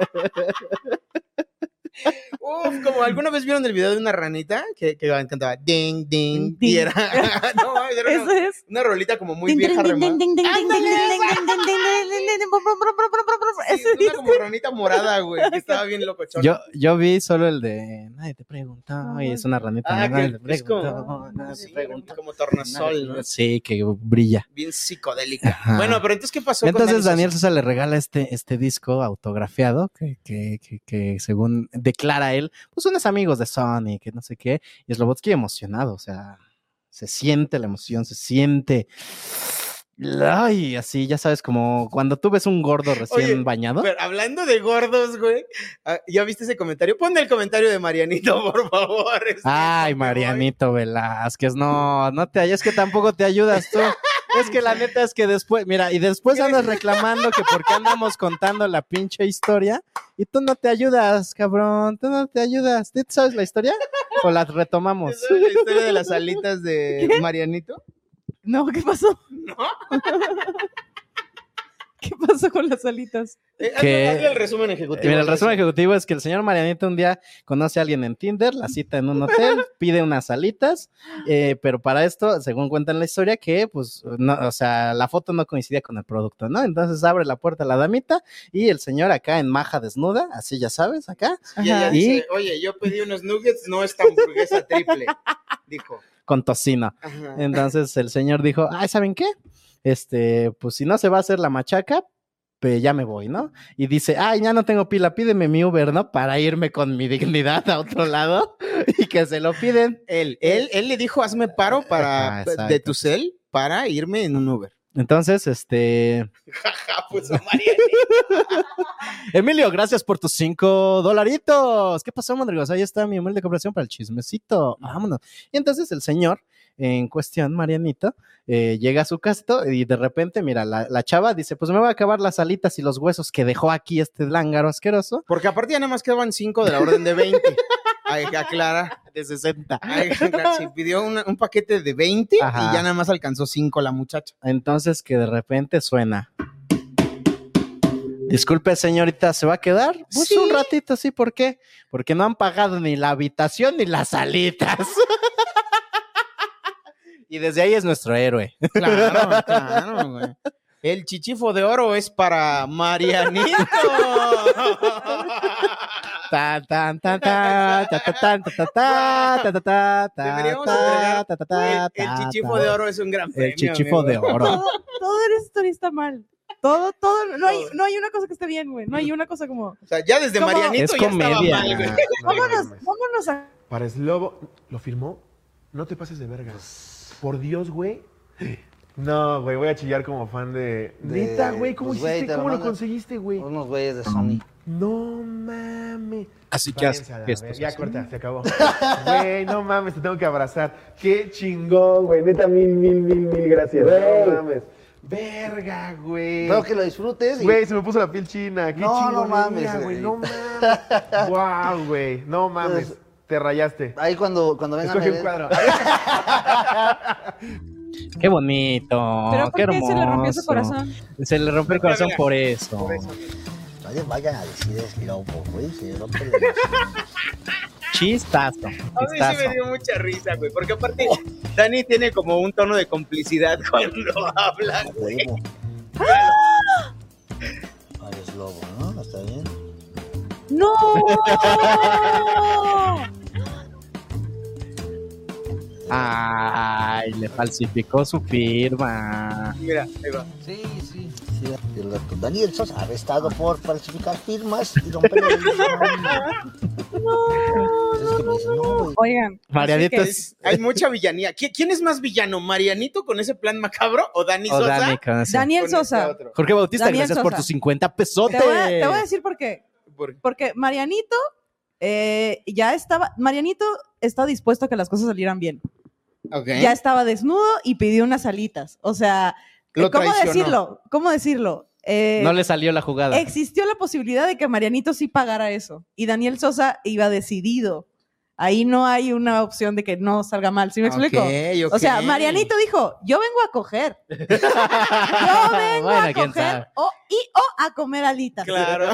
[SPEAKER 5] Uf, como alguna vez vieron el video de una ranita que, que cantaba ding,
[SPEAKER 8] Ding.
[SPEAKER 5] ding, y era, no, mames, era
[SPEAKER 8] Eso
[SPEAKER 5] una,
[SPEAKER 8] es.
[SPEAKER 5] una rolita como muy
[SPEAKER 8] Tin, tin,
[SPEAKER 5] vieja
[SPEAKER 8] tin,
[SPEAKER 5] remada.
[SPEAKER 8] tin, tin, tin, tin,
[SPEAKER 5] Ándale,
[SPEAKER 8] tin, tin,
[SPEAKER 5] esa.
[SPEAKER 8] tin, tin, tin, tin, tin, tin, brum, brum, brum, brum, brum, brum.
[SPEAKER 5] Sí,
[SPEAKER 8] Ese
[SPEAKER 5] una
[SPEAKER 8] disco.
[SPEAKER 5] como ranita morada, güey, que estaba bien locochona.
[SPEAKER 6] Yo, yo vi solo el de nadie te preguntó y es una ranita.
[SPEAKER 5] Ah,
[SPEAKER 6] nadie
[SPEAKER 5] que
[SPEAKER 6] te
[SPEAKER 5] es
[SPEAKER 6] preguntó,
[SPEAKER 5] como,
[SPEAKER 6] nadie
[SPEAKER 5] sí,
[SPEAKER 6] te preguntó.
[SPEAKER 5] como tornasol, ¿no?
[SPEAKER 6] Sí, que brilla.
[SPEAKER 5] Bien psicodélica.
[SPEAKER 6] Ajá.
[SPEAKER 5] Bueno, pero entonces, ¿qué pasó con
[SPEAKER 6] Entonces Daniel
[SPEAKER 5] Sosa?
[SPEAKER 6] Sosa le regala este, este disco autografiado que, que, que, que según declara él, pues son unos amigos de Sony, que no sé qué, y Slobotsky emocionado, o sea, se siente la emoción, se siente Ay, así, ya sabes, como cuando tú ves un gordo recién
[SPEAKER 5] Oye,
[SPEAKER 6] bañado.
[SPEAKER 5] Pero ah, hablando de gordos, güey, ah, ¿ya viste ese comentario? Ponle el comentario de Marianito, por favor. es-
[SPEAKER 6] Ay, Marianito Velázquez, no, no te es que tampoco te ayudas tú. Es que la neta es que después, mira, y después andas reclamando que por qué andamos contando la pinche historia y tú no te ayudas, cabrón, tú no te ayudas. ¿Tú sabes la historia? ¿O la retomamos?
[SPEAKER 5] ¿Sabes la historia de las alitas de
[SPEAKER 6] ¿Qué?
[SPEAKER 5] Marianito?
[SPEAKER 8] No, ¿qué pasó? ¿Qué pasó con las alitas?
[SPEAKER 6] Que-
[SPEAKER 5] Hazle el resumen ejecutivo.
[SPEAKER 6] Mira, el resumen ejecutivo es que el señor Marianito un día conoce a alguien en Tinder, la cita en un hotel, pide unas alitas, eh, pero para esto, según cuentan la historia, que pues, no, o sea, la foto no coincidía con el producto, ¿no? Entonces abre la puerta la damita y el señor acá en maja desnuda, así ya sabes, acá,
[SPEAKER 5] Y ella
[SPEAKER 6] y
[SPEAKER 5] dice, oye, yo pedí unos nuggets, no esta hamburguesa triple, dijo.
[SPEAKER 6] con tocino.
[SPEAKER 5] Ajá.
[SPEAKER 6] Entonces el señor dijo, ay, ¿saben qué? Este, pues si no se va a hacer la machaca, pues ya me voy, ¿no? Y dice, ay, ya no tengo pila, pídeme mi Uber, ¿no? Para irme con mi dignidad a otro lado y que se lo piden.
[SPEAKER 5] Él, él, él le dijo, hazme paro para,
[SPEAKER 6] Ajá, exacto.
[SPEAKER 5] de tu cel para irme en un Uber.
[SPEAKER 6] Entonces, este,
[SPEAKER 5] Jaja, pues a Marianito.
[SPEAKER 6] Emilio, gracias por tus cinco dolaritos. ¿Qué pasó, Mandrigos? Ahí está mi humilde cooperación para el chismecito. Vámonos. Y entonces el señor en cuestión, Marianito, eh, llega a su casto y de repente, mira, la, la chava dice, pues me voy a acabar las alitas y los huesos que dejó aquí este lángaro asqueroso.
[SPEAKER 5] Porque aparte ya nada más quedaban cinco de la orden de 20. Hay que aclarar.
[SPEAKER 6] De 60.
[SPEAKER 5] Hay que aclarar. Sí, pidió una- un paquete de 20
[SPEAKER 6] Ajá.
[SPEAKER 5] y ya nada más alcanzó cinco la muchacha.
[SPEAKER 6] Entonces que de repente suena. Disculpe, señorita, ¿se va a quedar? Pues
[SPEAKER 5] Sí.
[SPEAKER 6] un ratito, sí, ¿por qué? Porque no han pagado ni la habitación ni las alitas. y desde ahí es nuestro héroe.
[SPEAKER 5] Claro, claro, güey. El chichifo de oro es para Marianito.
[SPEAKER 6] Tan, tan, tan, tan, ta, ta, tan, ta, ta, ta, ta, ta, ta, ta,
[SPEAKER 5] Deberíamos
[SPEAKER 6] ta,
[SPEAKER 5] entregar
[SPEAKER 6] ta, ta, ta,
[SPEAKER 5] El, el
[SPEAKER 6] ta,
[SPEAKER 5] chichifo
[SPEAKER 6] ta.
[SPEAKER 5] de oro es un gran premio.
[SPEAKER 6] El chichifo de
[SPEAKER 5] amigo.
[SPEAKER 6] oro.
[SPEAKER 8] Todo, todo en esta historia está mal. Todo, todo, no hay, no hay una cosa que esté bien, güey. No hay una cosa como.
[SPEAKER 5] O sea, ya desde
[SPEAKER 8] ¿Cómo?
[SPEAKER 5] Marianito
[SPEAKER 6] Es
[SPEAKER 5] ya estaba
[SPEAKER 6] comedia.
[SPEAKER 5] mal, güey.
[SPEAKER 8] Vámonos, vámonos a.
[SPEAKER 11] Para Slobo. ¿Lo firmó? No te pases de verga. Por Dios, güey. No, güey, voy a chillar como fan de.
[SPEAKER 12] De-
[SPEAKER 11] Neta, güey, ¿cómo
[SPEAKER 12] pues, güey,
[SPEAKER 11] hiciste?
[SPEAKER 12] te lo
[SPEAKER 11] ¿Cómo lo
[SPEAKER 12] mandan
[SPEAKER 11] conseguiste, güey?
[SPEAKER 12] Unos güeyes de Sony.
[SPEAKER 11] No mames.
[SPEAKER 12] Así que
[SPEAKER 11] Váyanse
[SPEAKER 12] haz-
[SPEAKER 11] a la
[SPEAKER 12] que es
[SPEAKER 11] ver-
[SPEAKER 12] pues
[SPEAKER 11] Ya
[SPEAKER 12] así.
[SPEAKER 11] corta, se acabó. Güey, no mames, te tengo que abrazar. Qué chingón, güey. Neta, mil, mil, mil, mil gracias.
[SPEAKER 12] Güey.
[SPEAKER 11] No mames. Verga, güey.
[SPEAKER 12] Espero que lo disfrutes. y-
[SPEAKER 11] Güey, se me puso la piel china. Qué
[SPEAKER 12] No, no
[SPEAKER 11] chingonería,
[SPEAKER 12] mames,
[SPEAKER 11] güey.
[SPEAKER 12] güey.
[SPEAKER 11] No mames. Guau, güey. No mames.
[SPEAKER 12] Entonces,
[SPEAKER 11] Te rayaste.
[SPEAKER 12] Ahí cuando, cuando vengan
[SPEAKER 11] Escoge
[SPEAKER 12] a
[SPEAKER 11] un
[SPEAKER 12] ver-
[SPEAKER 11] cuadro.
[SPEAKER 6] Qué bonito.
[SPEAKER 8] Pero ¿por
[SPEAKER 6] qué
[SPEAKER 8] qué se le rompió su
[SPEAKER 6] hermoso.
[SPEAKER 8] corazón?
[SPEAKER 6] Se le rompió el corazón por eso.
[SPEAKER 12] No le vayan a decir es lobo, güey. Se rompe el corazón.
[SPEAKER 6] Chistazo.
[SPEAKER 5] A mí sí
[SPEAKER 6] chistazo.
[SPEAKER 5] me dio mucha risa, güey, porque aparte Dani tiene como un tono de complicidad cuando habla.
[SPEAKER 12] a huevo. Ah, es lobo, ¿no? ¿Está bien?
[SPEAKER 8] ¡No!
[SPEAKER 6] Ay, le falsificó su firma.
[SPEAKER 5] Mira, ahí va.
[SPEAKER 12] Sí, sí. El gato Daniel Sosa, arrestado por falsificar firmas y romper el corazón. Es que me dicen, no, güey.
[SPEAKER 8] Oigan.
[SPEAKER 6] Marianito
[SPEAKER 8] así que-
[SPEAKER 6] es
[SPEAKER 5] Hay mucha villanía. ¿Qui- ¿Quién es más villano? ¿Marianito con ese plan macabro o Dani
[SPEAKER 6] o
[SPEAKER 5] Sosa?
[SPEAKER 6] Dani, con ese.
[SPEAKER 8] Daniel
[SPEAKER 5] Con este
[SPEAKER 8] Sosa.
[SPEAKER 5] otro.
[SPEAKER 6] Jorge Bautista,
[SPEAKER 8] Daniel
[SPEAKER 6] gracias por
[SPEAKER 8] Sosa.
[SPEAKER 6] tus 50
[SPEAKER 8] Te
[SPEAKER 6] pesotes.
[SPEAKER 8] voy, a, te voy a decir por qué.
[SPEAKER 5] Por-
[SPEAKER 8] Porque Marianito eh, ya estaba. Marianito está dispuesto a que las cosas salieran bien.
[SPEAKER 5] Ok.
[SPEAKER 8] Ya estaba desnudo y pidió unas alitas. O sea,
[SPEAKER 5] Lo
[SPEAKER 8] ¿cómo
[SPEAKER 5] traicionó.
[SPEAKER 8] decirlo? ¿Cómo decirlo? Eh,
[SPEAKER 6] No le salió la jugada.
[SPEAKER 8] existió la posibilidad de que Marianito sí pagara eso. Y Daniel Sosa iba decidido. Ahí no hay una opción de que no salga mal. ¿Sí me explico?
[SPEAKER 5] Ok, ok.
[SPEAKER 8] O sea, Marianito dijo, yo vengo a coger. Yo vengo
[SPEAKER 6] Bueno,
[SPEAKER 8] a
[SPEAKER 6] quién
[SPEAKER 8] coger
[SPEAKER 6] sabe.
[SPEAKER 8] o, y o a comer alitas.
[SPEAKER 5] Claro.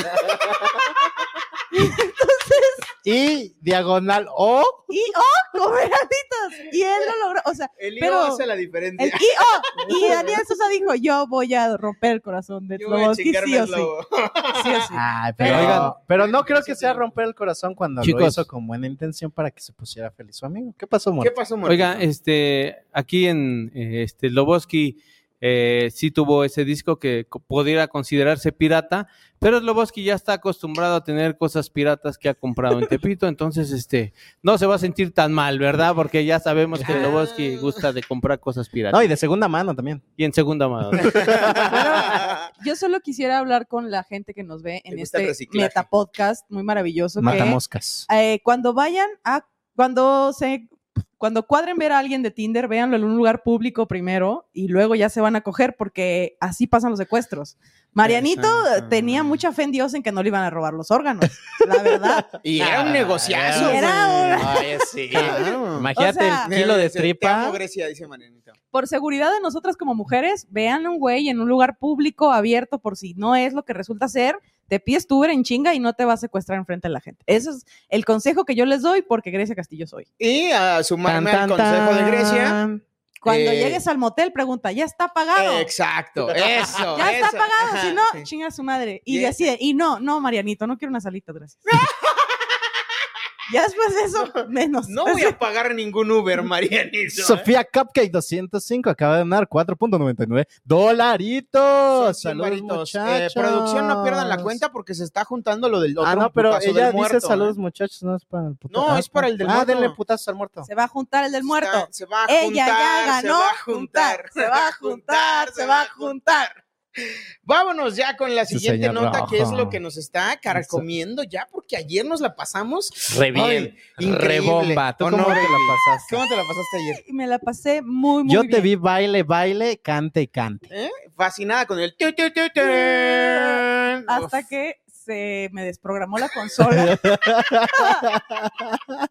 [SPEAKER 6] Y diagonal oh, O.
[SPEAKER 8] Y oh, o comer alitas. Y él lo logró. O sea,
[SPEAKER 5] El hilo
[SPEAKER 8] Pero-
[SPEAKER 5] hace la diferencia.
[SPEAKER 8] el y o. Y Daniel Sosa dijo, yo voy a romper el corazón de
[SPEAKER 5] Yo voy a
[SPEAKER 8] Slobodsky sí
[SPEAKER 5] chingarme
[SPEAKER 8] o
[SPEAKER 5] al
[SPEAKER 8] sí.
[SPEAKER 5] lobo.
[SPEAKER 8] Sí o sí.
[SPEAKER 6] Ay, pero,
[SPEAKER 8] Pero-
[SPEAKER 6] oigan, pero no creo que sea romper el corazón cuando lo
[SPEAKER 2] Chicos.
[SPEAKER 6] hizo con buena intención para que se pusiera feliz su amigo. ¿Qué pasó,
[SPEAKER 5] ¿Qué
[SPEAKER 6] amor?
[SPEAKER 5] pasó, Mor?
[SPEAKER 2] Oiga, este, aquí en eh, este Loboski eh, sí tuvo ese disco que co- pudiera considerarse pirata, pero Sloboski ya está acostumbrado a tener cosas piratas que ha comprado en Tepito, entonces este no se va a sentir tan mal, ¿verdad? Porque ya sabemos que Sloboski gusta de comprar cosas piratas.
[SPEAKER 6] Ah. No, y de segunda mano también.
[SPEAKER 2] Y en segunda mano.
[SPEAKER 5] ah.
[SPEAKER 8] Yo solo quisiera hablar con la gente que nos ve en
[SPEAKER 6] Me gusta el
[SPEAKER 8] este
[SPEAKER 6] reciclaje.
[SPEAKER 8] metapodcast muy maravilloso. que,
[SPEAKER 6] Matamoscas.
[SPEAKER 8] eh, cuando vayan a, cuando se, cuando cuadren ver a alguien de Tinder, véanlo en un lugar público primero y luego ya se van a coger porque así pasan los secuestros. Marianito
[SPEAKER 5] Exacto.
[SPEAKER 8] tenía mucha fe en Dios en que no le iban a robar los órganos, la verdad.
[SPEAKER 5] Y era
[SPEAKER 6] Ah,
[SPEAKER 5] un negociazo.
[SPEAKER 8] Era
[SPEAKER 5] güey.
[SPEAKER 8] un-
[SPEAKER 5] Ay, sí.
[SPEAKER 8] Claro. Imagínate O sea- el kilo de
[SPEAKER 5] Te
[SPEAKER 8] tripa.
[SPEAKER 5] amo, Grecia, dice Marianita.
[SPEAKER 8] por seguridad de nosotras como mujeres, vean a un güey en un lugar público, abierto, por si no es lo que resulta ser, te pides tu Uber en chinga y no te va a secuestrar enfrente de la gente. Ese es el consejo que yo les doy porque Grecia Castillo soy.
[SPEAKER 5] Y a sumarme
[SPEAKER 8] Tan,
[SPEAKER 5] al
[SPEAKER 8] tan,
[SPEAKER 5] consejo de
[SPEAKER 8] tan.
[SPEAKER 5] Grecia.
[SPEAKER 8] Cuando
[SPEAKER 5] eh,
[SPEAKER 8] llegues al motel, pregunta, ¿ya está pagado?
[SPEAKER 5] Exacto, eso.
[SPEAKER 8] Ya está
[SPEAKER 5] eso.
[SPEAKER 8] pagado,
[SPEAKER 5] Ajá. e
[SPEAKER 8] si no, chinga a su madre. Y
[SPEAKER 5] Yeah.
[SPEAKER 8] decide, y no, no, Marianito, no quiero una salita, gracias. ya después de eso, menos.
[SPEAKER 5] No voy a pagar ningún Uber, Marianito. ¿eh?
[SPEAKER 6] Sofía Cupcake 205 acaba de donar 4.99 dolaritos.
[SPEAKER 5] Cien
[SPEAKER 6] Saludos,
[SPEAKER 5] varitos. Eh,
[SPEAKER 6] muchachos.
[SPEAKER 5] producción, no pierdan la cuenta porque se está juntando lo del otro.
[SPEAKER 6] Ah, no, pero
[SPEAKER 5] putazo
[SPEAKER 6] ella
[SPEAKER 5] del
[SPEAKER 6] dice
[SPEAKER 5] muerto, ¿eh?
[SPEAKER 6] saludos, muchachos, no es para el puta-
[SPEAKER 5] No,
[SPEAKER 6] ah,
[SPEAKER 5] es para el del
[SPEAKER 6] ah,
[SPEAKER 5] muerto.
[SPEAKER 6] denle putazos al muerto.
[SPEAKER 8] Se va a juntar el del muerto.
[SPEAKER 5] se va a
[SPEAKER 8] Ella
[SPEAKER 5] juntar,
[SPEAKER 8] ya ganó.
[SPEAKER 5] se va a juntar,
[SPEAKER 8] se va a juntar, se va a juntar.
[SPEAKER 5] Vámonos ya con la
[SPEAKER 6] Sí,
[SPEAKER 5] siguiente
[SPEAKER 6] Este señor
[SPEAKER 5] nota, que es
[SPEAKER 6] Rojo.
[SPEAKER 5] lo que nos está carcomiendo ya, porque ayer nos la pasamos.
[SPEAKER 6] Re bien,
[SPEAKER 5] Ay, increíble.
[SPEAKER 6] rebomba. ¿Tú
[SPEAKER 5] ¿O
[SPEAKER 6] cómo te la
[SPEAKER 5] baby?
[SPEAKER 6] pasaste?
[SPEAKER 5] ¿Cómo te la pasaste ayer?
[SPEAKER 8] Y me la pasé muy, muy
[SPEAKER 6] Yo
[SPEAKER 8] bien.
[SPEAKER 6] te vi baile, baile, cante y cante.
[SPEAKER 5] ¿Eh? Fascinada con el. tu, tu, tu, tu.
[SPEAKER 8] Hasta que se me desprogramó la consola.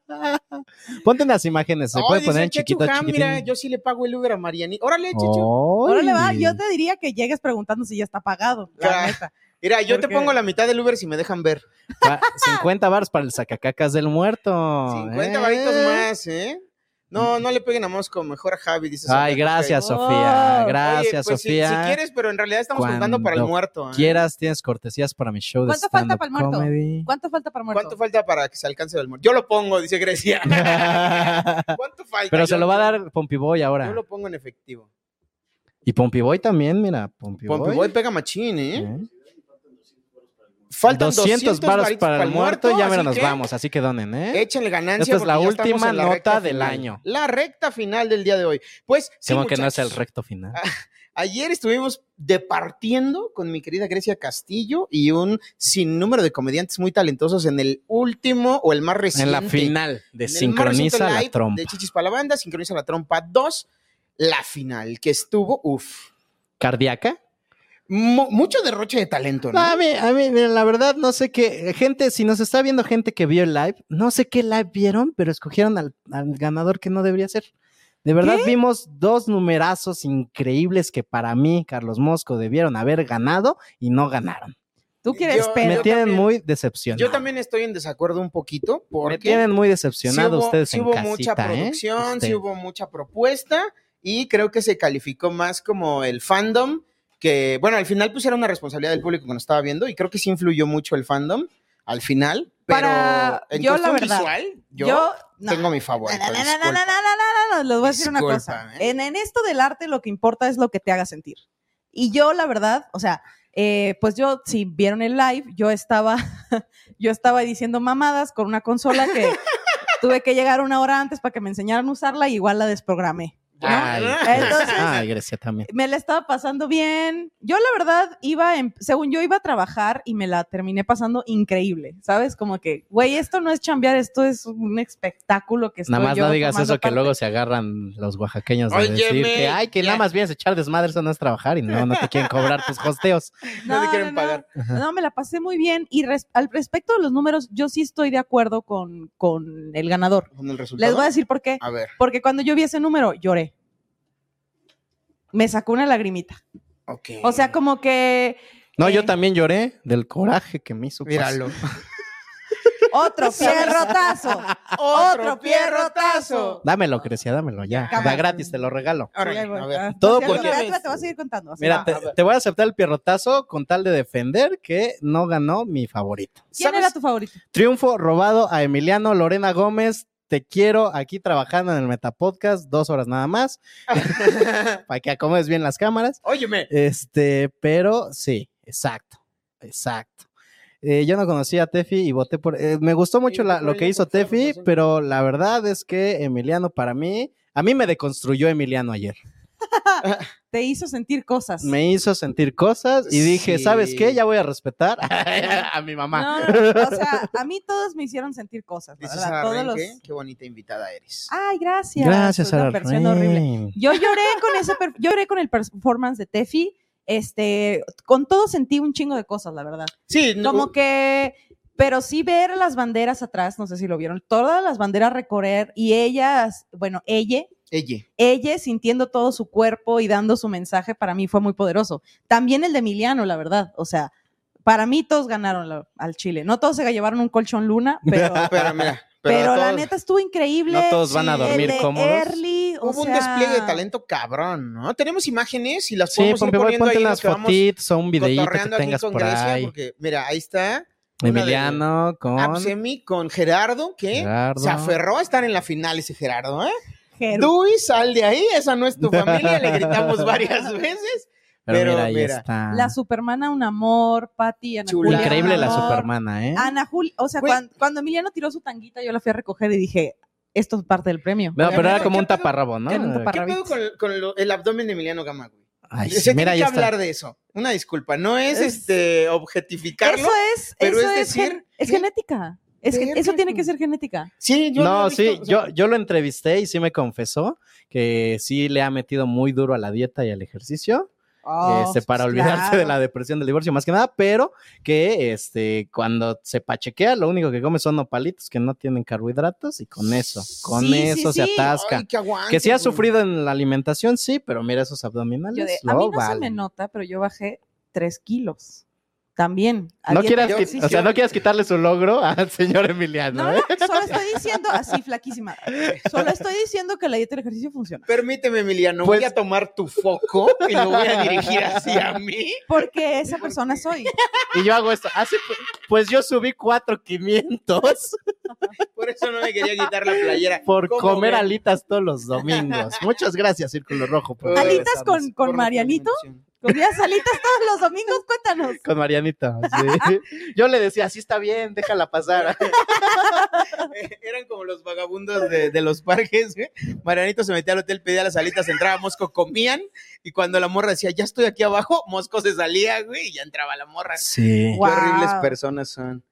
[SPEAKER 6] Ponte unas imágenes, se
[SPEAKER 5] Ay,
[SPEAKER 6] puede
[SPEAKER 5] dice
[SPEAKER 6] poner en
[SPEAKER 5] Chechu
[SPEAKER 6] chiquito,
[SPEAKER 5] Ham,
[SPEAKER 6] chiquitín.
[SPEAKER 5] Mira, yo sí le pago el Uber a Mariani. Órale, Chechu.
[SPEAKER 8] Órale, va,
[SPEAKER 6] Ay.
[SPEAKER 8] yo te diría que llegues preguntando si ya está pagado. la
[SPEAKER 5] Claro.
[SPEAKER 8] neta.
[SPEAKER 5] Mira, yo
[SPEAKER 8] ¿Por
[SPEAKER 5] te
[SPEAKER 8] qué?
[SPEAKER 5] pongo la mitad del Uber si me dejan ver.
[SPEAKER 6] Va, 50 bars para el sacacacas del muerto.
[SPEAKER 5] 50
[SPEAKER 6] ¿eh?
[SPEAKER 5] varitos más, ¿eh? No, no le peguen a Mosco, mejor a Javi, dice.
[SPEAKER 6] Ay,
[SPEAKER 5] Sofía
[SPEAKER 6] gracias,
[SPEAKER 5] Cascay.
[SPEAKER 6] Sofía.
[SPEAKER 5] Oye,
[SPEAKER 6] Gracias,
[SPEAKER 5] pues, si-
[SPEAKER 6] Sofía.
[SPEAKER 5] Si, quieres, pero en realidad estamos juntando para el
[SPEAKER 6] Cuando
[SPEAKER 5] muerto. ¿eh?
[SPEAKER 6] Quieras, tienes cortesías para mi show de
[SPEAKER 8] ¿Cuánto falta
[SPEAKER 6] stand-up
[SPEAKER 8] para el muerto?
[SPEAKER 6] comedy.
[SPEAKER 8] ¿Cuánto falta para el muerto?
[SPEAKER 5] ¿Cuánto falta para que se alcance el muerto? Yo lo pongo, dice Grecia. ¿Cuánto falta?
[SPEAKER 6] Pero
[SPEAKER 5] Yo-
[SPEAKER 6] se lo va a dar Pompiboy ahora.
[SPEAKER 5] Yo lo pongo en efectivo.
[SPEAKER 6] Y Pompiboy también, mira, Pompiboy.
[SPEAKER 5] Pompi Boy pega machín, ¿eh? Faltan
[SPEAKER 6] 200 varos
[SPEAKER 5] varitos
[SPEAKER 6] para el muerto, ya mero
[SPEAKER 5] así
[SPEAKER 6] nos
[SPEAKER 5] que
[SPEAKER 6] vamos, así que donen, ¿eh?
[SPEAKER 5] Échenle ganancia.
[SPEAKER 6] Esta es la
[SPEAKER 5] porque ya estamos
[SPEAKER 6] última
[SPEAKER 5] en la
[SPEAKER 6] nota
[SPEAKER 5] recta
[SPEAKER 6] del
[SPEAKER 5] final.
[SPEAKER 6] año.
[SPEAKER 5] La recta final del día de hoy. Pues, sí,
[SPEAKER 6] Como que no es el
[SPEAKER 5] muchachos.
[SPEAKER 6] recto final.
[SPEAKER 5] Ayer estuvimos departiendo con mi querida Grecia Castillo y un sinnúmero de comediantes muy talentosos en el último o el más
[SPEAKER 6] en
[SPEAKER 5] reciente.
[SPEAKER 6] la final de
[SPEAKER 5] en el más reciente
[SPEAKER 6] Sincroniza la
[SPEAKER 5] live
[SPEAKER 6] Trompa.
[SPEAKER 5] De Chichis para la Banda, Sincroniza la Trompa 2, la final, que estuvo, uff.
[SPEAKER 6] ¿Cardíaca?
[SPEAKER 5] mucho derroche de talento, ¿no?
[SPEAKER 6] A mí, a mí, miren, la verdad, no sé qué. Gente, si nos está viendo gente que vio el live, no sé qué live vieron, pero escogieron al, al ganador que no debería ser. De verdad, vimos dos numerazos increíbles que para mí, Carlos Mosco, debieron haber ganado y no ganaron.
[SPEAKER 8] Tú quieres
[SPEAKER 5] Yo-
[SPEAKER 6] Me
[SPEAKER 8] pero.
[SPEAKER 6] tienen
[SPEAKER 5] también-
[SPEAKER 6] muy decepcionado.
[SPEAKER 5] Yo también estoy en desacuerdo un poquito porque
[SPEAKER 6] Me tienen muy
[SPEAKER 5] sí
[SPEAKER 6] decepcionado
[SPEAKER 5] hubo,
[SPEAKER 6] ustedes
[SPEAKER 5] sí
[SPEAKER 6] en
[SPEAKER 5] hubo
[SPEAKER 6] casita,
[SPEAKER 5] mucha
[SPEAKER 6] ¿eh?
[SPEAKER 5] producción, sí
[SPEAKER 6] Usted-
[SPEAKER 5] hubo mucha propuesta y creo que se calificó más como el fandom que, bueno, al final pues era una responsabilidad del público que nos estaba viendo y creo que sí influyó mucho el fandom al final, pero
[SPEAKER 8] Para-
[SPEAKER 5] en
[SPEAKER 8] yo, la
[SPEAKER 5] cuestión
[SPEAKER 8] verdad,
[SPEAKER 5] visual yo,
[SPEAKER 8] yo- no.
[SPEAKER 5] tengo mi favorito.
[SPEAKER 8] Na, na, na, na,
[SPEAKER 5] disculpa.
[SPEAKER 8] na, na, na, na, na, Les voy a decir una cosa.
[SPEAKER 5] Discúlpame.
[SPEAKER 8] En, en esto del arte lo que importa es lo que te haga sentir. Y yo, la verdad, o sea, eh, pues yo, si vieron el live, yo estaba, yo estaba diciendo mamadas con una consola que tuve que llegar una hora antes para que me enseñaran a usarla y igual la desprogramé. ¿no?
[SPEAKER 6] Ay,
[SPEAKER 8] Entonces-
[SPEAKER 6] ay, Grecia también.
[SPEAKER 8] Me la estaba pasando bien. Yo, la verdad, iba, en- según yo, iba a trabajar y me la terminé pasando increíble, ¿sabes? Como que, güey, esto no es chambear, esto es un espectáculo que estoy
[SPEAKER 6] Nada más
[SPEAKER 8] yo
[SPEAKER 6] no digas
[SPEAKER 8] formando
[SPEAKER 6] eso que
[SPEAKER 8] parte.
[SPEAKER 6] luego se agarran los oaxaqueños de
[SPEAKER 5] Óyeme,
[SPEAKER 6] decir que ay, que
[SPEAKER 5] ya.
[SPEAKER 6] nada más vienes a echar desmadre, eso no es trabajar y no, no te quieren cobrar tus hosteos.
[SPEAKER 5] No, te quieren pagar.
[SPEAKER 8] No, me la pasé muy bien. Y res- al respecto de los números, yo sí estoy de acuerdo con, con el ganador.
[SPEAKER 5] Con el resultado.
[SPEAKER 8] Les voy a decir por qué.
[SPEAKER 5] A ver.
[SPEAKER 8] Porque cuando yo vi ese número, lloré. Me sacó una lagrimita.
[SPEAKER 5] Ok.
[SPEAKER 8] O sea, como que
[SPEAKER 6] No, yo también lloré del coraje que me hizo. pues. pasar.
[SPEAKER 5] Míralo.
[SPEAKER 8] otro pierrotazo, otro pierrotazo.
[SPEAKER 6] Dámelo, Crecia, dámelo ya.
[SPEAKER 8] Cámara.
[SPEAKER 6] Da gratis, te lo regalo.
[SPEAKER 5] Órale,
[SPEAKER 8] Ahí voy.
[SPEAKER 5] a ver.
[SPEAKER 8] Ah,
[SPEAKER 6] Todo
[SPEAKER 8] no,
[SPEAKER 6] porque-
[SPEAKER 8] espérate, Te voy a seguir contando. así
[SPEAKER 6] Mira,
[SPEAKER 8] va.
[SPEAKER 6] te, te voy a aceptar el pierrotazo con tal de defender que no ganó mi favorito.
[SPEAKER 8] ¿Quién
[SPEAKER 5] ¿sabes?
[SPEAKER 8] era tu favorito?
[SPEAKER 6] Triunfo robado a Emiliano Lorena Gómez te quiero aquí trabajando en el Metapodcast, dos horas nada más, para que acomodes bien las cámaras.
[SPEAKER 5] Óyeme.
[SPEAKER 6] Este, pero sí, exacto, exacto. Eh, yo no conocía a Tefi y voté por... eh, me gustó mucho la- lo que hizo Tefi, pero la verdad es que Emiliano para mí, a mí me deconstruyó Emiliano ayer.
[SPEAKER 8] Te hizo sentir cosas.
[SPEAKER 6] Me hizo sentir cosas y dije,
[SPEAKER 8] Sí.
[SPEAKER 6] ¿sabes qué? Ya voy a respetar a mi
[SPEAKER 8] No,
[SPEAKER 6] mamá.
[SPEAKER 8] no, no, o sea, a mí todos me hicieron sentir cosas, la
[SPEAKER 5] Dices
[SPEAKER 8] verdad,
[SPEAKER 5] a
[SPEAKER 8] todos los-
[SPEAKER 5] Renke, qué bonita invitada eres.
[SPEAKER 8] Ay, gracias.
[SPEAKER 6] Gracias,
[SPEAKER 8] Una
[SPEAKER 6] Sara
[SPEAKER 8] persona
[SPEAKER 6] Rein.
[SPEAKER 8] horrible. Yo lloré con ese per- yo lloré con el performance de Tefi. Este, con todo sentí un chingo de cosas, la verdad.
[SPEAKER 5] Sí,
[SPEAKER 8] como que pero sí ver las banderas atrás, no sé si lo vieron, todas las banderas recorrer y ellas, bueno, ella
[SPEAKER 5] Ella.
[SPEAKER 8] ella sintiendo todo su cuerpo y dando su mensaje para mí fue muy poderoso. También el de Emiliano, la verdad. O sea, para mí todos ganaron la- al Chile. No todos se llevaron un colchón luna, pero,
[SPEAKER 5] Pero mira,
[SPEAKER 8] pero, la
[SPEAKER 5] todos-
[SPEAKER 8] neta estuvo increíble.
[SPEAKER 6] no todos van a
[SPEAKER 8] El
[SPEAKER 6] dormir
[SPEAKER 8] de
[SPEAKER 6] cómodos.
[SPEAKER 8] Early, o
[SPEAKER 5] Hubo un
[SPEAKER 8] sea,
[SPEAKER 5] despliegue de talento cabrón, ¿no? Tenemos imágenes y las
[SPEAKER 6] Sí,
[SPEAKER 5] podemos
[SPEAKER 6] Pompey
[SPEAKER 5] ir
[SPEAKER 6] Boy,
[SPEAKER 5] poniendo
[SPEAKER 6] ponte
[SPEAKER 5] ahí en lo
[SPEAKER 6] unas
[SPEAKER 5] que vamos
[SPEAKER 6] fotitos o un videíto que
[SPEAKER 5] cotorreando aquí
[SPEAKER 6] tengas
[SPEAKER 5] con
[SPEAKER 6] por
[SPEAKER 5] Grecia,
[SPEAKER 6] ahí.
[SPEAKER 5] porque mira, ahí está una de-
[SPEAKER 6] Emiliano con...
[SPEAKER 8] Ah, pues
[SPEAKER 5] Absemi con Gerardo, que
[SPEAKER 6] Gerardo.
[SPEAKER 5] se aferró a estar en la final ese Gerardo, ¿eh?
[SPEAKER 8] Ger-
[SPEAKER 5] Dui, sal de ahí, esa no es tu familia, le gritamos varias veces.
[SPEAKER 6] Pero
[SPEAKER 5] Pero
[SPEAKER 6] mira, ahí
[SPEAKER 5] mira,
[SPEAKER 6] está.
[SPEAKER 8] La Supermana, un amor, Pati, Ana Julia,
[SPEAKER 6] Increíble
[SPEAKER 8] un
[SPEAKER 6] la
[SPEAKER 8] amor.
[SPEAKER 6] supermana, ¿eh?
[SPEAKER 8] Ana Julia, o sea, cuan- cuando, Emiliano tiró su tanguita, yo la fui a recoger y dije, esto es parte del premio.
[SPEAKER 6] No, pero era como
[SPEAKER 5] ¿qué
[SPEAKER 6] un
[SPEAKER 5] pedo?
[SPEAKER 6] taparrabo, ¿no?
[SPEAKER 8] Era un
[SPEAKER 5] ¿Qué
[SPEAKER 8] taparrabito.
[SPEAKER 5] pedo con, con lo- el abdomen de Emiliano Gama, güey?
[SPEAKER 6] Ay,
[SPEAKER 5] Se tiene
[SPEAKER 6] mira, ahí
[SPEAKER 5] que
[SPEAKER 6] está.
[SPEAKER 5] hablar de eso. Una disculpa, no es,
[SPEAKER 8] Es-
[SPEAKER 5] este objetificarlo.
[SPEAKER 8] Eso es,
[SPEAKER 5] pero
[SPEAKER 8] eso
[SPEAKER 5] es
[SPEAKER 8] es,
[SPEAKER 5] decir,
[SPEAKER 8] gen- es genética. Es gen- eso tiene que ser genética.
[SPEAKER 5] Sí, yo
[SPEAKER 6] No,
[SPEAKER 5] he visto,
[SPEAKER 6] sí,
[SPEAKER 5] o sea,
[SPEAKER 6] yo, yo lo entrevisté y sí me confesó que sí le ha metido muy duro a la dieta y al ejercicio.
[SPEAKER 8] Oh,
[SPEAKER 6] este, para olvidarse de la depresión del divorcio, más que nada, pero que este, cuando se pachequea, lo único que come son nopalitos que no tienen carbohidratos y con eso, con
[SPEAKER 8] Sí, sí,
[SPEAKER 6] eso se
[SPEAKER 8] sí.
[SPEAKER 6] atasca.
[SPEAKER 5] ay, que aguante,
[SPEAKER 6] que sí ha
[SPEAKER 5] güey.
[SPEAKER 6] sufrido en la alimentación, sí, pero mira esos abdominales.
[SPEAKER 8] Yo de- a
[SPEAKER 6] lo
[SPEAKER 8] mí no se
[SPEAKER 6] valen.
[SPEAKER 8] me nota, pero yo bajé 3 kilos. También.
[SPEAKER 6] No
[SPEAKER 8] Había-
[SPEAKER 6] quieras,
[SPEAKER 8] Yo-
[SPEAKER 6] qui-
[SPEAKER 8] sí,
[SPEAKER 6] o sea,
[SPEAKER 8] sí.
[SPEAKER 6] no quieras quitarle su logro al señor Emiliano.
[SPEAKER 8] No,
[SPEAKER 6] ¿eh?
[SPEAKER 8] no, solo estoy diciendo, así flaquísima, solo estoy diciendo que la dieta y el ejercicio funciona.
[SPEAKER 5] Permíteme, Emiliano,
[SPEAKER 6] Pues
[SPEAKER 5] voy a tomar tu foco y lo voy a dirigir hacia mí.
[SPEAKER 8] Porque esa persona soy.
[SPEAKER 6] Y yo hago esto. Así, pues, pues yo subí 4,500
[SPEAKER 5] Por eso no me quería quitar la playera.
[SPEAKER 6] por
[SPEAKER 5] ¿Cómo
[SPEAKER 6] comer
[SPEAKER 5] ven?
[SPEAKER 6] alitas todos los domingos. Muchas gracias, Círculo Rojo. por
[SPEAKER 8] ¿Alitas
[SPEAKER 6] regresarnos.
[SPEAKER 8] con, con Marianito? ¿Comías alitas todos los domingos? Cuéntanos.
[SPEAKER 6] Con Marianita, sí. Yo le decía, así está bien, déjala pasar.
[SPEAKER 5] Eh, Eran como los vagabundos de, de los parques. güey. Marianito se metía al hotel, pedía las alitas, entraba Mosco, comían. Y cuando la morra decía, ya estoy aquí abajo, Mosco se salía, güey, y ya entraba la morra.
[SPEAKER 6] Sí.
[SPEAKER 5] Qué
[SPEAKER 8] Guau.
[SPEAKER 5] horribles personas son.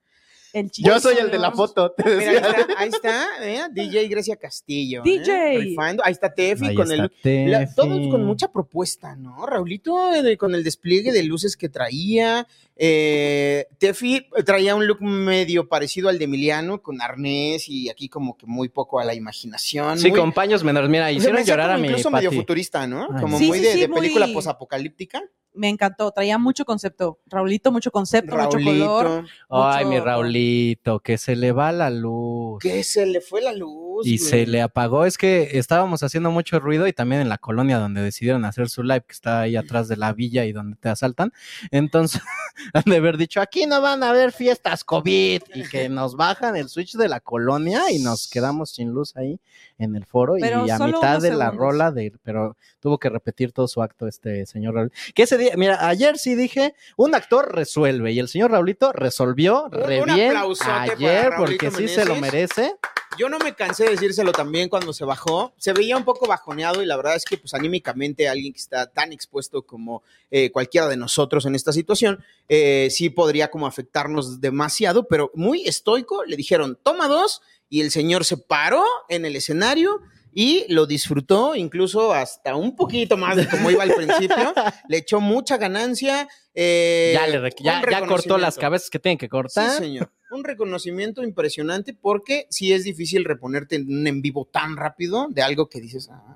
[SPEAKER 8] El chiste.
[SPEAKER 6] Yo soy el de la foto, te
[SPEAKER 5] Mira, ahí
[SPEAKER 6] decía.
[SPEAKER 5] está, ahí está, eh, DJ Grecia Castillo. eh,
[SPEAKER 8] DJ.
[SPEAKER 5] rifando. Ahí está Tefi
[SPEAKER 6] Ahí
[SPEAKER 5] con el.
[SPEAKER 6] está
[SPEAKER 5] la-
[SPEAKER 6] Tefi.
[SPEAKER 5] todos con mucha propuesta, ¿no? Raulito eh, de- con el despliegue de luces que traía. eh, Tefi traía un look medio parecido al de Emiliano, con arnés y aquí como que muy poco a la imaginación.
[SPEAKER 6] Sí,
[SPEAKER 5] muy-
[SPEAKER 6] con paños menores. Mira,
[SPEAKER 5] o sea,
[SPEAKER 6] hicieron
[SPEAKER 5] me hacía
[SPEAKER 6] llorar a
[SPEAKER 5] como
[SPEAKER 6] mi
[SPEAKER 5] Incluso medio
[SPEAKER 6] Pati.
[SPEAKER 5] futurista, ¿no?
[SPEAKER 6] Ay.
[SPEAKER 5] como
[SPEAKER 8] Sí,
[SPEAKER 5] muy
[SPEAKER 8] sí,
[SPEAKER 5] de,
[SPEAKER 8] sí,
[SPEAKER 5] de
[SPEAKER 8] muy-
[SPEAKER 5] película posapocalíptica.
[SPEAKER 8] Me encantó, traía mucho concepto. Raulito, mucho concepto, mucho color.
[SPEAKER 5] Raulito.
[SPEAKER 6] Ay,
[SPEAKER 8] mucho-
[SPEAKER 6] mi Raulito, que se le va la luz.
[SPEAKER 5] Que se le fue la luz.
[SPEAKER 6] Y
[SPEAKER 5] güey.
[SPEAKER 6] se le apagó. Es que estábamos haciendo mucho ruido y también en la colonia donde decidieron hacer su live, que está ahí atrás de la villa y donde te asaltan. Entonces, han de haber dicho, aquí no van a haber fiestas COVID. Y que nos bajan el switch de la colonia y nos quedamos sin luz ahí en el foro.
[SPEAKER 8] Pero
[SPEAKER 6] y a
[SPEAKER 8] solo
[SPEAKER 6] mitad
[SPEAKER 8] unos
[SPEAKER 6] de la
[SPEAKER 8] segundos.
[SPEAKER 6] rola de... Pero tuvo que repetir todo su acto este señor Raúl. Que ese día, mira, ayer sí dije, un actor resuelve y el señor Raulito resolvió
[SPEAKER 5] Un-
[SPEAKER 6] re
[SPEAKER 5] un
[SPEAKER 6] bien
[SPEAKER 5] aplausote para
[SPEAKER 6] ayer
[SPEAKER 5] Raulito
[SPEAKER 6] porque sí se lo
[SPEAKER 5] Meneses.
[SPEAKER 6] merece.
[SPEAKER 5] Yo no me cansé de decírselo también cuando se bajó. Se veía un poco bajoneado y la verdad es que pues anímicamente alguien que está tan expuesto como eh, cualquiera de nosotros en esta situación, eh, sí podría como afectarnos demasiado, pero muy estoico le dijeron, toma dos y el señor se paró en el escenario. Y lo disfrutó incluso hasta un poquito más de como iba al principio. Le echó mucha ganancia. eh,
[SPEAKER 6] ya, le re- ya,
[SPEAKER 5] un
[SPEAKER 6] ya cortó las
[SPEAKER 5] reconocimiento.
[SPEAKER 6] cabezas que tienen que
[SPEAKER 5] Sí,
[SPEAKER 6] cortar.
[SPEAKER 5] señor. Un reconocimiento impresionante porque sí es difícil reponerte en un en vivo tan rápido de algo que dices, "Ay,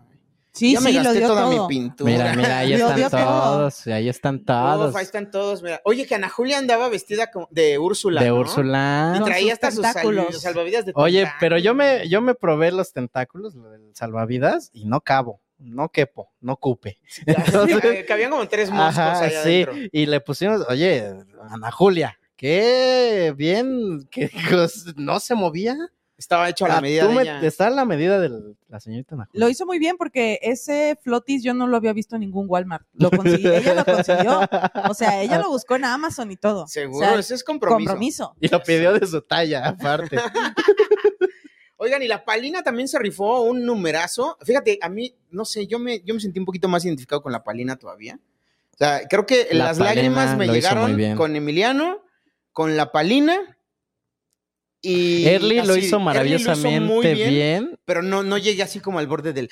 [SPEAKER 8] Sí,
[SPEAKER 5] ya me
[SPEAKER 8] sí, lo
[SPEAKER 5] gasté
[SPEAKER 8] dio
[SPEAKER 5] toda
[SPEAKER 8] todo.
[SPEAKER 5] mi pintura.
[SPEAKER 6] mira, mira, ahí
[SPEAKER 8] Lo
[SPEAKER 6] están
[SPEAKER 8] dio todo.
[SPEAKER 6] todos, ahí están todos.
[SPEAKER 5] Uf, ahí están todos. mira. Oye, que Ana Julia andaba vestida como- de Úrsula.
[SPEAKER 6] de
[SPEAKER 5] ¿no?
[SPEAKER 6] Úrsula.
[SPEAKER 5] Y
[SPEAKER 8] Con
[SPEAKER 5] traía
[SPEAKER 8] sus
[SPEAKER 5] hasta sus
[SPEAKER 8] tentáculos.
[SPEAKER 5] sal- salvavidas de
[SPEAKER 6] Oye,
[SPEAKER 5] tentáculos.
[SPEAKER 6] pero yo me, yo me probé los tentáculos, lo del salvavidas, y no cabo, no quepo, no cupe. Entonces,
[SPEAKER 5] Eh, que habían como tres moscos
[SPEAKER 6] ajá,
[SPEAKER 5] allá
[SPEAKER 6] sí,
[SPEAKER 5] adentro.
[SPEAKER 6] y le pusimos, oye, Ana Julia, qué bien, que pues, no se movía.
[SPEAKER 5] Estaba hecho a la
[SPEAKER 6] Ah,
[SPEAKER 5] medida
[SPEAKER 6] tú
[SPEAKER 5] de
[SPEAKER 6] me-
[SPEAKER 5] ella.
[SPEAKER 6] Está a la medida de la señorita Nahuel.
[SPEAKER 8] Lo hizo muy bien porque ese flotis yo no lo había visto en ningún Walmart. Lo consiguió, ella lo consiguió. O sea, ella lo buscó en Amazon y todo.
[SPEAKER 5] Seguro,
[SPEAKER 8] O sea,
[SPEAKER 5] eso es compromiso.
[SPEAKER 8] Compromiso.
[SPEAKER 6] Y lo pidió de su talla, aparte.
[SPEAKER 5] Oigan, y la Palina también se rifó un numerazo. Fíjate, a mí, no sé, yo me, yo me sentí un poquito más identificado con la Palina todavía. O sea, creo que
[SPEAKER 6] La
[SPEAKER 5] las
[SPEAKER 6] Palina
[SPEAKER 5] lágrimas me
[SPEAKER 6] lo hizo muy
[SPEAKER 5] llegaron
[SPEAKER 6] bien.
[SPEAKER 5] con Emiliano, con la Palina. Y
[SPEAKER 6] Erly lo hizo
[SPEAKER 5] muy
[SPEAKER 6] maravillosamente bien.
[SPEAKER 5] Pero no, no llegué así como al borde del.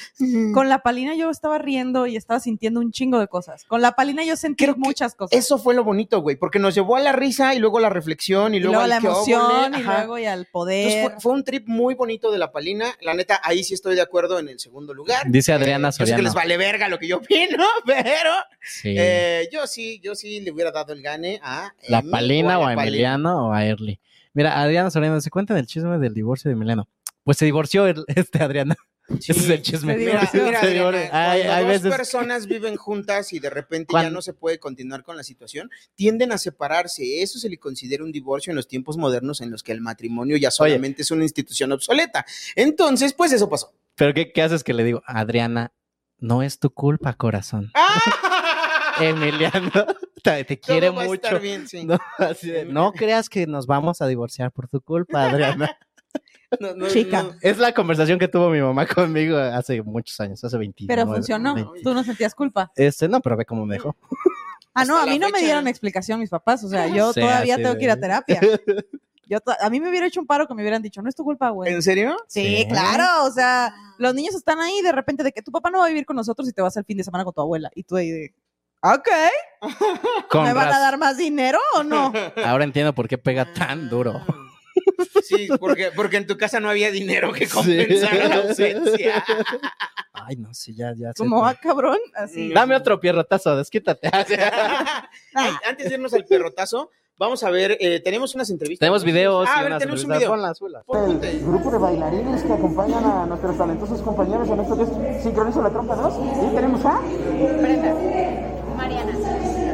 [SPEAKER 8] Con la palina yo estaba riendo y estaba sintiendo un chingo de cosas. Con la palina yo sentí muchas cosas.
[SPEAKER 5] Eso fue lo bonito, güey, porque nos llevó a la risa y luego a la reflexión y
[SPEAKER 8] Y
[SPEAKER 5] luego,
[SPEAKER 8] luego a
[SPEAKER 5] al
[SPEAKER 8] la
[SPEAKER 5] qué óvole,
[SPEAKER 8] emoción y
[SPEAKER 5] ajá.
[SPEAKER 8] luego y al
[SPEAKER 5] Entonces,
[SPEAKER 8] poder.
[SPEAKER 5] fue, fue un trip muy bonito de la Palina. La neta, ahí sí estoy de acuerdo en el segundo lugar.
[SPEAKER 6] Dice Adriana
[SPEAKER 5] Eh, Yo sé que
[SPEAKER 6] Soriano.
[SPEAKER 5] les vale verga lo que yo opino, pero
[SPEAKER 6] Sí.
[SPEAKER 5] eh, yo sí, yo sí le hubiera dado el gane a
[SPEAKER 6] la
[SPEAKER 5] Emi
[SPEAKER 6] Palina o
[SPEAKER 5] la
[SPEAKER 6] a Emiliano o a Erly. Mira, Adriana Soriano, ¿se cuentan el chisme del divorcio de Emiliano? Pues se divorció el- este Adriana. Ese es el chisme.
[SPEAKER 5] Mira, mira,
[SPEAKER 6] Se
[SPEAKER 5] Adriana,
[SPEAKER 6] divorció.
[SPEAKER 5] cuando
[SPEAKER 6] Hay- hay
[SPEAKER 5] dos
[SPEAKER 6] veces
[SPEAKER 5] personas viven juntas y de repente ya
[SPEAKER 6] Cuando-
[SPEAKER 5] no se puede continuar con la situación, tienden a separarse. Eso se le considera un divorcio en los tiempos modernos en los que el matrimonio ya solamente es una institución obsoleta. Entonces, pues eso pasó.
[SPEAKER 6] Pero ¿qué, qué haces que le digo? Adriana, no es tu culpa, corazón. Emiliano, te, te quiere
[SPEAKER 5] ¡Ah! Todo va a
[SPEAKER 6] mucho.
[SPEAKER 5] estar bien, sí.
[SPEAKER 6] No, así de, no creas que nos vamos a divorciar por tu culpa, Adriana.
[SPEAKER 5] No, no, no.
[SPEAKER 6] Es la conversación que tuvo mi mamá conmigo hace muchos años, hace 20
[SPEAKER 8] Pero funcionó. Tú no sentías culpa.
[SPEAKER 6] Este, no, pero ve cómo me dejó.
[SPEAKER 8] Ah, no,
[SPEAKER 5] Hasta
[SPEAKER 8] a mí
[SPEAKER 5] la
[SPEAKER 8] no me
[SPEAKER 5] fecha.
[SPEAKER 8] dieron explicación mis papás. O sea, yo
[SPEAKER 6] Sí,
[SPEAKER 8] todavía
[SPEAKER 6] así
[SPEAKER 8] tengo
[SPEAKER 6] de-
[SPEAKER 8] que ir a terapia. Yo to- a mí me hubiera hecho un paro que me hubieran dicho, no es tu culpa, güey.
[SPEAKER 5] ¿En serio?
[SPEAKER 8] Sí,
[SPEAKER 6] Sí.
[SPEAKER 8] claro, o sea, los niños están ahí de repente de que tu papá no va a vivir con nosotros y te vas el fin de semana con tu abuela. Y tú ahí de, ok,
[SPEAKER 6] Con
[SPEAKER 8] ¿me van a
[SPEAKER 6] razón.
[SPEAKER 8] dar más dinero o no?
[SPEAKER 6] Ahora entiendo por qué pega tan duro.
[SPEAKER 5] Sí, porque, porque en tu casa no había dinero que compensar
[SPEAKER 6] Sí.
[SPEAKER 5] la ausencia.
[SPEAKER 6] Ay, no, sí, ya, ya. sé.
[SPEAKER 8] Como, ah, cabrón, así.
[SPEAKER 6] Dame otro pierrotazo, desquítate.
[SPEAKER 5] Ay, Antes de irnos al perrotazo, vamos a ver, eh, tenemos unas entrevistas.
[SPEAKER 6] Tenemos videos
[SPEAKER 5] Ah,
[SPEAKER 6] y
[SPEAKER 5] a ver,
[SPEAKER 6] unas
[SPEAKER 5] tenemos un
[SPEAKER 6] entrevistas. Ponlas,
[SPEAKER 5] video.
[SPEAKER 6] ponlas.
[SPEAKER 5] Ponte.
[SPEAKER 3] grupo de bailarines que acompañan a nuestros talentosos compañeros en esto que es Sincronizo la Trompa 2. Y tenemos a Brenda. Mariana.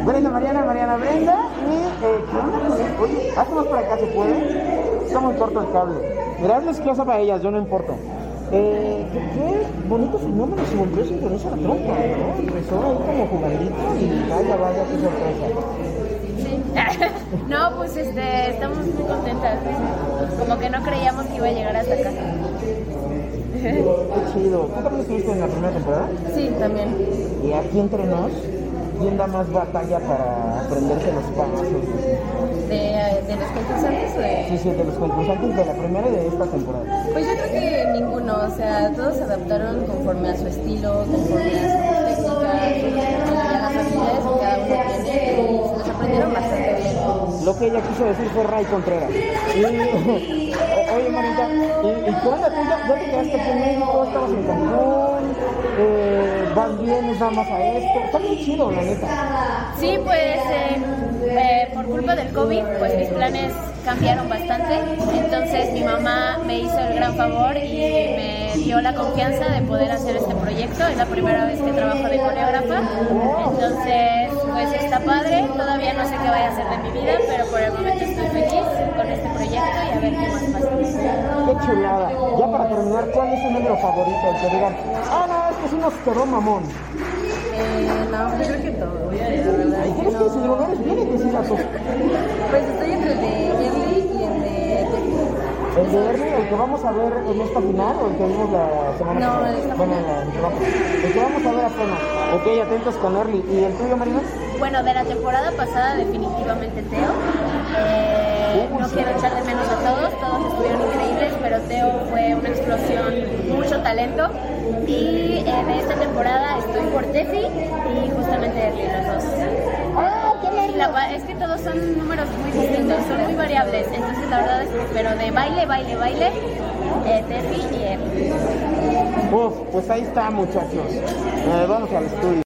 [SPEAKER 3] Brenda, Mariana, Mariana, Brenda. Y, eh, ¿qué onda con el- Oye, hazte más para acá, ¿se puede? Está muy corto el cable. Mirá, hazles close para ellas, yo no importo. Eh, ¿qué, qué bonito fenómeno se volvió Sincronizo la Trompa, ¿no? Empezó ahí como jugadito y vaya, vaya, qué sorpresa.
[SPEAKER 13] No, pues este, estamos muy contentas. Como que no creíamos que iba a llegar hasta acá.
[SPEAKER 3] Qué chido. ¿Tú también estuviste en la primera temporada?
[SPEAKER 13] Sí, también.
[SPEAKER 3] Y aquí entre nos, ¿quién da más batalla para aprenderse los pasos?
[SPEAKER 13] De, de los concursantes,
[SPEAKER 3] Sí,
[SPEAKER 13] eh,
[SPEAKER 3] sí, de los concursantes de la primera y de esta temporada.
[SPEAKER 13] pues yo creo que ninguno, o sea, todos se adaptaron conforme a su estilo, conforme a sus técnicas, conforme a las habilidades que cada uno tiene y se las aprendieron bastante bien.
[SPEAKER 3] Lo que ella quiso decir fue Ray Contreras. Y, oye, Marita, ¿y, y qué onda? ¿Tú ya, ya te quedaste aquí en México? ¿Estabas en Cancún? Eh, ¿Vas bien? ¿Vas más a esto? Está bien chido, la neta.
[SPEAKER 13] Sí, pues eh, eh, por culpa del COVID, pues mis planes cambiaron bastante. Entonces mi mamá me hizo el gran favor y me dio la confianza de poder hacer este proyecto. Es la primera vez que trabajo de coreógrafa. Entonces, pues está padre. Todavía no sé qué vaya a hacer de mi vida, pero por el momento estoy feliz con este proyecto y a ver qué más pasa.
[SPEAKER 3] Qué chulada. Ya para terminar, ¿cuál es tu número favorito? El que digan, ah, no, es que es un asqueroso mamón.
[SPEAKER 13] Eh, no, yo creo que todo. La verdad es que
[SPEAKER 3] Tienes que
[SPEAKER 13] no.
[SPEAKER 3] decir honores, bien y decir a sus
[SPEAKER 13] Pues estoy entre el de Early y el de Equity.
[SPEAKER 3] ¿El de Ernie, el que vamos a ver en esta final o el que vimos la semana
[SPEAKER 13] No,
[SPEAKER 3] pasada?
[SPEAKER 13] esta
[SPEAKER 3] Bueno, la- el que vamos- el que vamos a ver apenas. Ok, atentos con Erly. ¿Y el tuyo, Marina?
[SPEAKER 13] Bueno, de la temporada pasada definitivamente Teo. Eh, no quiero echar de menos a todos, todos estuvieron increíbles, pero Teo fue una explosión, mucho talento. Y eh, de esta temporada estoy por Tefi y justamente Erly, los dos. Y la va- es que todos son números muy distintos, son muy variables, entonces la verdad es que, pero de baile, baile, baile, eh, Tefi y Erly.
[SPEAKER 3] Uf, pues ahí está, muchachos. Eh, vamos al estudio.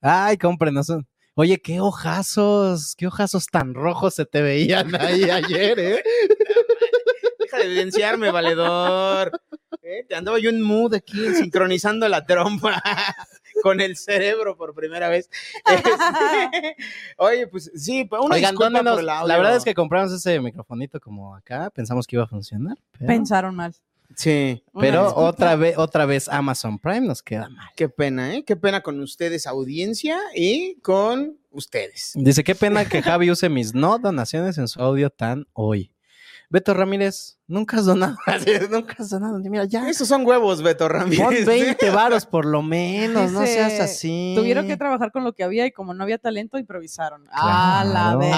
[SPEAKER 6] Ay, cómprenos un- Oye, qué ojazos, qué ojazos tan rojos se te veían ahí ayer, ¿eh?
[SPEAKER 5] Deja de evidenciarme, valedor. Eh, Te andaba yo en mood aquí, sincronizando la trompa. con el cerebro por primera vez. Este, Oye, pues sí, pues, una
[SPEAKER 6] Oigan,
[SPEAKER 5] disculpa
[SPEAKER 6] ¿dónde nos-
[SPEAKER 5] por el audio.
[SPEAKER 6] la verdad es que compramos ese microfonito como acá, pensamos que iba a funcionar. pero-
[SPEAKER 8] Pensaron mal.
[SPEAKER 5] Sí.
[SPEAKER 8] Una
[SPEAKER 6] Pero
[SPEAKER 8] disculpa.
[SPEAKER 6] otra vez, otra vez Amazon Prime nos queda mal.
[SPEAKER 5] Qué pena, ¿eh? Qué pena con ustedes, audiencia, y con ustedes.
[SPEAKER 6] Dice, qué pena que Javi use mis no donaciones en su audio tan hoy. Beto Ramírez, nunca has donado. Así es, nunca has donado. Mira, ya.
[SPEAKER 5] Esos son huevos, Beto
[SPEAKER 6] Pon
[SPEAKER 5] Ramírez.
[SPEAKER 6] 20 varos por lo menos, no
[SPEAKER 8] Dice,
[SPEAKER 6] seas así.
[SPEAKER 8] Tuvieron que trabajar con lo que había y como no había talento, improvisaron. Ah, la
[SPEAKER 6] Claro.
[SPEAKER 8] verga.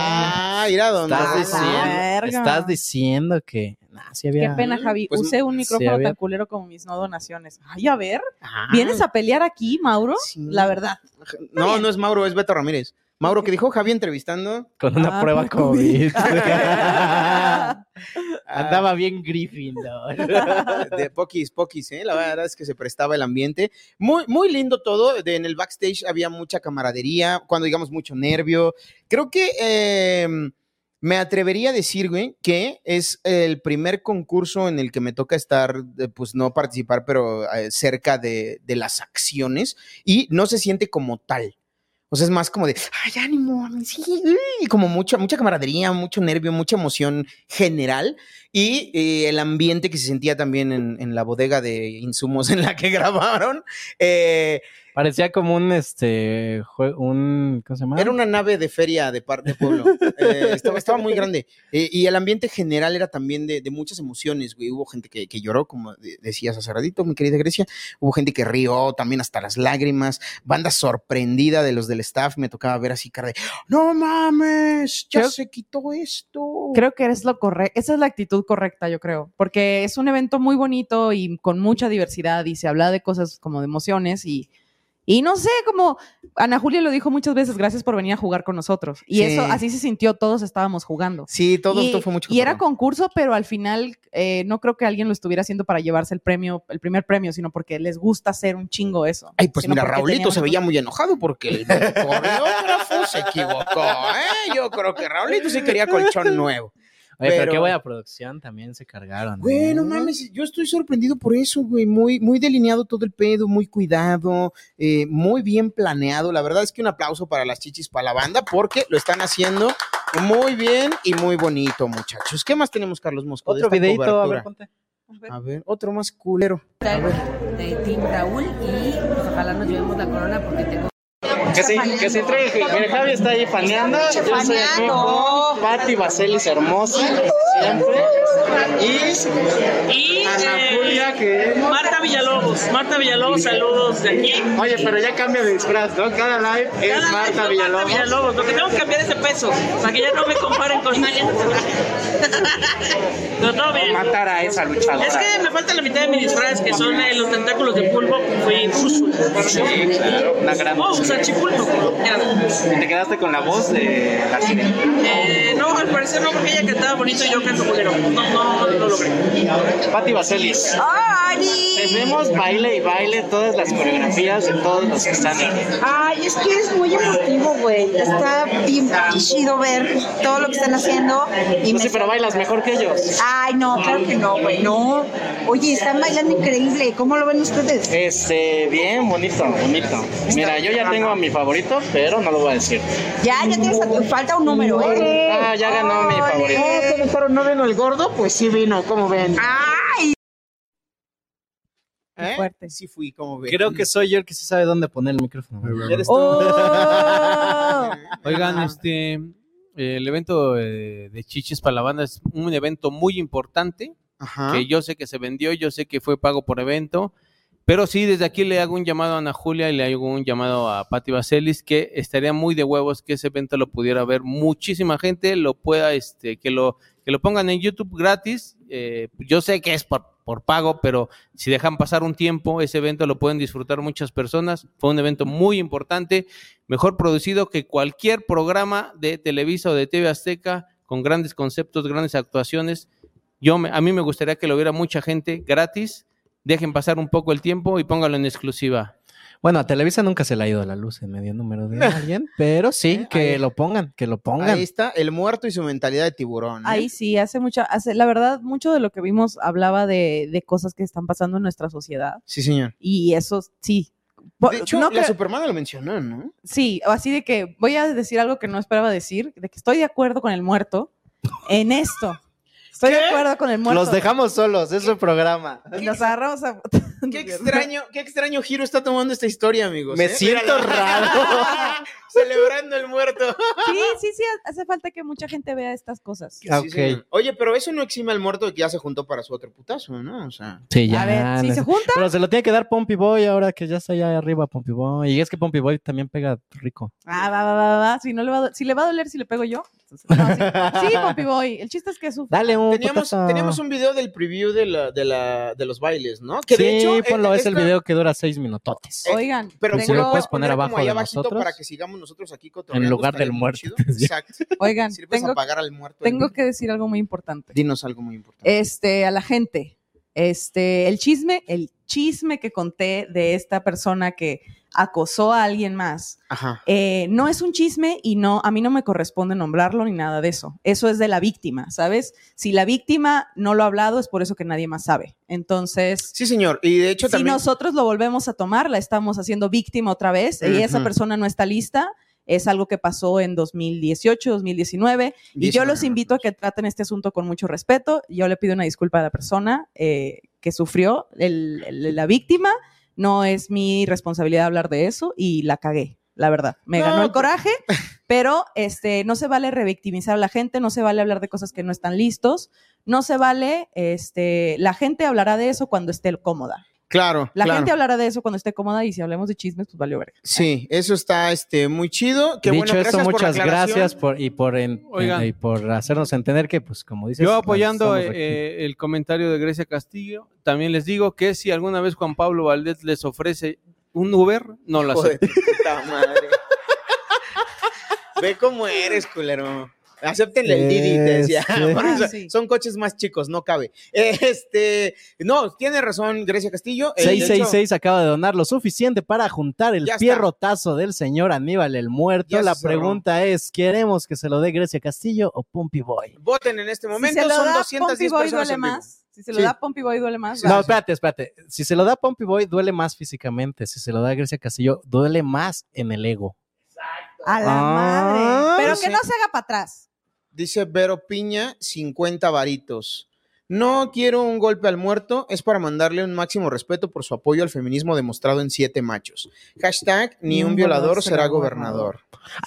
[SPEAKER 5] Ah, ir a donar.
[SPEAKER 6] Estás
[SPEAKER 8] Ah, la
[SPEAKER 6] diciendo,
[SPEAKER 8] verga.
[SPEAKER 6] estás diciendo que. Nah, sí
[SPEAKER 8] Qué
[SPEAKER 6] había-
[SPEAKER 8] pena, Javi.
[SPEAKER 6] Pues,
[SPEAKER 8] Usé un
[SPEAKER 6] sí
[SPEAKER 8] micrófono
[SPEAKER 6] había-
[SPEAKER 8] tan culero como mis no donaciones. Ay, a ver. ¿Vienes a pelear aquí, Mauro? La verdad.
[SPEAKER 5] No, no es Mauro, es Beto Ramírez. Mauro que dijo Javi entrevistando.
[SPEAKER 6] Con una
[SPEAKER 5] Ah,
[SPEAKER 6] prueba
[SPEAKER 5] por
[SPEAKER 6] COVID.
[SPEAKER 5] Andaba
[SPEAKER 6] bien Gryffindor.
[SPEAKER 5] De poquis, poquis, ¿eh? La verdad es que se prestaba el ambiente. Muy, muy lindo todo. De- en el backstage había mucha camaradería, cuando digamos mucho nervio. Creo que eh, me atrevería a decir, güey, que es el primer concurso en el que me toca estar, eh, pues no participar, pero eh, cerca de, de las acciones y no se siente como tal. O sea, es más como de, ay, ánimo, a sí, uy", y como mucha, mucha camaradería, mucho nervio, mucha emoción general y eh, el ambiente que se sentía también en, en la bodega de insumos en la que grabaron. eh,
[SPEAKER 6] Parecía como un este jue- un ¿cómo se llama?
[SPEAKER 5] era una nave de feria de parte de pueblo. Eh, estaba, estaba muy grande. Eh, y el ambiente general era también de, de muchas emociones, güey. Hubo gente que, que lloró, como de- decías hace ratito, mi querida Grecia. Hubo gente que rió también hasta las lágrimas. Banda sorprendida de los del staff. Me tocaba ver así cara de, no mames, ya
[SPEAKER 8] Creo-
[SPEAKER 5] se quitó esto.
[SPEAKER 8] Creo que eres lo correcto. Esa es la actitud correcta, yo creo. Porque es un evento muy bonito y con mucha diversidad y se habla de cosas como de emociones y. Y no sé, como Ana Julia lo dijo muchas veces, gracias por venir a jugar con nosotros. Y
[SPEAKER 5] Sí.
[SPEAKER 8] eso, así se sintió, todos estábamos jugando.
[SPEAKER 5] Sí, todo
[SPEAKER 8] y,
[SPEAKER 5] esto fue mucho
[SPEAKER 8] Y era
[SPEAKER 5] cotorreo.
[SPEAKER 8] concurso, pero al final eh, no creo que alguien lo estuviera haciendo para llevarse el premio, el primer premio, sino porque les gusta hacer un chingo eso.
[SPEAKER 5] Ay, pues
[SPEAKER 8] Sino
[SPEAKER 5] mira,
[SPEAKER 8] porque
[SPEAKER 5] Raulito
[SPEAKER 8] teníamos-
[SPEAKER 5] se veía muy enojado porque el coreógrafo se equivocó, ¿eh? Yo creo que Raulito sí quería colchón nuevo.
[SPEAKER 6] Oye, pero, qué
[SPEAKER 5] pero-
[SPEAKER 6] buena producción también se cargaron. ¿eh?
[SPEAKER 5] Güey, no mames, yo estoy sorprendido por eso, güey. Muy, muy delineado todo el pedo, muy cuidado, eh, muy bien planeado. La verdad es que un aplauso para las chichis, para la banda, porque lo están haciendo muy bien y muy bonito, muchachos. ¿Qué más tenemos, Carlos Mosco? de
[SPEAKER 6] Otro
[SPEAKER 5] esta
[SPEAKER 6] videito, a ver,
[SPEAKER 5] cobertura?
[SPEAKER 6] ponte.
[SPEAKER 5] A ver, otro más culero. A ver.
[SPEAKER 14] de Team Raúl y pues, ojalá nos llevemos la corona porque tengo.
[SPEAKER 15] Que se, que se entregue. Mira, Javi está ahí faneando. Yo soy aquí con Pati Vaselis hermosa, siempre. Y, Ana Julia, que Marta Villalobos. Marta Villalobos, saludos de aquí. Oye, pero ya cambia de disfraz, ¿no? Cada live es Marta Villalobos. Lo que tengo que cambiar es de peso, para que ya no me comparen con nadie. No, todo bien. Matar a esa luchadora.
[SPEAKER 14] Es que me falta la mitad de mi disfraz, que son eh, los tentáculos de pulpo. Fui Úrsula.
[SPEAKER 15] Sí, claro, una gran.
[SPEAKER 14] Oh, Usachipulpo, como lo quieras.
[SPEAKER 15] Y te quedaste con la voz de la sirena.
[SPEAKER 14] Eh, no, al parecer no, porque ella cantaba bonito y yo canto culero. No, no, no, no lo logré.
[SPEAKER 15] Pati Vaselis. Tenemos baile y baile todas las coreografías de todos los que están ahí.
[SPEAKER 16] Ay, es que es muy emotivo, güey. Está bien chido ver todo lo que están haciendo.
[SPEAKER 15] No sé, pero bailas mejor que ellos.
[SPEAKER 16] Ay, no, claro que no, güey. No. Oye, están bailando increíble. ¿Cómo lo ven ustedes?
[SPEAKER 15] Este, bien bonito, bonito. Mira, yo ya tengo a mi favorito, pero no lo voy a decir.
[SPEAKER 16] Ya, ya tienes a tu falta un número, ¿eh?
[SPEAKER 15] Ah, ya ganó mi favorito.
[SPEAKER 16] Ah, ¿No vino el gordo? Pues sí vino, ¿cómo ven? ¡Ay!
[SPEAKER 5] ¿Eh? Fuerte. Sí fui, como ven.
[SPEAKER 6] Creo que soy yo el que sí sabe Oh. dónde poner el micrófono.
[SPEAKER 2] Eres tú.
[SPEAKER 8] ¡Oh!
[SPEAKER 2] Oigan, este, eh, el evento eh, de Chichis para la banda es un evento muy importante, que yo sé que se vendió, yo sé que fue pago por evento, pero sí, desde aquí le hago un llamado a Ana Julia y le hago un llamado a Patti Vaselis, que estaría muy de huevos que ese evento lo pudiera ver muchísima gente, lo pueda, este, que lo, que lo pongan en YouTube gratis. eh, yo sé que es por, por pago, pero si dejan pasar un tiempo, ese evento lo pueden disfrutar muchas personas. Fue un evento muy importante, mejor producido que cualquier programa de Televisa o de TV Azteca, con grandes conceptos, grandes actuaciones. Yo me- a mí me gustaría que lo viera mucha gente gratis. Dejen pasar un poco el tiempo y póngalo en exclusiva.
[SPEAKER 6] Bueno, a Televisa nunca se le ha ido la luz en medio número de alguien, pero sí, que lo pongan, que lo pongan.
[SPEAKER 5] Ahí está el muerto y su mentalidad de tiburón. ¿eh?
[SPEAKER 8] Ahí sí, hace mucha, hace, la verdad, mucho de lo que vimos hablaba de, de cosas que están pasando en nuestra sociedad.
[SPEAKER 5] Sí, señor.
[SPEAKER 8] Y eso sí,
[SPEAKER 5] De hecho,
[SPEAKER 8] no
[SPEAKER 5] la
[SPEAKER 8] creo-
[SPEAKER 5] Supermana lo mencionó, ¿no?
[SPEAKER 8] Sí, o así de que voy a decir algo que no esperaba decir, de que estoy de acuerdo con el muerto en esto. Estoy de acuerdo con el muerto.
[SPEAKER 6] Los dejamos solos, es su programa.
[SPEAKER 8] Nos agarramos a...
[SPEAKER 5] Qué extraño, qué extraño giro está tomando esta historia, amigos.
[SPEAKER 6] Me
[SPEAKER 5] ¿eh?
[SPEAKER 6] siento
[SPEAKER 5] raro. Celebrando el muerto.
[SPEAKER 8] Sí, sí, sí, hace falta que mucha gente vea estas cosas.
[SPEAKER 5] Sí, señor. Oye, pero eso no exime al muerto de que ya se juntó para su otro putazo, ¿no? O sea.
[SPEAKER 6] Sí, ya.
[SPEAKER 5] A ver, si
[SPEAKER 6] no
[SPEAKER 5] se
[SPEAKER 6] sé.
[SPEAKER 5] junta-
[SPEAKER 6] Pero se lo tiene que dar Pompey Boy ahora que ya está allá arriba Pompey Boy. Y es que Pompey Boy también pega rico.
[SPEAKER 8] Ah, va, va, va, va, va. Si, no le va a do- si le va a doler si le pego yo. entonces- no, sí, sí, Poppy Boy. El chiste es que sufre.
[SPEAKER 6] Dale un
[SPEAKER 5] Teníamos,
[SPEAKER 6] putazo.
[SPEAKER 5] teníamos un video del preview de, la, de, la, de los bailes, ¿no? Que de
[SPEAKER 6] sí,
[SPEAKER 5] hecho.
[SPEAKER 6] ponlo,
[SPEAKER 5] eh,
[SPEAKER 6] es el
[SPEAKER 5] esta-
[SPEAKER 6] video que dura seis minutototes.
[SPEAKER 8] Oigan,
[SPEAKER 5] eh, Pero
[SPEAKER 6] si lo
[SPEAKER 5] tengo-
[SPEAKER 6] puedes poner
[SPEAKER 5] como
[SPEAKER 6] abajo
[SPEAKER 5] ahí
[SPEAKER 6] de
[SPEAKER 5] abajito
[SPEAKER 6] nosotros,
[SPEAKER 5] para que sigamos nosotros aquí cotorreando,
[SPEAKER 6] en lugar
[SPEAKER 5] estaría
[SPEAKER 6] del
[SPEAKER 5] muy
[SPEAKER 6] muerto.
[SPEAKER 5] chido.
[SPEAKER 6] Exacto.
[SPEAKER 8] Oigan,
[SPEAKER 5] Si le puedes
[SPEAKER 8] tengo,
[SPEAKER 5] apagar al muerto.
[SPEAKER 8] tengo que decir algo muy importante.
[SPEAKER 5] Dinos algo muy importante.
[SPEAKER 8] Este, a la gente. Este, el chisme, el chisme que conté de esta persona que acosó a alguien más.
[SPEAKER 5] Ajá.
[SPEAKER 8] eh, no es un chisme y no, a mí no me corresponde nombrarlo ni nada de eso. Eso es de la víctima, ¿sabes? Si la víctima no lo ha hablado, es por eso que nadie más sabe. Entonces.
[SPEAKER 5] Sí, señor. Y de hecho
[SPEAKER 8] si
[SPEAKER 5] también.
[SPEAKER 8] nosotros lo volvemos a tomar, la estamos haciendo víctima otra vez y esa
[SPEAKER 5] Ujú.
[SPEAKER 8] persona no está lista. Es algo que pasó en 2018, 2019 y yo
[SPEAKER 5] 19,
[SPEAKER 8] los invito a que traten este asunto con mucho respeto. Yo le pido una disculpa a la persona eh, que sufrió, el- el- la víctima. No es mi responsabilidad hablar de eso y la cagué, la verdad. Me
[SPEAKER 16] No,
[SPEAKER 8] ganó el
[SPEAKER 16] pero-
[SPEAKER 8] coraje, pero este, no se vale revictimizar a la gente, no se vale hablar de cosas que no están listos, no se vale, este, la gente hablará de eso cuando esté cómoda.
[SPEAKER 5] Claro.
[SPEAKER 8] La
[SPEAKER 5] claro.
[SPEAKER 8] gente hablará de eso cuando esté cómoda y si hablemos de chismes, pues valió verga.
[SPEAKER 5] Sí, eso está este, muy chido. Qué
[SPEAKER 6] Dicho
[SPEAKER 5] bueno,
[SPEAKER 6] esto,
[SPEAKER 5] gracias por la
[SPEAKER 6] muchas
[SPEAKER 5] aclaración.
[SPEAKER 6] gracias por, y, por en- eh,
[SPEAKER 2] Oigan.
[SPEAKER 6] y por hacernos entender que, pues, como dices...
[SPEAKER 2] Yo apoyando
[SPEAKER 6] estamos aquí.
[SPEAKER 2] eh, el comentario de Grecia Castillo, también les digo que si alguna vez Juan Pablo Valdés les ofrece un Uber, no lo
[SPEAKER 5] Hijo de
[SPEAKER 2] acepten.
[SPEAKER 5] tu puta madre. Ve cómo eres, culero. Acéptenle el Didi, te decía.
[SPEAKER 6] Sí.
[SPEAKER 5] Por eso
[SPEAKER 6] Ah,
[SPEAKER 5] Son coches más chicos, no cabe. Eh, Este, no, tiene razón Grecia Castillo. Eh, de hecho,
[SPEAKER 6] 666 acaba de donar lo suficiente para juntar el
[SPEAKER 5] Ya está.
[SPEAKER 6] pierrotazo del señor Aníbal el Muerto.
[SPEAKER 5] Ya se
[SPEAKER 6] la
[SPEAKER 5] cerró.
[SPEAKER 6] pregunta es, ¿queremos que se lo dé Grecia Castillo o Pompey Boy?
[SPEAKER 5] voten en este momento.
[SPEAKER 8] si se lo
[SPEAKER 5] son
[SPEAKER 8] da
[SPEAKER 5] 210
[SPEAKER 8] Pompey Boy,
[SPEAKER 5] personas
[SPEAKER 8] duele
[SPEAKER 5] en vivo.
[SPEAKER 8] más. Si se lo
[SPEAKER 5] Sí.
[SPEAKER 8] da Pompey Boy, duele más.
[SPEAKER 6] No,
[SPEAKER 8] Va.
[SPEAKER 6] espérate, espérate. Si se lo da Pompey Boy, duele más físicamente. Si se lo da Grecia Castillo, duele más en el ego.
[SPEAKER 8] A la
[SPEAKER 6] Ah,
[SPEAKER 8] madre. Pero
[SPEAKER 5] sí.
[SPEAKER 8] que no se haga para atrás.
[SPEAKER 5] Dice Vero Piña, 50 varitos. No quiero un golpe al muerto, es para mandarle un máximo respeto por su apoyo al feminismo demostrado en siete machos. Hashtag, ni un violador será gobernador.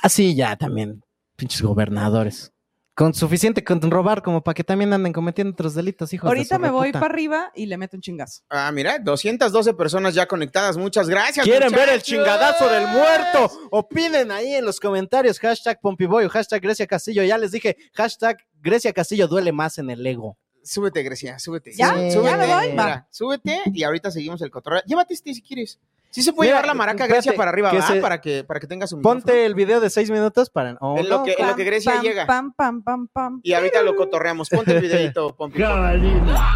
[SPEAKER 6] Ah, sí, ya también. Pinches gobernadores. Con suficiente con robar como para que también anden cometiendo otros delitos, hijos. de
[SPEAKER 8] Ahorita
[SPEAKER 6] su
[SPEAKER 8] me voy
[SPEAKER 6] reputa.
[SPEAKER 8] para arriba y le meto un chingazo.
[SPEAKER 5] Ah, mira, 212 personas ya conectadas. Muchas gracias.
[SPEAKER 6] ¿Quieren ver el
[SPEAKER 5] muchachos.
[SPEAKER 6] chingadazo del muerto? Opinen ahí en los comentarios. Hashtag Pompiboy o hashtag Grecia Castillo. Ya les dije, hashtag Grecia Castillo duele más en el ego.
[SPEAKER 5] Súbete, Grecia, súbete.
[SPEAKER 6] ¿Ya?
[SPEAKER 5] Súbete,
[SPEAKER 6] ¿Ya me voy?
[SPEAKER 5] mira,
[SPEAKER 6] Va.
[SPEAKER 5] súbete y ahorita seguimos el cotorreo. Llévate este si quieres. Sí se puede llevar la maraca a Grecia
[SPEAKER 6] espérate,
[SPEAKER 5] para arriba,
[SPEAKER 6] que
[SPEAKER 5] ¿verdad?
[SPEAKER 6] se-
[SPEAKER 5] Para, que, para que tenga su micrófono.
[SPEAKER 6] Ponte el video de seis minutos para. oh,
[SPEAKER 5] En lo
[SPEAKER 6] no.
[SPEAKER 5] que- en lo que Grecia
[SPEAKER 8] pam,
[SPEAKER 5] llega.
[SPEAKER 8] Pam, pam, pam, pam.
[SPEAKER 5] Y ahorita lo cotorreamos. Ponte el videito, Pompi.
[SPEAKER 17] Cabalina.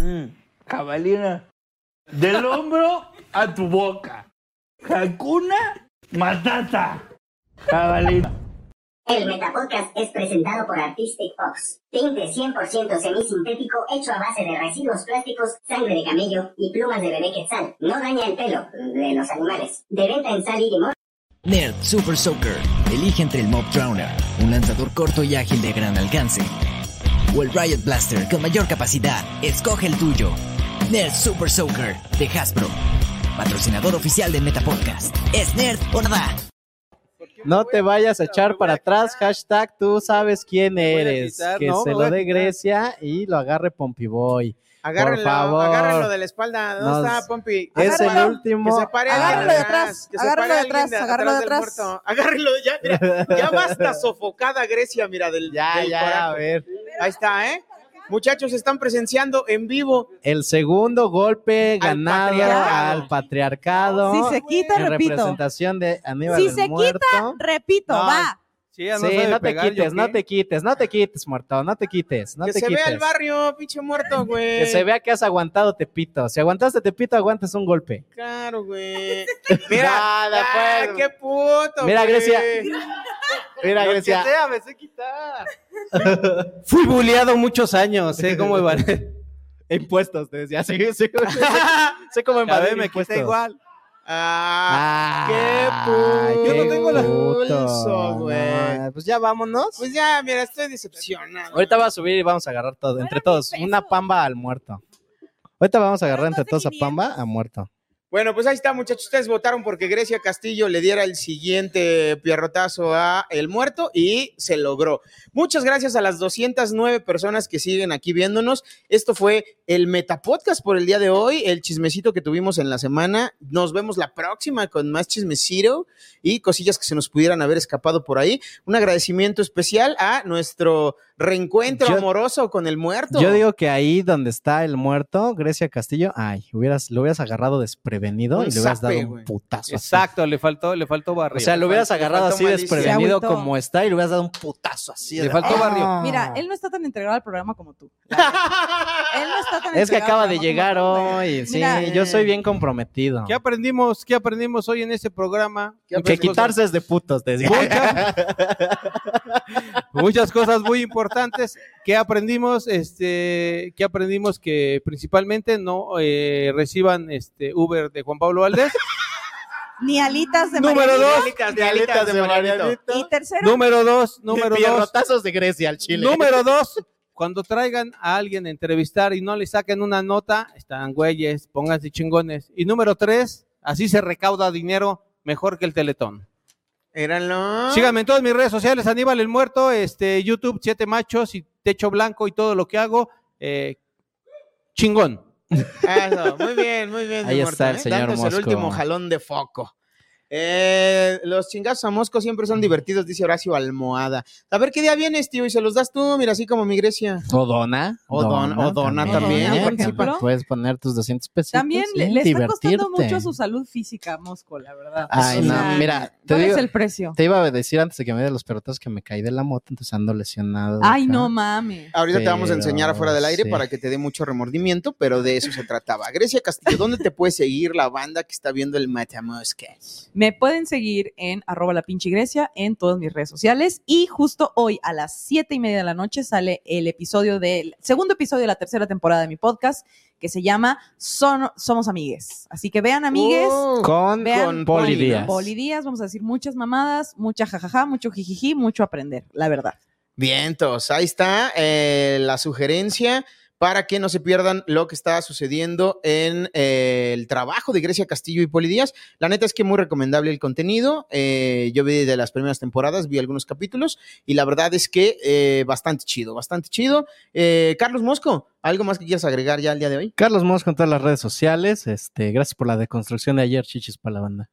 [SPEAKER 17] Mm, cabalina. Del hombro a tu boca. Hakuna Matata. Cabalina.
[SPEAKER 4] El Metapodcast es presentado por Artistic Fox. Tinte 100% semisintético hecho a base de residuos plásticos, sangre de camello y plumas de bebé quetzal. No daña el pelo de los animales. De venta en Sally Limón.
[SPEAKER 18] Nerd Super Soaker. Elige entre el Mob Drowner, un lanzador corto y ágil de gran alcance. O el Riot Blaster con mayor capacidad. Escoge el tuyo. Nerd Super Soaker de Hasbro. Patrocinador oficial de Metapodcast. Es Nerd o nada.
[SPEAKER 6] No te vayas a echar para atrás. Hashtag tú sabes quién eres.
[SPEAKER 18] quitar,
[SPEAKER 6] que
[SPEAKER 18] no,
[SPEAKER 6] se
[SPEAKER 18] me voy
[SPEAKER 6] lo
[SPEAKER 18] a
[SPEAKER 6] dé
[SPEAKER 18] quitar.
[SPEAKER 6] Grecia y lo agarre Pompiboy. Por
[SPEAKER 5] Agárrenlo,
[SPEAKER 6] favor.
[SPEAKER 5] agárrenlo de la espalda. ¿Dónde
[SPEAKER 6] No,
[SPEAKER 5] está, Pompi?
[SPEAKER 6] Es el
[SPEAKER 5] Agárrenlo.
[SPEAKER 6] último.
[SPEAKER 5] Que se pare
[SPEAKER 6] Agárrenlo
[SPEAKER 5] alguien
[SPEAKER 6] de
[SPEAKER 8] atrás,
[SPEAKER 5] Que se
[SPEAKER 8] agárrenlo
[SPEAKER 5] pare
[SPEAKER 8] de
[SPEAKER 5] alguien
[SPEAKER 8] atrás, agárrenlo de
[SPEAKER 5] del
[SPEAKER 8] atrás.
[SPEAKER 5] muerto. Agárrenlo ya, mira. Ya basta sofocada Grecia, mira, del. Ya,
[SPEAKER 6] ya, a ver.
[SPEAKER 5] Ahí está, ¿eh? Muchachos, están presenciando en vivo.
[SPEAKER 6] El segundo golpe ganado
[SPEAKER 5] patriarcado.
[SPEAKER 6] al patriarcado.
[SPEAKER 8] Si se quita,
[SPEAKER 6] en
[SPEAKER 8] repito.
[SPEAKER 6] representación de Aníbal
[SPEAKER 8] Si
[SPEAKER 6] del
[SPEAKER 8] se
[SPEAKER 6] Muerto.
[SPEAKER 8] quita, repito,
[SPEAKER 6] No,
[SPEAKER 8] va.
[SPEAKER 6] Sí, no te quites, no te quites, no te quites, muerto, no te quites, no
[SPEAKER 5] que
[SPEAKER 6] te
[SPEAKER 5] se
[SPEAKER 6] quites.
[SPEAKER 5] vea el barrio, pinche muerto, güey.
[SPEAKER 6] Que se vea que has aguantado Tepito. Si aguantaste Tepito, aguantas un golpe.
[SPEAKER 5] Claro, güey. Mira, ah, qué puto.
[SPEAKER 6] Mira,
[SPEAKER 5] güey.
[SPEAKER 6] Grecia. Mira,
[SPEAKER 2] Lo que
[SPEAKER 6] Grecia.
[SPEAKER 2] sea, me sé quitar. Fui buleado muchos años, eh, sé cómo
[SPEAKER 6] E Impuestos, te decía. Sí, sí. sé cómo
[SPEAKER 2] A
[SPEAKER 6] invadir
[SPEAKER 2] ver, me quité
[SPEAKER 6] impuestos.
[SPEAKER 2] igual.
[SPEAKER 5] Ah,
[SPEAKER 6] Ay,
[SPEAKER 5] qué pulso. Yo
[SPEAKER 6] qué
[SPEAKER 5] no tengo la
[SPEAKER 6] puto,
[SPEAKER 5] pulso, güey.
[SPEAKER 6] no, Pues ya vámonos.
[SPEAKER 5] Pues ya, mira, estoy decepcionado.
[SPEAKER 6] Ahorita va a subir y vamos a agarrar todo, entre todos. Una pamba al muerto. Ahorita vamos a agarrar entre todos a pamba a muerto.
[SPEAKER 5] Bueno, pues ahí está, muchachos. Ustedes votaron porque Grecia Castillo le diera el siguiente pierrotazo a El Muerto y se logró. Muchas gracias a las 209 personas que siguen aquí viéndonos. Esto fue el Metapodcast por el día de hoy, el chismecito que tuvimos en la semana. Nos vemos la próxima con más chismecito y cosillas que se nos pudieran haber escapado por ahí. Un agradecimiento especial a nuestro reencuentro
[SPEAKER 6] Yo-
[SPEAKER 5] amoroso con El Muerto.
[SPEAKER 6] Yo digo que ahí donde está el muerto, Grecia Castillo, ay, hubieras, lo hubieras agarrado desprevenido
[SPEAKER 2] Un
[SPEAKER 6] y le hubieras
[SPEAKER 2] zape,
[SPEAKER 6] dado un
[SPEAKER 2] güey.
[SPEAKER 6] putazo. así.
[SPEAKER 2] Exacto, le faltó, le faltó barrio.
[SPEAKER 6] O sea, lo hubieras agarrado así desprevenido como
[SPEAKER 2] es.
[SPEAKER 6] está y le hubieras dado un putazo así.
[SPEAKER 2] Le
[SPEAKER 6] de-
[SPEAKER 2] faltó
[SPEAKER 6] ¡Ah!
[SPEAKER 2] barrio.
[SPEAKER 8] Mira, él no está tan entregado al programa como tú. él no está tan
[SPEAKER 6] Es que
[SPEAKER 8] entregado
[SPEAKER 6] acaba
[SPEAKER 8] al
[SPEAKER 6] de
[SPEAKER 8] programa
[SPEAKER 6] llegar
[SPEAKER 8] como tú, güey.
[SPEAKER 6] hoy. Sí,
[SPEAKER 8] Mira, eh,
[SPEAKER 6] yo soy bien comprometido.
[SPEAKER 2] ¿Qué aprendimos? ¿Qué aprendimos hoy en este programa?
[SPEAKER 6] Que quitarse es de putos, te decía.
[SPEAKER 2] muchas cosas muy importantes que aprendimos, este, que aprendimos que principalmente no eh, reciban este Uber de Juan Pablo Valdés.
[SPEAKER 8] Ni alitas de
[SPEAKER 2] Número
[SPEAKER 8] Marianito.
[SPEAKER 2] dos. Ni alitas, ni alitas de Marianito.
[SPEAKER 8] Y tercero.
[SPEAKER 2] número dos, número dos.
[SPEAKER 6] Pierrotazos de Grecia al Chile.
[SPEAKER 2] Número dos, cuando traigan a alguien a entrevistar y no le saquen una nota, están güeyes, pónganse chingones. Y número tres, así se recauda dinero mejor que el Teletón.
[SPEAKER 5] Éralo.
[SPEAKER 2] Síganme en todas mis redes sociales, Aníbal el Muerto, este, YouTube, Siete Machos y Techo Blanco y todo lo que hago. eh, chingón.
[SPEAKER 5] Eso, muy bien, muy bien.
[SPEAKER 2] Ahí
[SPEAKER 5] mi ¿eh?
[SPEAKER 2] está el señor
[SPEAKER 5] Dándose el
[SPEAKER 2] Mosco.
[SPEAKER 5] último jalón de foco. Eh, los chingazos a Mosco siempre
[SPEAKER 2] Mm.
[SPEAKER 5] son divertidos, dice Horacio Almohada. A ver qué día vienes, tío, y se los das tú, mira, así como mi Grecia.
[SPEAKER 6] O dona.
[SPEAKER 5] O dona, o dona también, por ejemplo.
[SPEAKER 6] Puedes poner tus 200 pesitos.
[SPEAKER 8] También le,
[SPEAKER 6] y
[SPEAKER 8] le está costando
[SPEAKER 6] pues divertirte.
[SPEAKER 8] mucho su salud física, Mosco, la verdad.
[SPEAKER 6] Ay,
[SPEAKER 8] O
[SPEAKER 6] no,
[SPEAKER 8] sea,
[SPEAKER 6] mira, te
[SPEAKER 8] ¿cuál
[SPEAKER 6] digo,
[SPEAKER 8] es el precio?
[SPEAKER 6] Te iba a decir antes de que me dé los perrotas que me caí de la moto, entonces ando lesionado.
[SPEAKER 8] Ay,
[SPEAKER 6] acá.
[SPEAKER 8] no mames.
[SPEAKER 5] Ahorita te vamos a
[SPEAKER 6] Pero,
[SPEAKER 5] enseñar afuera del aire
[SPEAKER 6] sí.
[SPEAKER 5] para que te dé mucho remordimiento, pero de eso se trataba. Grecia Castillo, ¿dónde te puede seguir la banda que está viendo el Matamoscas?
[SPEAKER 8] Me pueden seguir en arroba la pinche Grecia en todas mis redes sociales. Y justo hoy a las siete y media de la noche sale el episodio del segundo episodio de la tercera temporada de mi podcast que se llama Son- Somos Amigues. Así que vean, amigues.
[SPEAKER 6] Uh, con- con Poli Díaz.
[SPEAKER 8] Poli Díaz, vamos a decir muchas mamadas, mucha jajaja, mucho jijiji, mucho aprender, la verdad.
[SPEAKER 5] Vientos, ahí está eh, la sugerencia para que no se pierdan lo que está sucediendo en eh, el trabajo de Grecia Castillo y Poli Díaz. La neta es que muy recomendable el contenido. Eh, yo vi de las primeras temporadas, vi algunos capítulos y la verdad es que eh, bastante chido, bastante chido. Eh, Carlos Mosco, ¿algo más que quieras agregar ya al día de hoy?
[SPEAKER 6] Carlos Mosco en todas las redes sociales. Este, gracias por la deconstrucción de ayer, chichis para la banda.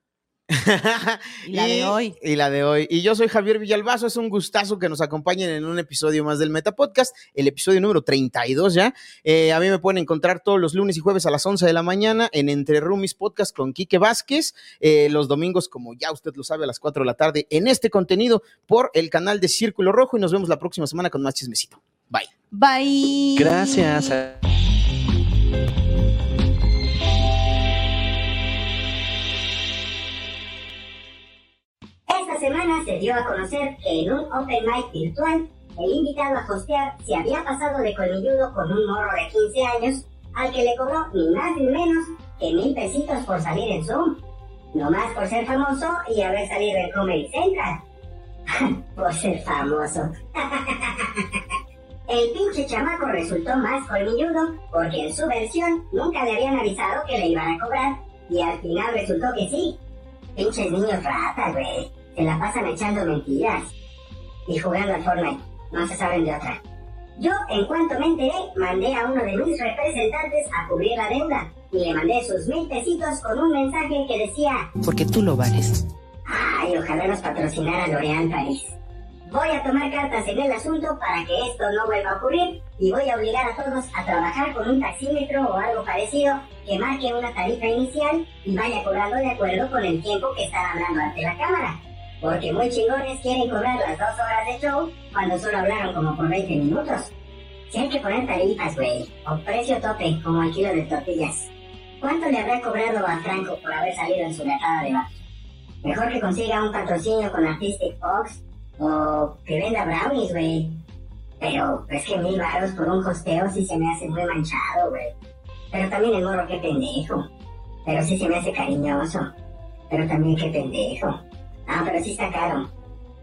[SPEAKER 5] Y la de hoy. Y la de hoy. Y yo soy Javier Villalbazo. Es un gustazo que nos acompañen en un episodio más del Meta Podcast, el episodio número 32 ya. Eh, a mí me pueden encontrar todos los lunes y jueves a las 11 de la mañana en Entre Rumis Podcast con Quique Vázquez. Eh, los domingos, como ya usted lo sabe, a las 4 de la tarde en este contenido por el canal de Círculo Rojo. Y nos vemos la próxima semana con más chismecito. Bye.
[SPEAKER 8] Bye.
[SPEAKER 6] Gracias.
[SPEAKER 4] Esta semana se dio a conocer que en un open mic virtual, el invitado a hostear se había pasado de colmilludo con un morro de 15 años al que le cobró ni más ni menos que mil pesitos por salir en Zoom. Nomás por ser famoso y haber salido en Comedy Central. por ser famoso. El pinche chamaco resultó más colmilludo porque en su versión nunca le habían avisado que le iban a cobrar y al final resultó que sí. Pinches niños ratas, güey. Se la pasan echando mentiras y jugando al Fortnite. No se saben de otra. Yo, en cuanto me enteré, mandé a uno de mis representantes a cubrir la deuda y le mandé sus mil pesitos con un mensaje que decía
[SPEAKER 18] Porque tú lo vales.
[SPEAKER 4] Ay, ojalá nos patrocinara L'Oréal París. Voy a tomar cartas en el asunto para que esto no vuelva a ocurrir y voy a obligar a todos a trabajar con un taxímetro o algo parecido que marque una tarifa inicial y vaya cobrando de acuerdo con el tiempo que están hablando ante la cámara. Porque muy chingones quieren cobrar las dos horas de show cuando solo hablaron como por 20 minutos. Si hay que poner tarifas, güey, o precio tope, como el kilo de tortillas. ¿Cuánto le habrá cobrado a Franco por haber salido en su latada de vasos? Mejor que consiga un patrocinio con Artistic Fox o que venda brownies, güey. Pero es que mil baros por un costeo sí se me hace muy manchado, güey. Pero también el morro, qué pendejo. Pero sí se me hace cariñoso. Pero también qué pendejo. Ah, pero sí está caro.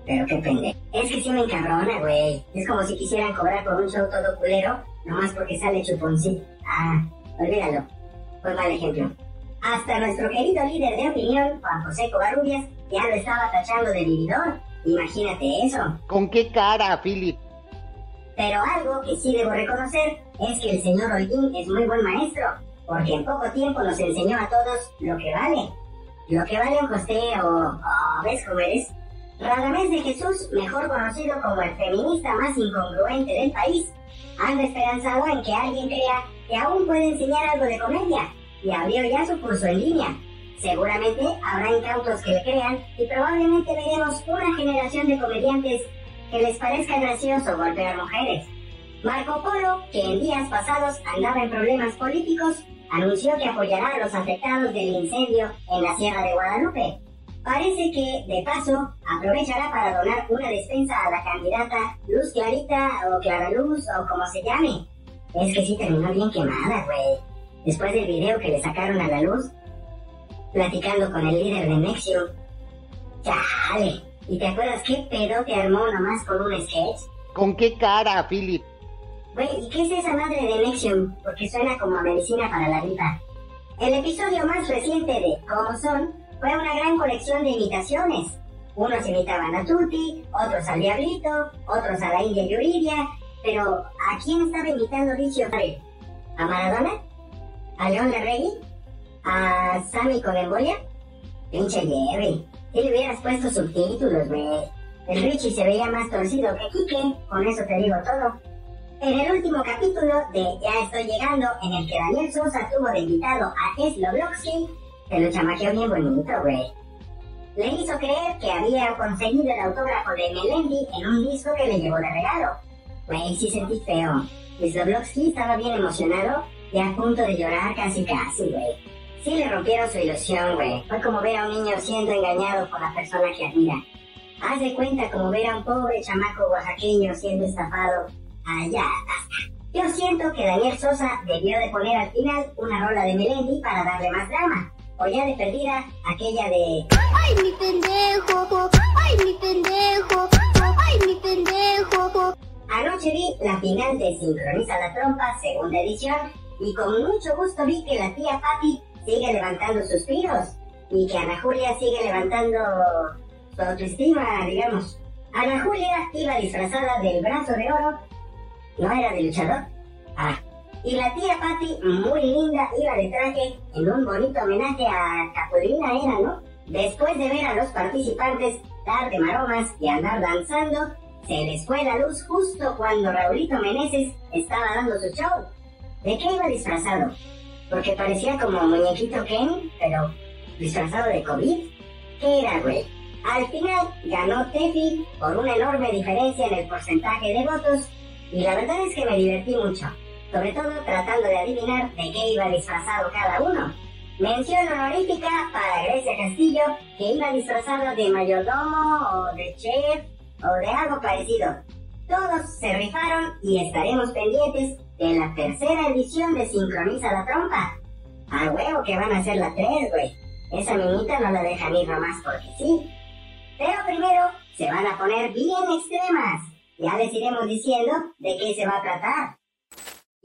[SPEAKER 4] Pero qué pendejo. Es que sí me encabrona, güey. Es como si quisieran cobrar por un show todo culero, nomás porque sale chuponcito. Ah, olvídalo. Fue mal ejemplo. Hasta nuestro querido líder de opinión, Juan José Covarrubias, ya lo estaba tachando de vividor. Imagínate eso.
[SPEAKER 12] ¿Con qué cara, Philip?
[SPEAKER 4] Pero algo que sí debo reconocer es que el señor Holguín es muy buen maestro, porque en poco tiempo nos enseñó a todos lo que vale. Lo que vale un costeo, oh, ¿ves cómo eres? Radamés de Jesús, mejor conocido como el feminista más incongruente del país, anda esperanzado en que alguien crea que aún puede enseñar algo de comedia, y abrió ya su curso en línea. Seguramente habrá incautos que le crean y probablemente veremos una generación de comediantes que les parezca gracioso golpear mujeres. Marco Polo, que en días pasados andaba en problemas políticos, anunció que apoyará a los afectados del incendio en la Sierra de Guadalupe. Parece que, de paso, aprovechará para donar una despensa a la candidata Luz Clarita o Clara Luz o como se llame. Es que sí terminó bien quemada, güey. Después del video que le sacaron a la luz, platicando con el líder de Nexium. ¡Chale! ¿Y te acuerdas qué pedo te armó nomás con un sketch?
[SPEAKER 12] ¿Con qué cara, Philip?
[SPEAKER 4] Güey, ¿y qué es esa madre de Nexium? Porque suena como a medicina para la gripa. El episodio más reciente de Cómo Son fue una gran colección de imitaciones. Unos imitaban a Tuti, otros al Diablito, otros a la India Yuridia, pero ¿a quién estaba imitando Richie O'Farrell? ¿A Maradona? ¿A León de Rey? ¿A Sammy con embolia? Pinche Jerry, si le hubieras puesto subtítulos, güey. El Richie se veía más torcido que Quique, con eso te digo todo. En el último capítulo de Ya estoy llegando, en el que Daniel Sosa tuvo de invitado a Eslo Blocksky, se lo chamaqueó bien bonito, güey. Le hizo creer que había conseguido el autógrafo de Melendi en un disco que le llevó de regalo. Güey, sí sentí feo. Sloblowski estaba bien emocionado y a punto de llorar casi casi, güey. Sí le rompieron su ilusión, güey. Fue como ver a un niño siendo engañado por la persona que admira. Haz de cuenta como ver a un pobre chamaco oaxaqueño siendo estafado. Allá, basta. Yo siento que Daniel Sosa debió de poner al final una rola de Melendi para darle más drama. O ya de perdida, aquella de...
[SPEAKER 19] ¡Ay, mi pendejo! ¡Ay, mi pendejo! ¡Ay, mi pendejo!
[SPEAKER 4] Anoche vi la final de Sincroniza la Trompa, segunda edición, y con mucho gusto vi que la tía Patty sigue levantando suspiros y que Ana Julia sigue levantando su autoestima, digamos. Ana Julia iba disfrazada del brazo de oro, no era de luchador. Ah, y la tía Patty, muy linda, iba de traje en un bonito homenaje a Capulina, era, ¿no? Después de ver a los participantes dar de maromas y andar danzando, se les fue la luz justo cuando Raulito Meneses estaba dando su show. ¿De qué iba disfrazado? Porque parecía como muñequito Ken, pero disfrazado de COVID. ¿Qué era, güey? Al final ganó Tefi por una enorme diferencia en el porcentaje de votos y la verdad es que me divertí mucho, sobre todo tratando de adivinar de qué iba disfrazado cada uno. Mención honorífica para Grecia Castillo, que iba disfrazado de mayordomo o de chef o de algo parecido. Todos se rifaron y estaremos pendientes de la tercera edición de Sincroniza la Trompa. A huevo que van a ser la tres, güey. Esa minita no la dejan ir nomás porque sí. Pero primero se van a poner bien extremas. Ya les iremos diciendo de qué se va a tratar.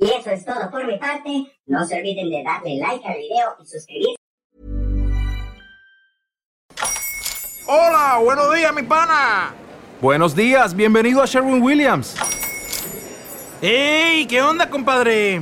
[SPEAKER 4] Y eso es todo por mi parte. No se olviden de darle like al video y suscribirse.
[SPEAKER 20] Hola, buenos días, mi pana.
[SPEAKER 21] Buenos días, bienvenido a Sherwin Williams.
[SPEAKER 20] ¡Ey! ¿Qué onda, compadre?